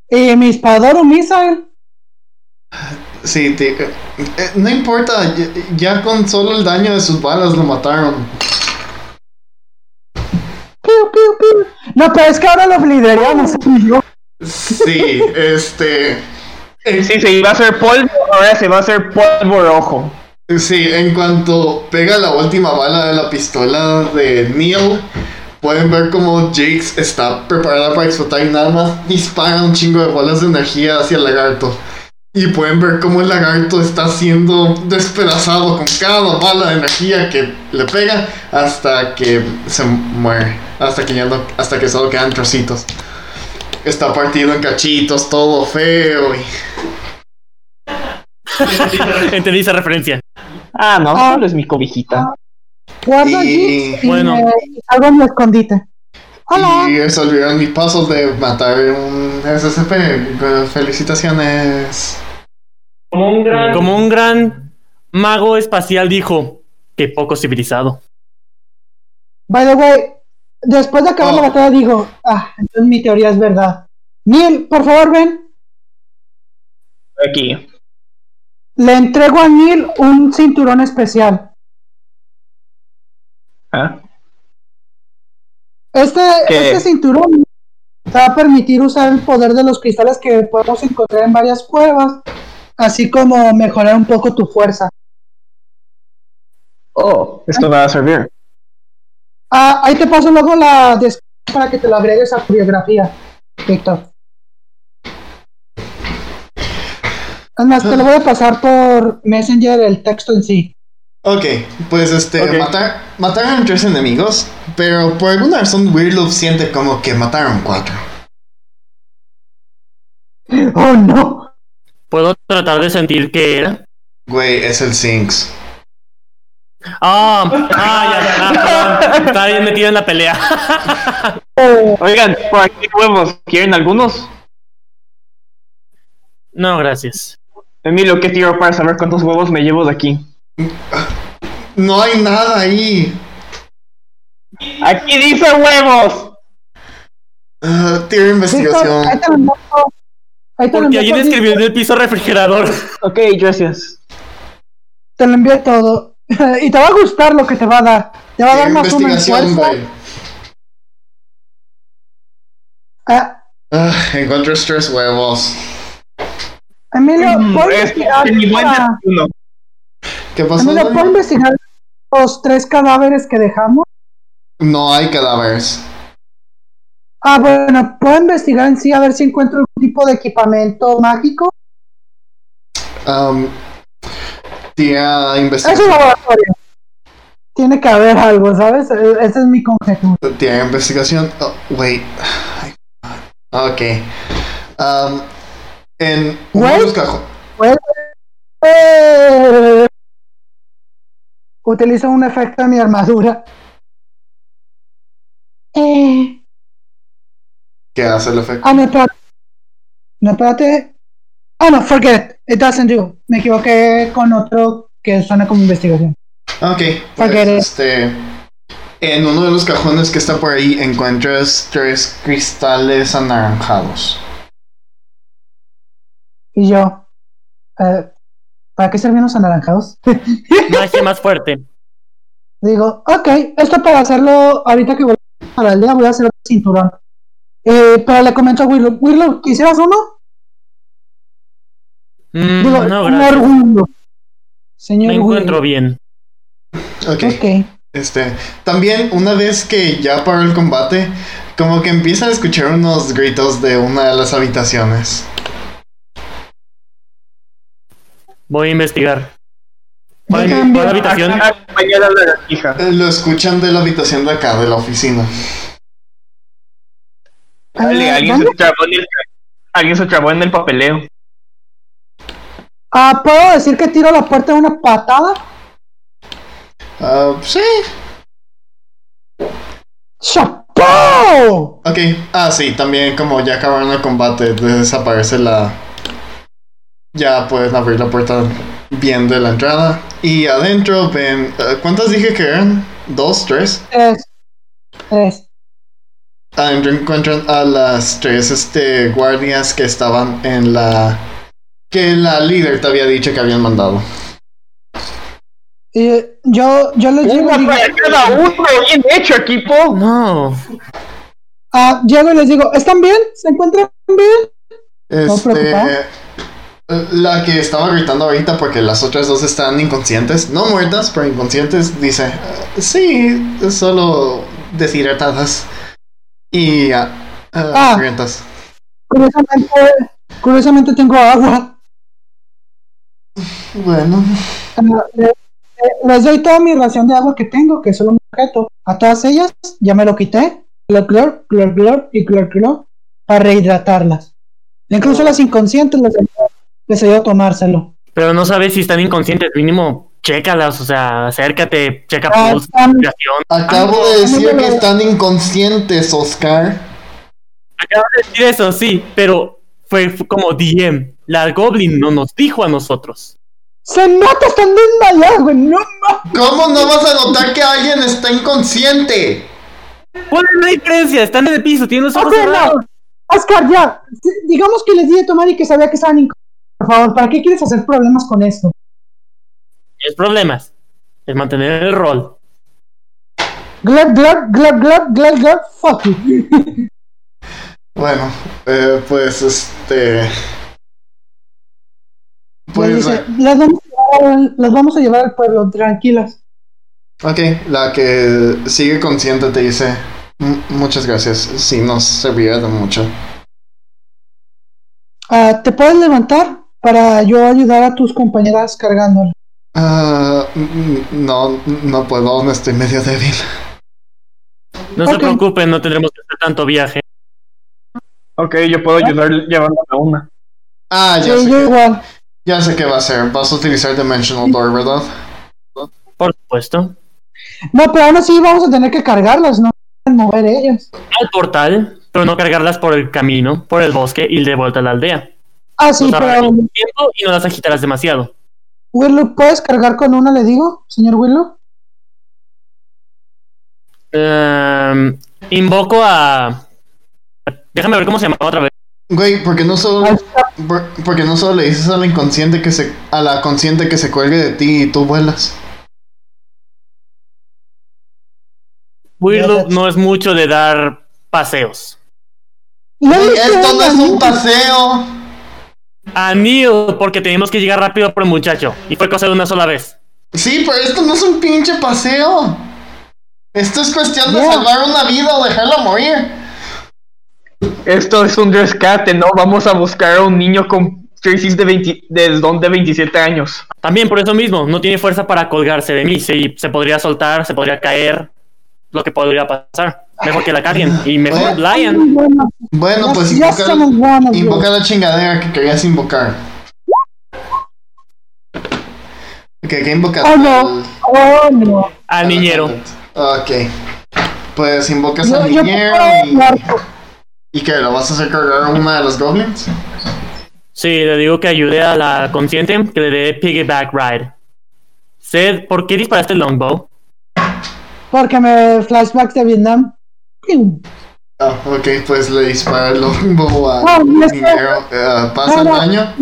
S3: Y mi disparador o missile.
S2: Sí, ti- eh, eh, no importa, ya, ya con solo el daño de sus balas lo mataron.
S3: Piu, piu, piu. No, pero es que ahora los lideramos.
S2: Sí, este.
S4: Sí, se iba a hacer polvo, ahora se va a hacer polvo rojo.
S2: Sí, en cuanto pega la última bala de la pistola de Neil, pueden ver como Jakes está preparada para explotar y nada más dispara un chingo de bolas de energía hacia el lagarto. Y pueden ver cómo el lagarto está siendo despedazado con cada bala de energía que le pega hasta que se muere, hasta que ya no, hasta que solo quedan trocitos. Está partido en cachitos, todo feo y
S5: Entendí esa referencia.
S4: Ah, no, solo es mi cobijita.
S3: Guardo
S2: Y-
S3: allí y
S5: Bueno.
S3: eh, salgo en mi escondite. Hola.
S2: Y resolvieron mi puzzle de matar un SCP. Eh, Felicitaciones.
S5: Como un gran mago espacial dijo, que poco civilizado.
S3: By the way, después de acabar
S2: Oh.
S3: la batalla digo, ah, entonces mi teoría es verdad. Neil, por favor, ven.
S4: Aquí.
S3: Le entrego a Neil un cinturón especial.
S4: Ah,
S3: Este,
S4: ¿Qué?
S3: este cinturón te va a permitir usar el poder de los cristales que podemos encontrar en varias cuevas, así como mejorar un poco tu fuerza.
S4: Oh, esto va a servir.
S3: Ah, ahí te paso luego la descripción para que te lo agregues a tu biografía, Víctor. Además, te lo voy a pasar por Messenger el texto en sí.
S2: Ok, pues este,
S4: Ok.
S2: matar, mataron tres enemigos, pero por alguna razón Weirdloop siente como que mataron cuatro.
S3: ¡Oh, no!
S5: Puedo tratar de sentir que era.
S2: Güey, es el Sinks.
S5: Ah, ah, ya, ya, ah, perdón. Estaba bien metido en la pelea.
S4: Oigan, por aquí huevos, ¿quieren algunos?
S5: No, gracias.
S4: Emilio, ¿qué tiro para saber cuántos huevos me llevo de aquí?
S2: No hay nada ahí.
S4: ¡Aquí dice huevos!
S2: Ah, tira
S3: Víctor,
S2: investigación.
S3: ahí te lo envío. Ahí te lo
S5: Porque
S3: envío.
S5: alguien
S3: todo,
S5: escribió en el piso refrigerador.
S4: Ok, gracias.
S3: Te lo envío todo. y te va a gustar lo que te va a dar. Te va a
S2: Tira
S3: dar más uno en
S2: investigación,
S3: fuerza.
S2: güey.
S3: Ah,
S2: Ah, encontré tres huevos.
S3: Emilio,
S4: Mm,
S3: ¿puedo
S4: es
S3: investigar?
S4: mi buen
S3: para-
S4: destino.
S2: ¿Qué pasó?
S3: Emilio,
S2: Dani?
S3: ¿puedo investigar los tres cadáveres que dejamos?
S2: No hay cadáveres.
S3: Ah, bueno, puedo investigar en sí a ver si encuentro algún tipo de equipamiento mágico.
S2: Um, tira
S3: Es un
S2: investigación.
S3: laboratorio. Tiene que haber algo, ¿sabes? E- Esa es mi conjetura.
S2: Tiene investigación. Oh, wait. Ay, Ok. Um, en uno de
S3: Wait.
S2: los cajo-
S3: ¡Eh! Utilizo un efecto de mi armadura. Eh.
S2: ¿Qué hace el efecto?
S3: Ah, no, espérate. No, espérate. Ah, no, forget. It doesn't do. Me equivoqué con otro que suena como investigación.
S2: Ok. pues,
S3: Ok, eres-
S2: este, en uno de los cajones que está por ahí encuentras tres cristales anaranjados.
S3: Y yo. eh, ¿Para qué servían los anaranjados?
S5: Magia más fuerte.
S3: Digo, ok, esto para hacerlo ahorita que vuelvo a la aldea voy a hacer otro cinturón. Eh, pero le comento a Willow, Willow, ¿quisieras uno?
S5: Mm,
S3: Digo,
S5: no,
S3: señor
S5: gracias.
S3: Willow. Señor
S5: Me encuentro
S3: Willow.
S5: bien.
S2: Ok.
S3: Ok.
S2: Este, también una vez que ya paró el combate, como que empieza a escuchar unos gritos de una de las habitaciones.
S5: Voy a investigar.
S3: Yo
S5: ¿Cuál,
S3: también.
S5: cuál habitación?
S4: Mañana la hija.
S2: Eh, Lo escuchan de la habitación de acá, de la oficina.
S3: Ah,
S4: Dale, alguien se
S3: ¿dónde?
S4: trabó en el alguien se trabó en el papeleo.
S3: Ah, ¿puedo decir que tiro la puerta de una patada?
S2: Ah, sí.
S3: ¡Chapó!
S2: Ok. Ah, sí, también como ya acabaron el combate, desaparece la... Ya pueden abrir la puerta bien de la entrada. Y adentro ven... eh, ¿Cuántas dije que eran? ¿Dos? ¿Tres?
S3: Tres. Tres.
S2: Adentro encuentran a las tres este, guardias que estaban en la... Que la líder te había dicho que habían mandado.
S3: Y eh, yo, yo les llego y
S4: Una
S3: digo,
S4: para cada uno, bien hecho, equipo.
S5: No.
S3: ah, llego y les digo, ¿están bien? ¿Se encuentran bien? preocupado?
S2: Este, la que estaba gritando ahorita porque las otras dos están inconscientes, no muertas, pero inconscientes, dice, "Eh, sí, solo deshidratadas y ah, ah,
S3: Ah.
S2: hambrientas".
S3: Curiosamente, curiosamente tengo agua.
S2: Bueno,
S3: Ah, le- le- Les doy toda mi ración de agua que tengo, que es solo un objeto. A todas ellas ya me lo quité. Clor, clor, clor, clor y clor, clor, para rehidratarlas. Incluso las inconscientes les, les ayudo a tomárselo.
S5: Pero no sabes si están inconscientes. Mínimo, chécalas. O sea, acércate, checa
S3: Ah,
S5: post,
S3: están-
S5: respiración.
S2: acabo de
S3: Ah, no,
S2: decir
S3: no, no.
S2: que están inconscientes, Oscar.
S5: Acabas de decir eso, sí. Pero fue, fue como DM. La Goblin no nos dijo a nosotros.
S3: Se nota, están desmayadas, güey. No mames.
S2: ¿Cómo no vas a notar que alguien está inconsciente?
S5: ¿Cuál es la diferencia? Están en el piso, tienen los ojos
S3: Ok, no.
S5: cerrados.
S3: Oscar, ya. Si- Digamos que les di de tomar y que sabía que estaban incómodos. Por favor, ¿para qué quieres hacer problemas con esto?
S5: Es problemas. Es mantener el rol.
S3: Glad, glad, glad, glad, glad, glad, fuck you.
S2: Bueno, eh, pues este... pues,
S3: Les
S2: eh.
S3: dice, las, vamos a llevar al- las vamos a llevar al pueblo, tranquilas.
S2: Ok, la que sigue consciente te dice "M- muchas gracias, sí nos servirá de mucho.
S3: Ah, ¿Te puedes levantar para yo ayudar a tus compañeras cargándola?
S2: Ah, n- no, no puedo, no estoy medio débil.
S5: No se
S3: Ok.
S5: preocupen, no tendremos que hacer tanto viaje.
S4: Ok, yo puedo ayudar llevando a una.
S2: Ah, ya,
S3: Sí,
S2: sé,
S3: yo igual.
S2: ya sé qué va a ser, vas a utilizar Dimensional Door, ¿verdad?
S5: Por supuesto.
S3: No, pero aún así vamos a tener que cargarlas, no pueden mover ellas.
S5: Al portal, pero no cargarlas por el camino, por el bosque y de vuelta a la aldea.
S3: Ah, sí,
S5: Nos
S2: Pues,
S5: ahorrará
S3: pero
S5: mucho tiempo y no las agitarás demasiado.
S3: Willow, ¿puedes cargar con una, le digo, señor Willow?
S5: Em, invoco a. Déjame ver cómo se llamaba otra vez.
S2: Güey, ¿por qué no solo,
S3: Ahí está.
S2: por- por qué no solo le dices a la inconsciente que se, a la consciente que se cuelgue de ti y tú vuelas?
S5: Weirdo
S3: that's-
S5: no es mucho de dar paseos.
S3: Le
S2: Güey,
S3: dije,
S2: esto no es un
S3: "Mamita".
S2: paseo.
S5: A Neil, porque teníamos que llegar rápido por el muchacho. Y fue cosa de una sola vez.
S2: Sí, pero esto no es un pinche paseo. Esto es cuestión de
S3: Yeah.
S2: salvar una vida o dejarla morir.
S4: Esto es un rescate, ¿no? Vamos a buscar a un niño con crisis de, 20, de don de 27 años.
S5: También por eso mismo, no tiene fuerza para colgarse de mí. Sí, se podría soltar, se podría caer. Lo que podría pasar. Mejor que la carguen. Y mejor
S2: Bueno.
S5: Lion.
S3: Muy bueno,
S2: Bueno, pues
S3: ya
S2: invoca,
S3: somos buenos, güey.
S2: invoca la chingadera que querías invocar. Ok, ¿qué invocaste?
S3: Oh, no. Oh, no.
S5: Al niñero.
S2: Ok. Pues invocas
S3: Yo,
S2: al
S3: yo
S2: niñero
S3: puedo
S2: y,
S3: hablar con-
S2: y que lo vas a hacer cargar a una de los goblins.
S5: Sí, le digo que ayude a la consciente que le dé piggyback ride. Sed, ¿por qué disparaste el longbow?
S3: porque me flashbacks de Vietnam. Piu.
S2: Ah, ok, pues le dispara el longbow
S3: Ah,
S2: al
S3: ya sé.
S2: niñero. Ah, pasa
S3: No,
S2: el
S3: no.
S2: daño.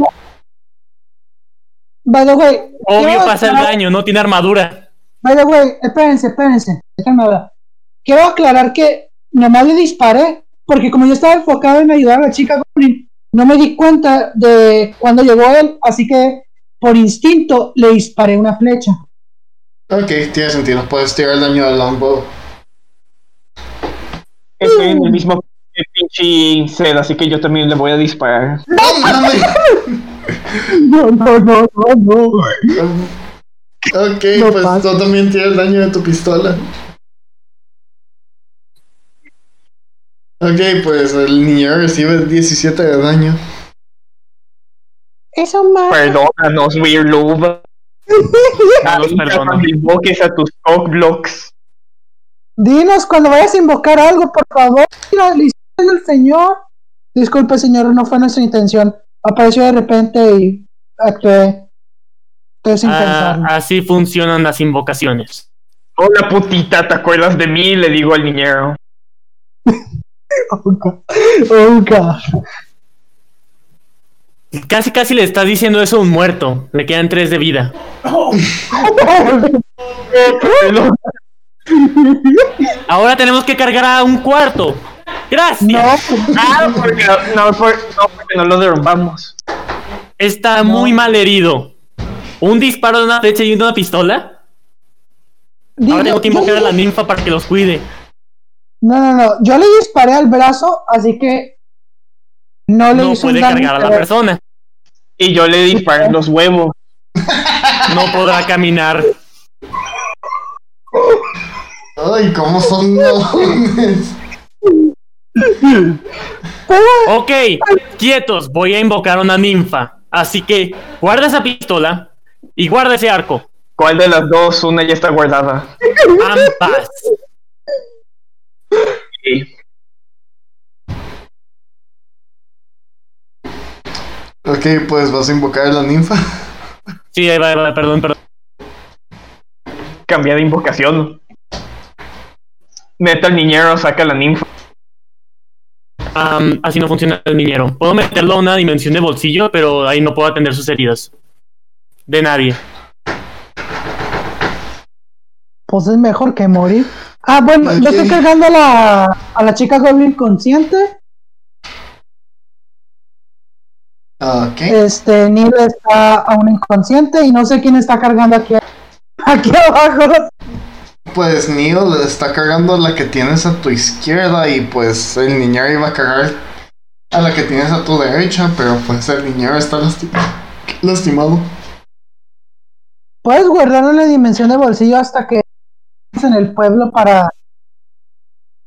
S3: By the way,
S5: Obvio
S3: quiero
S5: pasa el
S3: aclarar-
S5: daño, no tiene armadura.
S3: By the way, espérense, espérense, déjenme hablar. Quiero aclarar que nomás le disparé, porque como yo estaba enfocado en ayudar a la chica Goblin, no me di cuenta de cuando llegó él, así que por instinto le disparé una flecha.
S2: Ok, tiene sentido. Puedes tirar el daño del longbow.
S4: Estoy en el mismo pinche sed, así que yo también le voy a disparar.
S2: ¡No mames!
S3: No, no, no, no, no.
S2: Ok,
S3: No
S2: pues
S3: pasa.
S2: tú también tienes el daño de tu pistola. Ok, pues el niño recibe 17 de daño.
S3: Eso más.
S5: Pues,
S4: Perdónanos, Weird Lube.
S5: No los perdono.
S4: invoques a tus cockblocks.
S3: Dinos cuando vayas a invocar algo, por favor. Mira, le hicieron el señor. Disculpe, señor, no fue nuestra intención. Apareció de repente y actué. Estoy sin
S5: Ah,
S3: pensarlo.
S5: así funcionan las invocaciones.
S4: Hola putita, ¿te acuerdas de mí? Le digo al niñero.
S3: Oh, God. Oh, God.
S5: Casi, casi le estás diciendo eso a un muerto. Le quedan tres de vida.
S4: Perdón.
S5: Ahora tenemos que cargar a un cuarto. Gracias.
S3: No.
S4: Ah, porque no, por- no, porque no lo derrumbamos.
S5: Está muy mal herido. Un disparo de una flecha y una pistola. Ahora tengo que invocar a la ninfa para que los cuide.
S3: pues, No, no, no. Yo le disparé al brazo, así que no le
S5: No
S3: hice
S5: puede
S3: un daño.
S5: cargar a la
S3: pero-
S5: persona.
S4: Y yo le disparé en los huevos.
S5: No podrá caminar.
S2: Ay, ¿cómo son nones?
S5: Ok, quietos, voy a invocar a una ninfa. Así que guarda esa pistola y guarda ese arco.
S4: ¿Cuál de las dos? Una ya está guardada.
S5: Ambas.
S4: Sí.
S2: Ok, pues vas a invocar a la ninfa.
S5: Sí, ahí va, ahí va, perdón, perdón.
S4: Cambié de invocación. Meta al niñero, saca a la ninfa.
S5: Am, así no funciona el minero. Puedo meterlo a una dimensión de bolsillo, pero ahí no puedo atender sus heridas. De nadie.
S3: Pues es mejor que morir. Ah, bueno, yo
S2: Ok.
S3: estoy cargando a la, a la chica goblin consciente.
S2: Ok.
S3: Este, Neil está aún inconsciente y no sé quién está cargando aquí, aquí abajo.
S2: Pues Neo está cargando la que tienes a tu izquierda y pues el niñero iba a cargar a la que tienes a tu derecha, pero pues el niñero está lasti- lastimado.
S3: Puedes guardarlo en la dimensión de bolsillo hasta que estés en el pueblo para,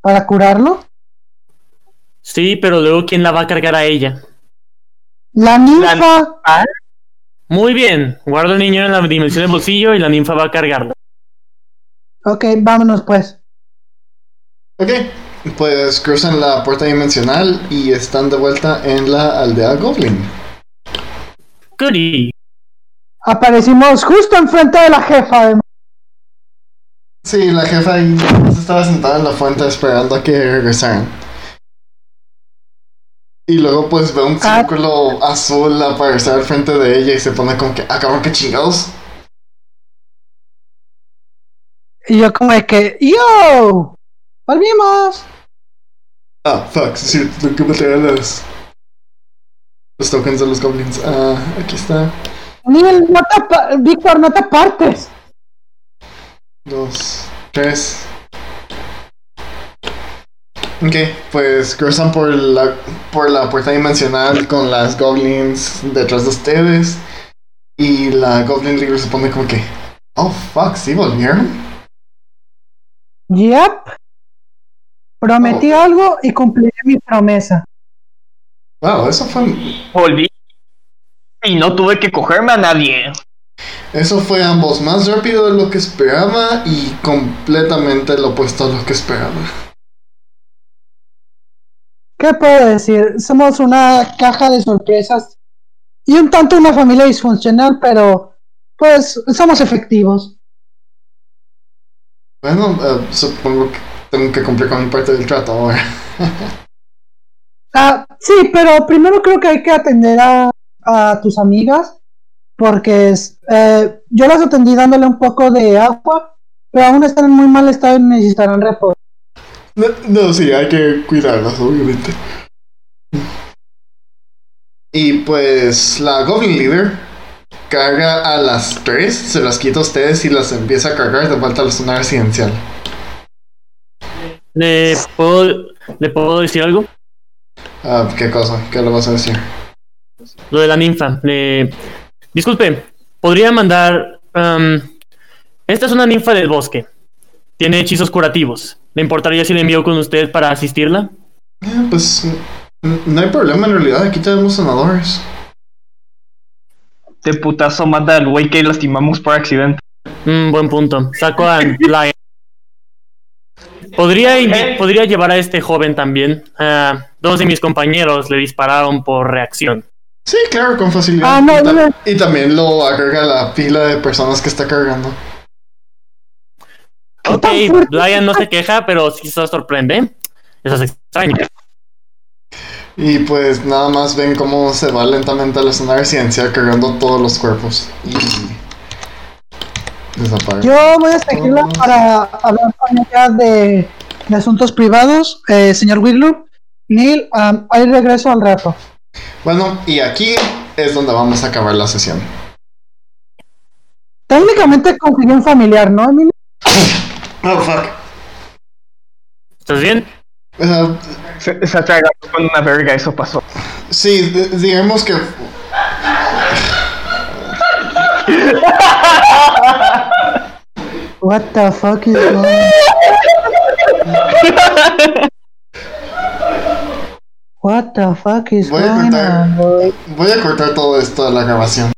S3: para curarlo.
S5: Sí, pero luego ¿quién la va a cargar a ella?
S3: La ninfa.
S5: Muy bien, guardo el niñero en la dimensión de bolsillo y la ninfa va a cargarlo.
S3: Ok, vámonos pues.
S2: Ok, pues cruzan la puerta dimensional y están de vuelta en la aldea Goblin.
S5: Goody.
S3: Aparecimos justo enfrente de la jefa. de-
S2: Sí, la jefa ahí estaba sentada en la fuente esperando a que regresaran. Y luego pues ve un
S3: Ah.
S2: círculo azul aparecer al frente de ella y se pone como que, ah cabrón, qué chingados.
S3: Y yo como de que, ¡yo! ¡Volvimos!
S2: Ah, fuck, sí, sí, tengo que meter los, los tokens de los goblins. Ah, aquí está.
S3: Nivel, no te apa- Víctor, no te apartes.
S2: Dos, tres. Ok, pues cruzan por la, por la puerta dimensional con las goblins detrás de ustedes. Y la goblin leader se pone como que, oh fuck, sí volvieron.
S3: Yep. Prometí algo y cumpliré mi promesa.
S2: Wow, eso fue,
S4: Volví. Y no tuve que cogerme a nadie.
S2: eso fue ambos más rápido de lo que esperaba y completamente lo opuesto a lo que esperaba.
S3: ¿Qué puedo decir? Somos una caja de sorpresas y un tanto una familia disfuncional, pero pues somos efectivos.
S2: Bueno, eh, supongo que tengo que cumplir con mi parte del trato ahora.
S3: Ah, sí, pero primero creo que hay que atender a, a tus amigas, porque es- eh, yo las atendí dándole un poco de agua, pero aún están en muy mal estado y necesitarán reposo.
S2: No, no, sí, hay que cuidarlas, obviamente. Y pues la Goblin Leader carga a las tres, se las quita a ustedes y las empieza a cargar de vuelta a la zona residencial.
S5: ¿Le puedo, ¿Le puedo decir algo?
S2: Ah, ¿Qué cosa? ¿Qué le vas a decir?
S5: Lo de la ninfa. Le- Disculpe, podría mandar. am, esta es una ninfa del bosque. Tiene hechizos curativos. ¿Le importaría si le envío con usted para asistirla?
S2: Eh, Pues n- no hay problema en realidad, aquí tenemos sanadores.
S4: De putazo mata al güey que lastimamos por accidente.
S5: Mm, buen punto. Saco a Lion. Podría, invi- podría llevar a este joven también. Ah, dos de mis compañeros le dispararon por reacción.
S2: Sí, claro, con facilidad.
S3: Ah, no,
S2: y, ta-
S3: dime.
S2: y también lo agrega a la pila de personas que está cargando.
S5: Ok, Lion no se queja, pero sí se sorprende. Eso es extraño.
S2: Y pues nada más ven cómo se va lentamente a la zona residencial cargando todos los cuerpos. Y desaparece.
S3: Yo voy a seguirla para hablar con ella de, de asuntos privados, eh, señor Whitlow. Neil, am, ahí regreso al rato.
S2: Bueno, y aquí es donde vamos a acabar la sesión.
S3: Técnicamente conseguí un familiar, ¿no, Emilio?
S2: Oh, fuck.
S5: ¿Estás bien?
S4: Se, se atragantó con una verga, eso pasó.
S2: sí, d- digamos que...
S3: What the fuck is going on? What the fuck is
S2: Voy a
S3: going
S2: cortar.
S3: on, boy?
S2: Voy a cortar todo esto de la grabación.